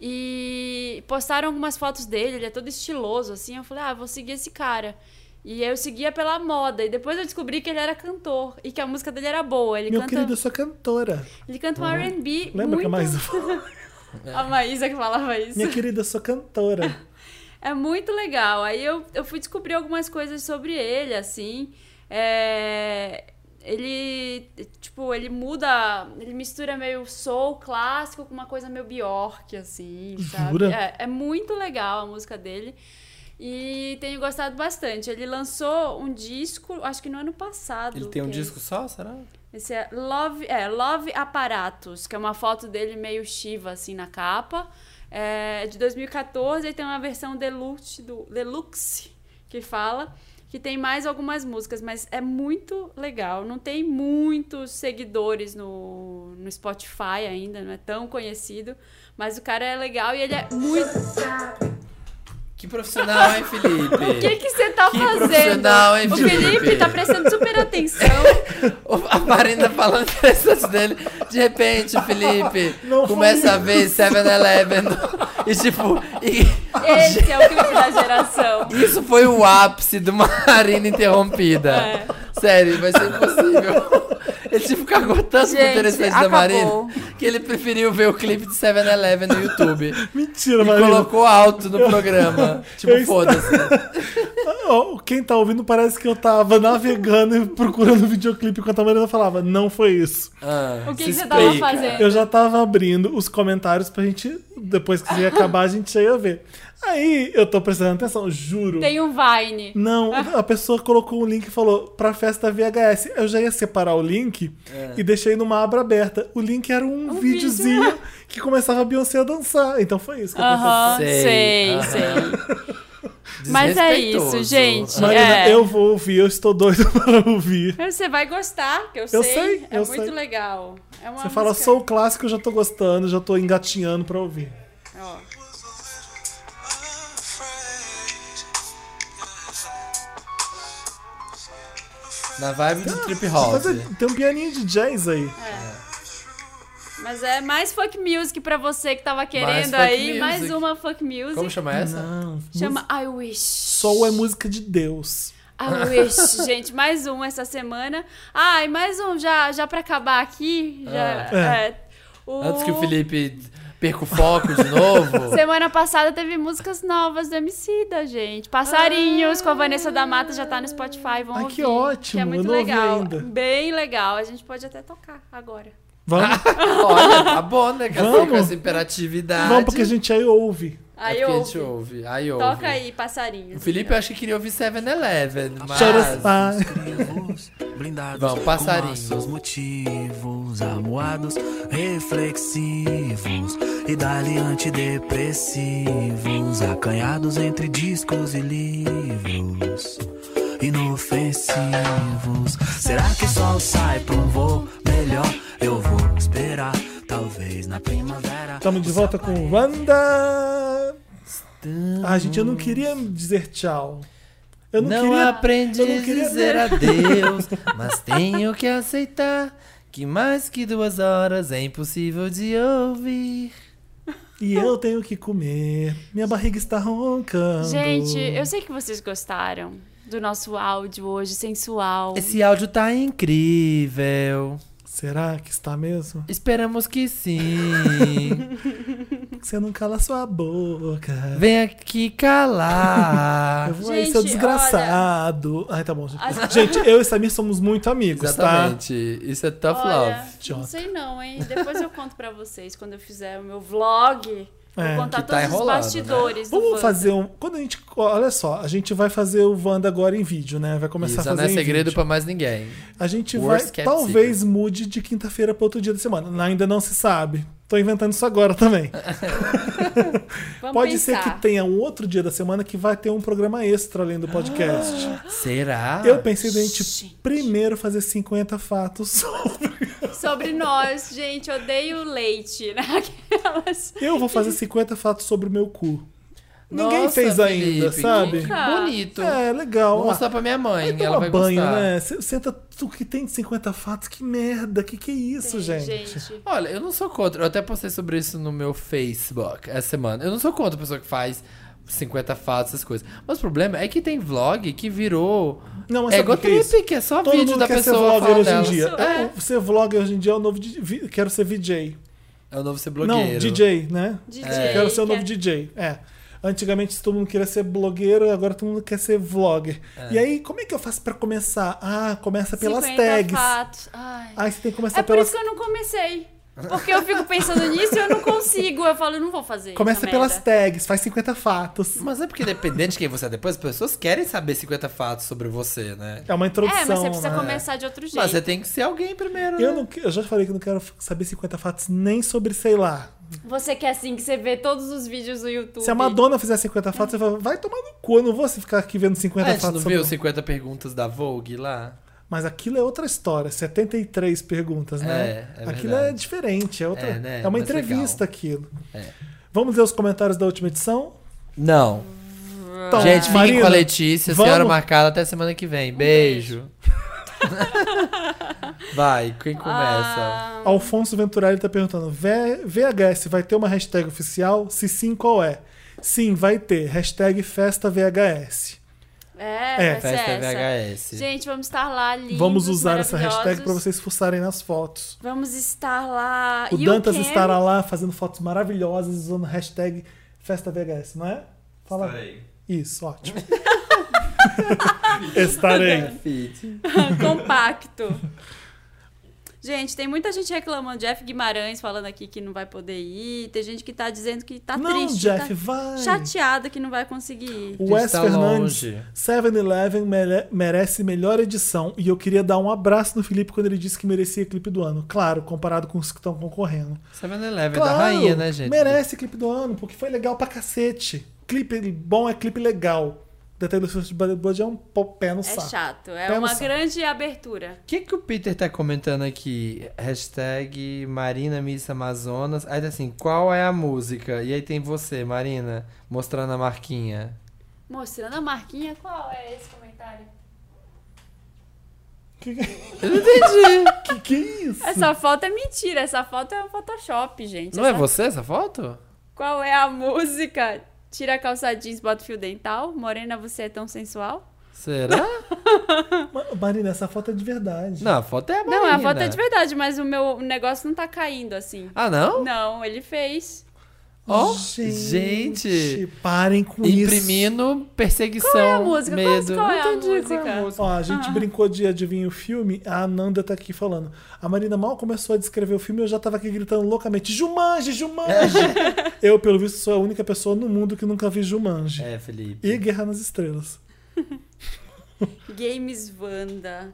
B: E postaram algumas fotos dele, ele é todo estiloso, assim. Eu falei, ah, vou seguir esse cara. E eu seguia pela moda. E depois eu descobri que ele era cantor e que a música dele era boa. Ele
A: Meu
B: canta,
A: querido, eu sou cantora.
B: ele canta um R&B
A: Lembra
B: muito...
A: que é a Maísa
B: A Maísa que falava isso.
A: Minha querida, eu sou cantora.
B: É muito legal. Aí eu, eu fui descobrir algumas coisas sobre ele, assim. É, Ele, tipo, ele muda, ele mistura meio soul clássico com uma coisa meio Bjork, assim, sabe?
A: Jura?
B: É, é muito legal a música dele. E tenho gostado bastante. Ele lançou um disco, acho que no ano passado.
C: Ele tem um
B: que é
C: disco só, será?
B: esse é Love, é Love Aparatos, que é uma foto dele meio Shiva, assim, na capa. É de 2014 e tem uma versão deluxe, do, deluxe que fala, que tem mais algumas músicas, mas é muito legal. Não tem muitos seguidores no, no Spotify ainda, não é tão conhecido, mas o cara é legal e ele é muito...
C: Que profissional, hein, Felipe?
B: O que que você tá
C: Que
B: fazendo?
C: profissional, hein,
B: O Felipe
C: Felipe?
B: tá prestando super atenção.
C: O- A Marina falando interessante dele. De repente, o Felipe
A: Não
C: começa
A: foi
C: a ver 7-Eleven. E tipo, e-
B: Esse é o clipe da geração.
C: isso foi o ápice de uma Marina interrompida.
B: É.
C: Sério, vai ser impossível. Ele tipo, cagou tanto no
B: Gente,
C: interessante da
B: acabou.
C: Marina que ele preferiu ver o clipe de 7-Eleven no YouTube.
A: Mentira,
C: E
A: Marina.
C: colocou alto no programa. Tipo,
A: eu-
C: foda-se.
A: Ó, Quem tá ouvindo parece que eu tava navegando e procurando videoclipe enquanto a Marina falava. Não foi isso.
C: Ah,
B: O que,
C: se
B: que você tava
C: explica.
B: fazendo?
A: Eu já tava abrindo os comentários pra gente, depois que ia acabar, a gente já ia ver. Aí eu tô prestando atenção, juro.
B: Tem um Vine.
A: Não, a pessoa colocou um link e falou pra festa VHS. Eu já ia separar o link e deixei numa abra aberta. O link era um,
B: Um
A: videozinho que começava a Beyoncé a dançar. Então foi isso que aconteceu.
B: Aham,
C: Sei,
B: sei,
C: aham.
B: sei. Mas é isso,
C: Desrespeitoso.
B: gente.
A: Marina,
B: é.
A: eu vou ouvir, eu estou doido para ouvir.
B: Você vai gostar, que eu,
A: Eu
B: sei.
A: sei,
B: É
A: eu
B: muito
A: sei.
B: legal. É uma
A: Você fala,
B: música-
A: sou o clássico, eu já tô gostando, já tô engatinhando pra ouvir.
B: Ó.
C: Na vibe do Trip Hop.
A: Mas é- tem um pianinho de jazz aí.
B: Mas é mais funk music pra você que tava querendo
C: funk
B: aí.
C: music.
B: Mais uma funk music.
C: Como chama essa?
A: Não,
B: Chama I Wish.
A: Sol é música de Deus.
B: I wish, gente, mais um essa semana. Ai, mais um já, já pra acabar aqui. Já,
A: É.
B: é, o-
C: Antes que o Felipe perca o foco de novo.
B: Semana passada teve músicas novas do MC da gente. Passarinhos com a Vanessa da Mata já tá no Spotify, vão
A: Ah. Ai,
B: ouvir.
A: que ótimo,
B: Que é
A: eu
B: muito
A: não ouvi
B: legal.
A: ainda.
B: Bem legal, a gente pode até tocar agora.
A: Vamos,
C: Olha, tá bom, né? Casou
A: Vamos.
C: com essa imperatividade.
A: vamos porque a gente aí ouve.
C: É
B: Aí
C: porque a
B: ouve.
C: gente ouve. Aí ouve.
B: Toca aí,
C: O
B: Passarinhos.
C: Felipe eu acho que queria ouvir 7-Eleven,
A: Chora-
C: mas...
A: Ah,
H: nervos, blindados
C: Vão,
H: com
C: passarinho.
H: maços, motivos amuados, reflexivos e dali antidepressivos, acanhados entre discos e livros. Inofensivos. Será que o sol sai pra um voo melhor? Eu vou esperar, talvez na primavera.
A: Estamos de volta com Wanda. Ah, gente, eu não queria dizer tchau. Eu não,
C: Não
A: queria.
C: aprendi a
A: eu não queria-
C: dizer adeus, mas tenho que aceitar que mais que duas horas é impossível de ouvir.
A: E eu tenho que comer. Minha barriga está roncando.
B: Gente, eu sei que vocês gostaram do nosso áudio hoje, sensual.
C: Esse áudio tá incrível.
A: Será que está mesmo?
C: Esperamos que sim.
A: Você não cala sua boca.
C: Vem aqui calar.
A: Eu vou aí,
B: Gente,
A: seu desgraçado. Ai, tá bom. Gente, Gente, eu e Samir somos muito amigos, tá?
C: Exatamente. Isso é tough
B: Olha,
C: love.
B: não
A: Idiota.
B: sei não, hein? Depois eu conto pra vocês quando eu fizer o meu vlog. Vou
A: É.
B: contar
C: Que tá
B: todos os
C: enrolado,
B: bastidores do
A: Vamos
B: Wanda.
A: fazer um. Quando a gente. Olha só, a gente vai fazer o Wanda agora em vídeo, né? Vai começar
C: Isso
A: a
C: não
A: fazer.
C: é
A: em
C: segredo
A: vídeo.
C: pra mais ninguém.
A: A gente vai.
C: Worst kept
A: Talvez mude de quinta-feira pra outro dia da semana. Ainda não se sabe. Tô inventando isso agora também.
B: Vamos
A: Pode ser
B: pensar.
A: que tenha um outro dia da semana que vai ter um programa extra além do podcast.
B: Ah.
C: Será?
A: Eu pensei da gente primeiro fazer 50 fatos sobre
B: sobre nós. Gente, odeio leite, né? Aquelas...
A: Eu vou fazer 50 fatos sobre o meu cu. Ninguém
C: Nossa,
A: fez ainda,
C: Felipe,
A: sabe?
C: que Bonito.
A: É, legal.
C: Vou
A: Ah,
C: mostrar pra minha mãe,
A: Aí
C: ela vai
A: toma banho,
C: gostar.
A: né? Você Senta tu que tem de 50 fatos, que merda, que que é isso, gente?
B: gente.
C: Olha, eu não sou contra. Eu até postei sobre isso no meu Facebook essa semana. Eu não sou contra a pessoa que faz 50 fatos, essas coisas. Mas o problema é que tem vlog que virou.
A: Não, mas
C: É
A: sabe por que é isso?
C: Egotrip, que é só
A: Todo
C: vídeo
A: mundo
C: da
A: quer ser
C: pessoa
A: vlogger
C: falando
A: hoje em
C: dela.
A: dia.
C: É.
A: Eu- ser vlogger hoje em dia é o novo. di- vi- Quero ser VJ.
C: É o novo ser
A: Não,
C: blogueiro.
A: DJ, né?
B: DJ,
A: Quero ser o novo
B: quer-
A: DJ. É. Antigamente todo mundo queria ser blogueiro, agora todo mundo quer ser vlogger. E aí, como é que eu faço pra começar? Ah, começa pelas
B: 50
A: tags.
B: fatos. Ai.
A: Aí você tem que começar
B: É por
A: pelas.
B: isso que eu não comecei. Porque eu fico pensando nisso e eu não consigo. Eu falo, eu não vou fazer.
A: Começa
B: essa
A: pelas
B: merda.
A: tags, faz 50 fatos.
C: Mas é porque dependente de quem você é depois, as pessoas querem saber 50 fatos sobre você, né?
A: É uma introdução.
B: É, mas você precisa
A: né?
B: começar de outro jeito.
C: Mas é você tem que ser alguém primeiro, né?
A: Eu, não, que- eu já falei que eu não quero f- saber 50 fatos nem sobre, sei lá.
B: Você quer assim que você vê todos os vídeos do YouTube.
A: Se a Madonna fizer 50 fatos, você fala, vai tomar no cu, eu não vou ficar aqui vendo 50
C: Ah, a gente
A: fatos.
C: não
A: sobre-
C: viu 50 perguntas da Vogue lá?
A: Mas aquilo é outra história, 73 perguntas, né?
C: É, é
A: aquilo
C: verdade.
A: é diferente, é, outra,
C: É, né?
A: é uma
C: Mas
A: entrevista aquilo.
C: É.
A: Vamos ler os comentários da última edição?
C: Não.
B: Ah.
A: Então,
C: Gente, fiquem
A: Marina,
C: com a Letícia,
A: vamos.
C: senhora marcada até semana que
B: Um
C: vem. Beijo. Vai, quem começa?
B: Ah,
A: Alfonso Venturelli tá perguntando: "Vé- VHS vai ter uma hashtag oficial? Se sim, qual é? Sim, vai ter. Hashtag festa VHS.
B: é,
A: É,
B: vai ser
C: Festa
B: essa.
C: VHS.
B: Gente, vamos estar lá lindos,
A: Vamos usar essa hashtag pra
B: maravilhosos.
A: vocês fuçarem nas fotos.
B: Vamos estar lá.
A: O
B: E
A: Dantas
B: Ken-
A: estará lá fazendo fotos maravilhosas usando hashtag festa VHS, não é? Fala. Isso, ótimo. Estarei.
B: Compacto. Gente, tem muita gente reclamando. Jeff Guimarães falando aqui que não vai poder ir. Tem gente que tá dizendo que tá
A: Não,
B: triste.
A: Jeff,
B: tá
A: vai.
B: chateada que não vai conseguir ir.
A: O Wes
C: Está
A: Fernandes,
C: longe.
A: 7-Eleven mere- merece melhor edição. E eu queria dar um abraço no Felipe quando ele disse que merecia clipe do ano. Claro, comparado com os que estão concorrendo.
C: 7-Eleven
A: Claro,
C: da rainha, né, gente?
A: merece clipe do ano, porque foi legal pra cacete. Clipe bom é clipe legal. Da Taylor Swift Bad Blood é um pó- pé no
B: É
A: saco.
B: chato. É
A: Pega
B: uma
A: o saco.
B: grande abertura.
C: O que, que o Peter tá comentando aqui? Hashtag Marina Miss Amazonas. Aí tá assim, qual é a música? E aí tem você, Marina, mostrando a marquinha.
B: Mostrando a marquinha, qual é esse comentário?
C: Eu não entendi.
A: Que que é isso?
B: Essa foto é mentira, essa foto é um Photoshop, gente.
C: não é
B: Essa-
C: você essa foto?
B: Qual é a música? Tira a calça jeans, bota fio dental. Morena, você é tão sensual.
C: Será?
A: Ma- Marina, essa foto é de verdade.
C: Não, a foto é a Marina.
B: Não, a foto é de verdade, mas o meu negócio não tá caindo assim.
C: Ah, não?
B: Não, ele fez.
C: Ó,
A: Gente,
C: gente.
A: parem com isso.
C: Imprimindo perseguição,
B: Qual é a música? Qual-
C: medo.
B: qual é a
C: não entendi qual é a
B: música?
C: música.
A: Ó, a gente brincou de adivinhar o filme, a Ananda tá aqui falando. A Marina mal começou a descrever o filme, eu já tava aqui gritando loucamente: Jumanji, Jumanji! eu, pelo visto, sou a única pessoa no mundo que nunca vi Jumanji.
C: É, Felipe.
A: E Guerra nas Estrelas.
B: Games Wanda.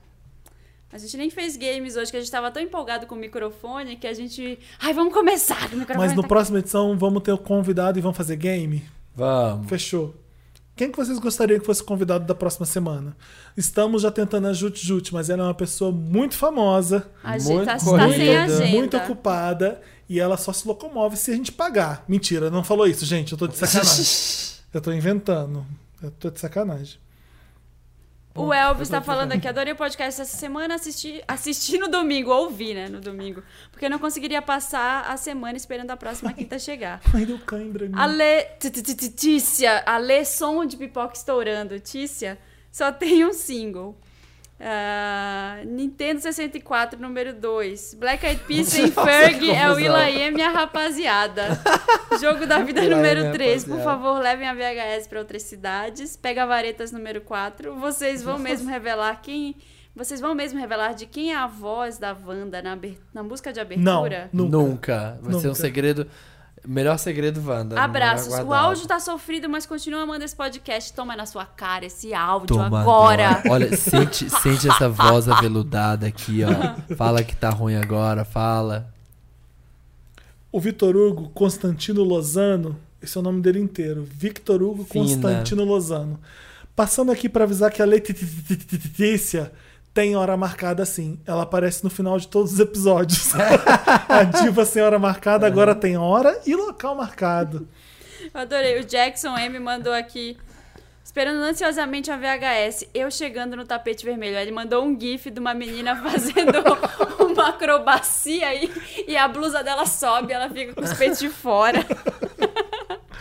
B: A gente nem fez games hoje, que a gente tava tão empolgado com o microfone que a gente. Ai, vamos começar! O microfone
A: Mas no
B: tá-
A: próximo edição vamos ter o convidado e vamos fazer game?
C: Vamos.
A: Fechou. Quem que vocês gostariam que fosse convidado da próxima semana? Estamos já tentando a Jut Jut, mas ela é uma pessoa muito famosa.
B: A gente tá, tá
C: corrido.
B: sem agenda.
A: muito ocupada e ela só se locomove se a gente pagar. Mentira, não falou isso, gente. Eu tô de sacanagem. eu tô inventando. Eu tô de sacanagem.
B: O Elvis tá falando aqui, adorei o podcast essa semana, assisti, assisti no domingo, ouvi, né, no domingo, porque eu não conseguiria passar a semana esperando a próxima quinta chegar.
A: Ai, deu cãibra. em mim.
B: Ale, t- t- t- Tícia, Ale som de pipoca estourando, Tícia, só tem um single. Ah, Nintendo 64, número 2. Black Eyed Peas sem Ferg é o
C: confusão.
B: Will.i.am e a rapaziada. Jogo da vida
C: Will.i.am e a
B: número 3. Por
C: rapaziada.
B: favor, levem a VHS para outras cidades. Pega varetas número 4. Vocês vão mesmo revelar quem... Vocês vão mesmo revelar de quem é a voz da Wanda na, aber- na música de
A: Não,
B: abertura?
A: nunca.
C: Nunca. Vai ser um
A: Nunca.
C: segredo. Melhor segredo, Wanda. é
B: Abraços.
C: Melhor
B: O
C: guardado.
B: áudio tá sofrido, mas continua mandando esse podcast. Toma na sua cara esse áudio
C: Toma
B: tá agora.
C: Olha, sente, sente essa voz aveludada aqui, ó. Fala que tá ruim agora, fala.
A: O Vitor Hugo Constantino Lozano, esse é o nome dele inteiro. Victor Hugo
C: Fina.
A: Constantino Lozano. Passando aqui para avisar que a Letícia tem hora marcada sim. Ela aparece no final de todos os episódios. a diva sem hora marcada agora tem hora e local marcado.
B: Eu adorei. O Jackson M mandou aqui. Esperando ansiosamente a VHS, eu chegando no tapete vermelho. Aí Ele mandou um gif de uma menina fazendo uma acrobacia e, e a blusa dela sobe, ela fica com os peitos de fora.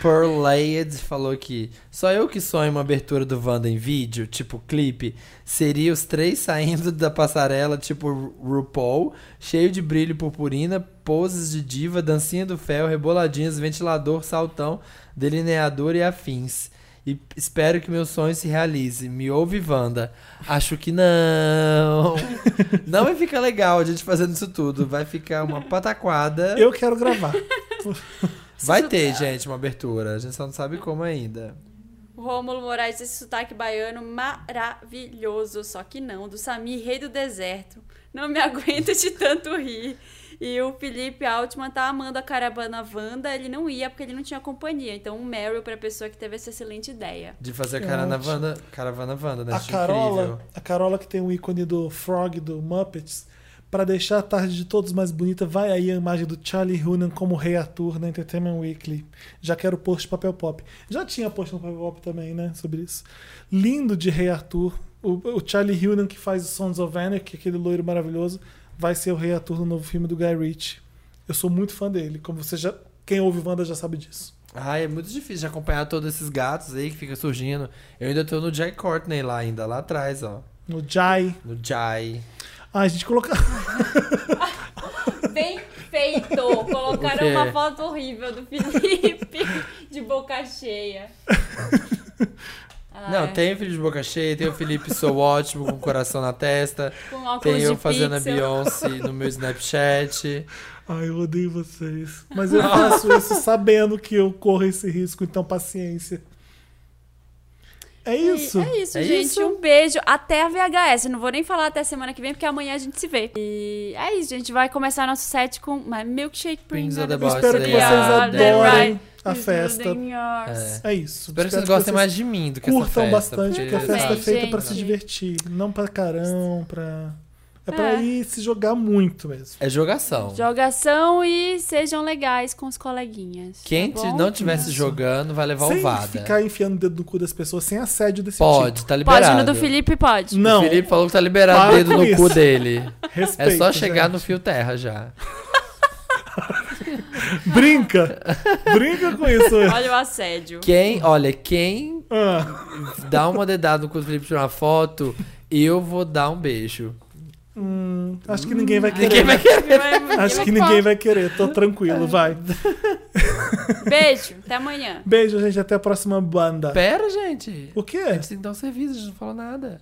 C: Pearl Laird falou que só eu que sonho uma abertura do Wanda em vídeo, tipo clipe, seria os três saindo da passarela, tipo Ru- RuPaul, cheio de brilho e purpurina, poses de diva, dancinha do fel, reboladinhas, ventilador, saltão, delineador e afins. E espero que meu sonho se realize. Me ouve, Wanda. Acho que não. não vai ficar legal a gente fazendo isso tudo. Vai ficar uma pataquada.
A: Eu quero gravar.
C: Vai ter, gente, uma abertura. A gente só não sabe como ainda.
B: O Rômulo Moraes, esse sotaque baiano maravilhoso, só que não, do Samir, rei do deserto. Não me aguento de tanto rir. E o Felipe Altman tá amando a caravana Wanda, ele não ia porque ele não tinha companhia. Então, um Meryl pra pessoa que teve essa excelente ideia.
C: De fazer a carana
A: ótimo.
C: Wanda, caravana Wanda, né?
A: a
C: Acho
A: Carola,
C: incrível.
A: a Carola que tem o ícone do Frog do Muppets, pra deixar a tarde de todos mais bonita, vai aí a imagem do Charlie Hunnam como Rei Arthur na Entertainment Weekly. Já quero post de papel pop. Já tinha post no papel pop também, né, sobre isso. Lindo de Rei Arthur. O, o Charlie Hunnam que faz o Sons of Anarchy, aquele loiro maravilhoso, vai ser o Rei Arthur no novo filme do Guy Ritchie. Eu sou muito fã dele, como você já quem ouve Wanda já sabe disso.
C: Ai, é muito difícil de acompanhar todos esses gatos aí que fica surgindo. Eu ainda tô no Jack Courtney lá ainda, lá atrás, ó.
A: No Jai.
C: No Jai.
A: Ai, gente, colocar
B: Bem feito!
C: O quê?
B: Colocaram uma foto horrível do Felipe de boca cheia. Ah, é?
C: Não, tem o Felipe de Boca Cheia, tem o Felipe Sou Ótimo com o coração na testa.
B: Com óculos
C: Tem eu
B: de
C: fazendo
B: pixel.
C: a Beyoncé no meu Snapchat.
A: Ai, eu odeio vocês. Mas eu faço isso sabendo que eu corro esse risco, então paciência. É isso.
B: É isso,
C: É
B: gente.
C: isso?
B: Um beijo. Até a VHS. Não vou nem falar até semana que vem, porque amanhã a gente se vê. E é isso, gente. Vai começar nosso set com My Milkshake
C: Brings
B: Brings
C: all the é.
B: the
A: Eu
C: boys
A: espero que
C: Nossa,
A: vocês
C: yeah,
A: adorem
C: that's
A: a festa.
B: É.
A: É isso.
C: Espero que vocês gostem mais de mim do que essa festa.
A: Curtam bastante, porque a festa é
C: assim,
B: Também,
A: feita pra
B: gente.
A: se divertir. Não pra carão, pra. É pra
B: É.
A: ir se jogar muito mesmo.
C: É jogação.
B: Jogação e sejam legais com os coleguinhas.
C: Quem
B: tá
C: te-
B: bom?
C: não estivesse jogando vai levar
A: sem
C: ovada.
A: ficar enfiando o dedo no cu das pessoas, sem assédio desse
C: Pode,
A: tipo.
C: tá
B: Pode,
C: liberado.
B: no do Felipe pode.
A: Não,
C: O Felipe falou que tá liberado
A: Para
C: dedo
A: com
C: no
A: isso.
C: cu dele.
A: respeito.
C: É só chegar
A: gente.
C: no fio terra já.
A: Brinca! Brinca com isso.
B: Olha o assédio.
C: Quem, olha, quem
A: Ah,
C: dá uma dedada no cu do Felipe tirar uma foto, eu vou dar um beijo.
A: hum, acho que ninguém vai querer. né?
C: Ninguém vai querer. É.
A: Acho que ninguém vai querer, tô tranquilo, vai.
B: Beijo. Até amanhã.
A: Beijo, gente, até a próxima banda.
C: Pera, gente.
A: O
C: A
A: quê?
C: gente tem que dar um serviço, a gente não falou nada.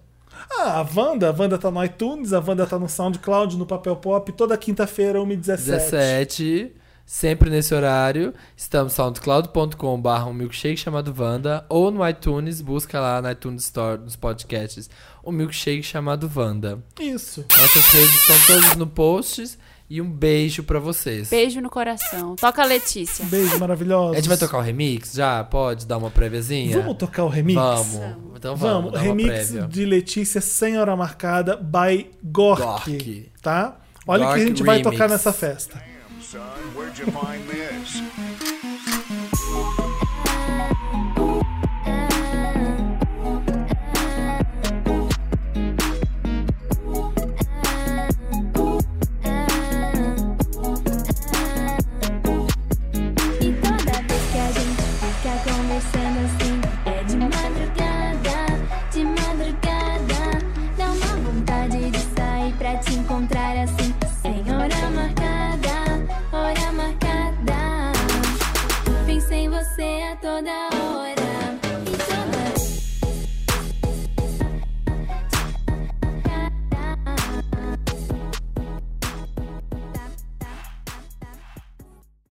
A: Ah, a Wanda, a Wanda tá no iTunes, a Wanda tá no SoundCloud, no Papel Pop, toda quinta-feira, 1h17.
C: 17, sempre nesse horário. Estamos soundcloud.com.br um milkshake chamado Wanda. Ou no iTunes, busca lá na iTunes Store, nos podcasts, um milkshake chamado Wanda.
A: Isso.
C: Nossas redes estão todas no post. E um beijo pra vocês.
B: Beijo no coração. Toca a Letícia.
A: Beijo maravilhoso.
C: A gente vai tocar o remix já? Pode dar uma préviazinha?
A: Vamos tocar o remix?
C: Vamos. Então
A: Vamos,
C: vamos, dar uma
A: remix
C: prévia.
A: de Letícia sem hora marcada by Gork,
C: Gork.
A: tá? Olha o que
C: Gork
A: a gente vai
C: remix.
A: tocar nessa festa.
I: Son, where'd you find this?
F: E toda vez que a gente fica conversando assim É de madrugada, de madrugada Dá uma vontade de sair pra te encontrar assim Sem hora marcada, hora marcada Pensa em você a toda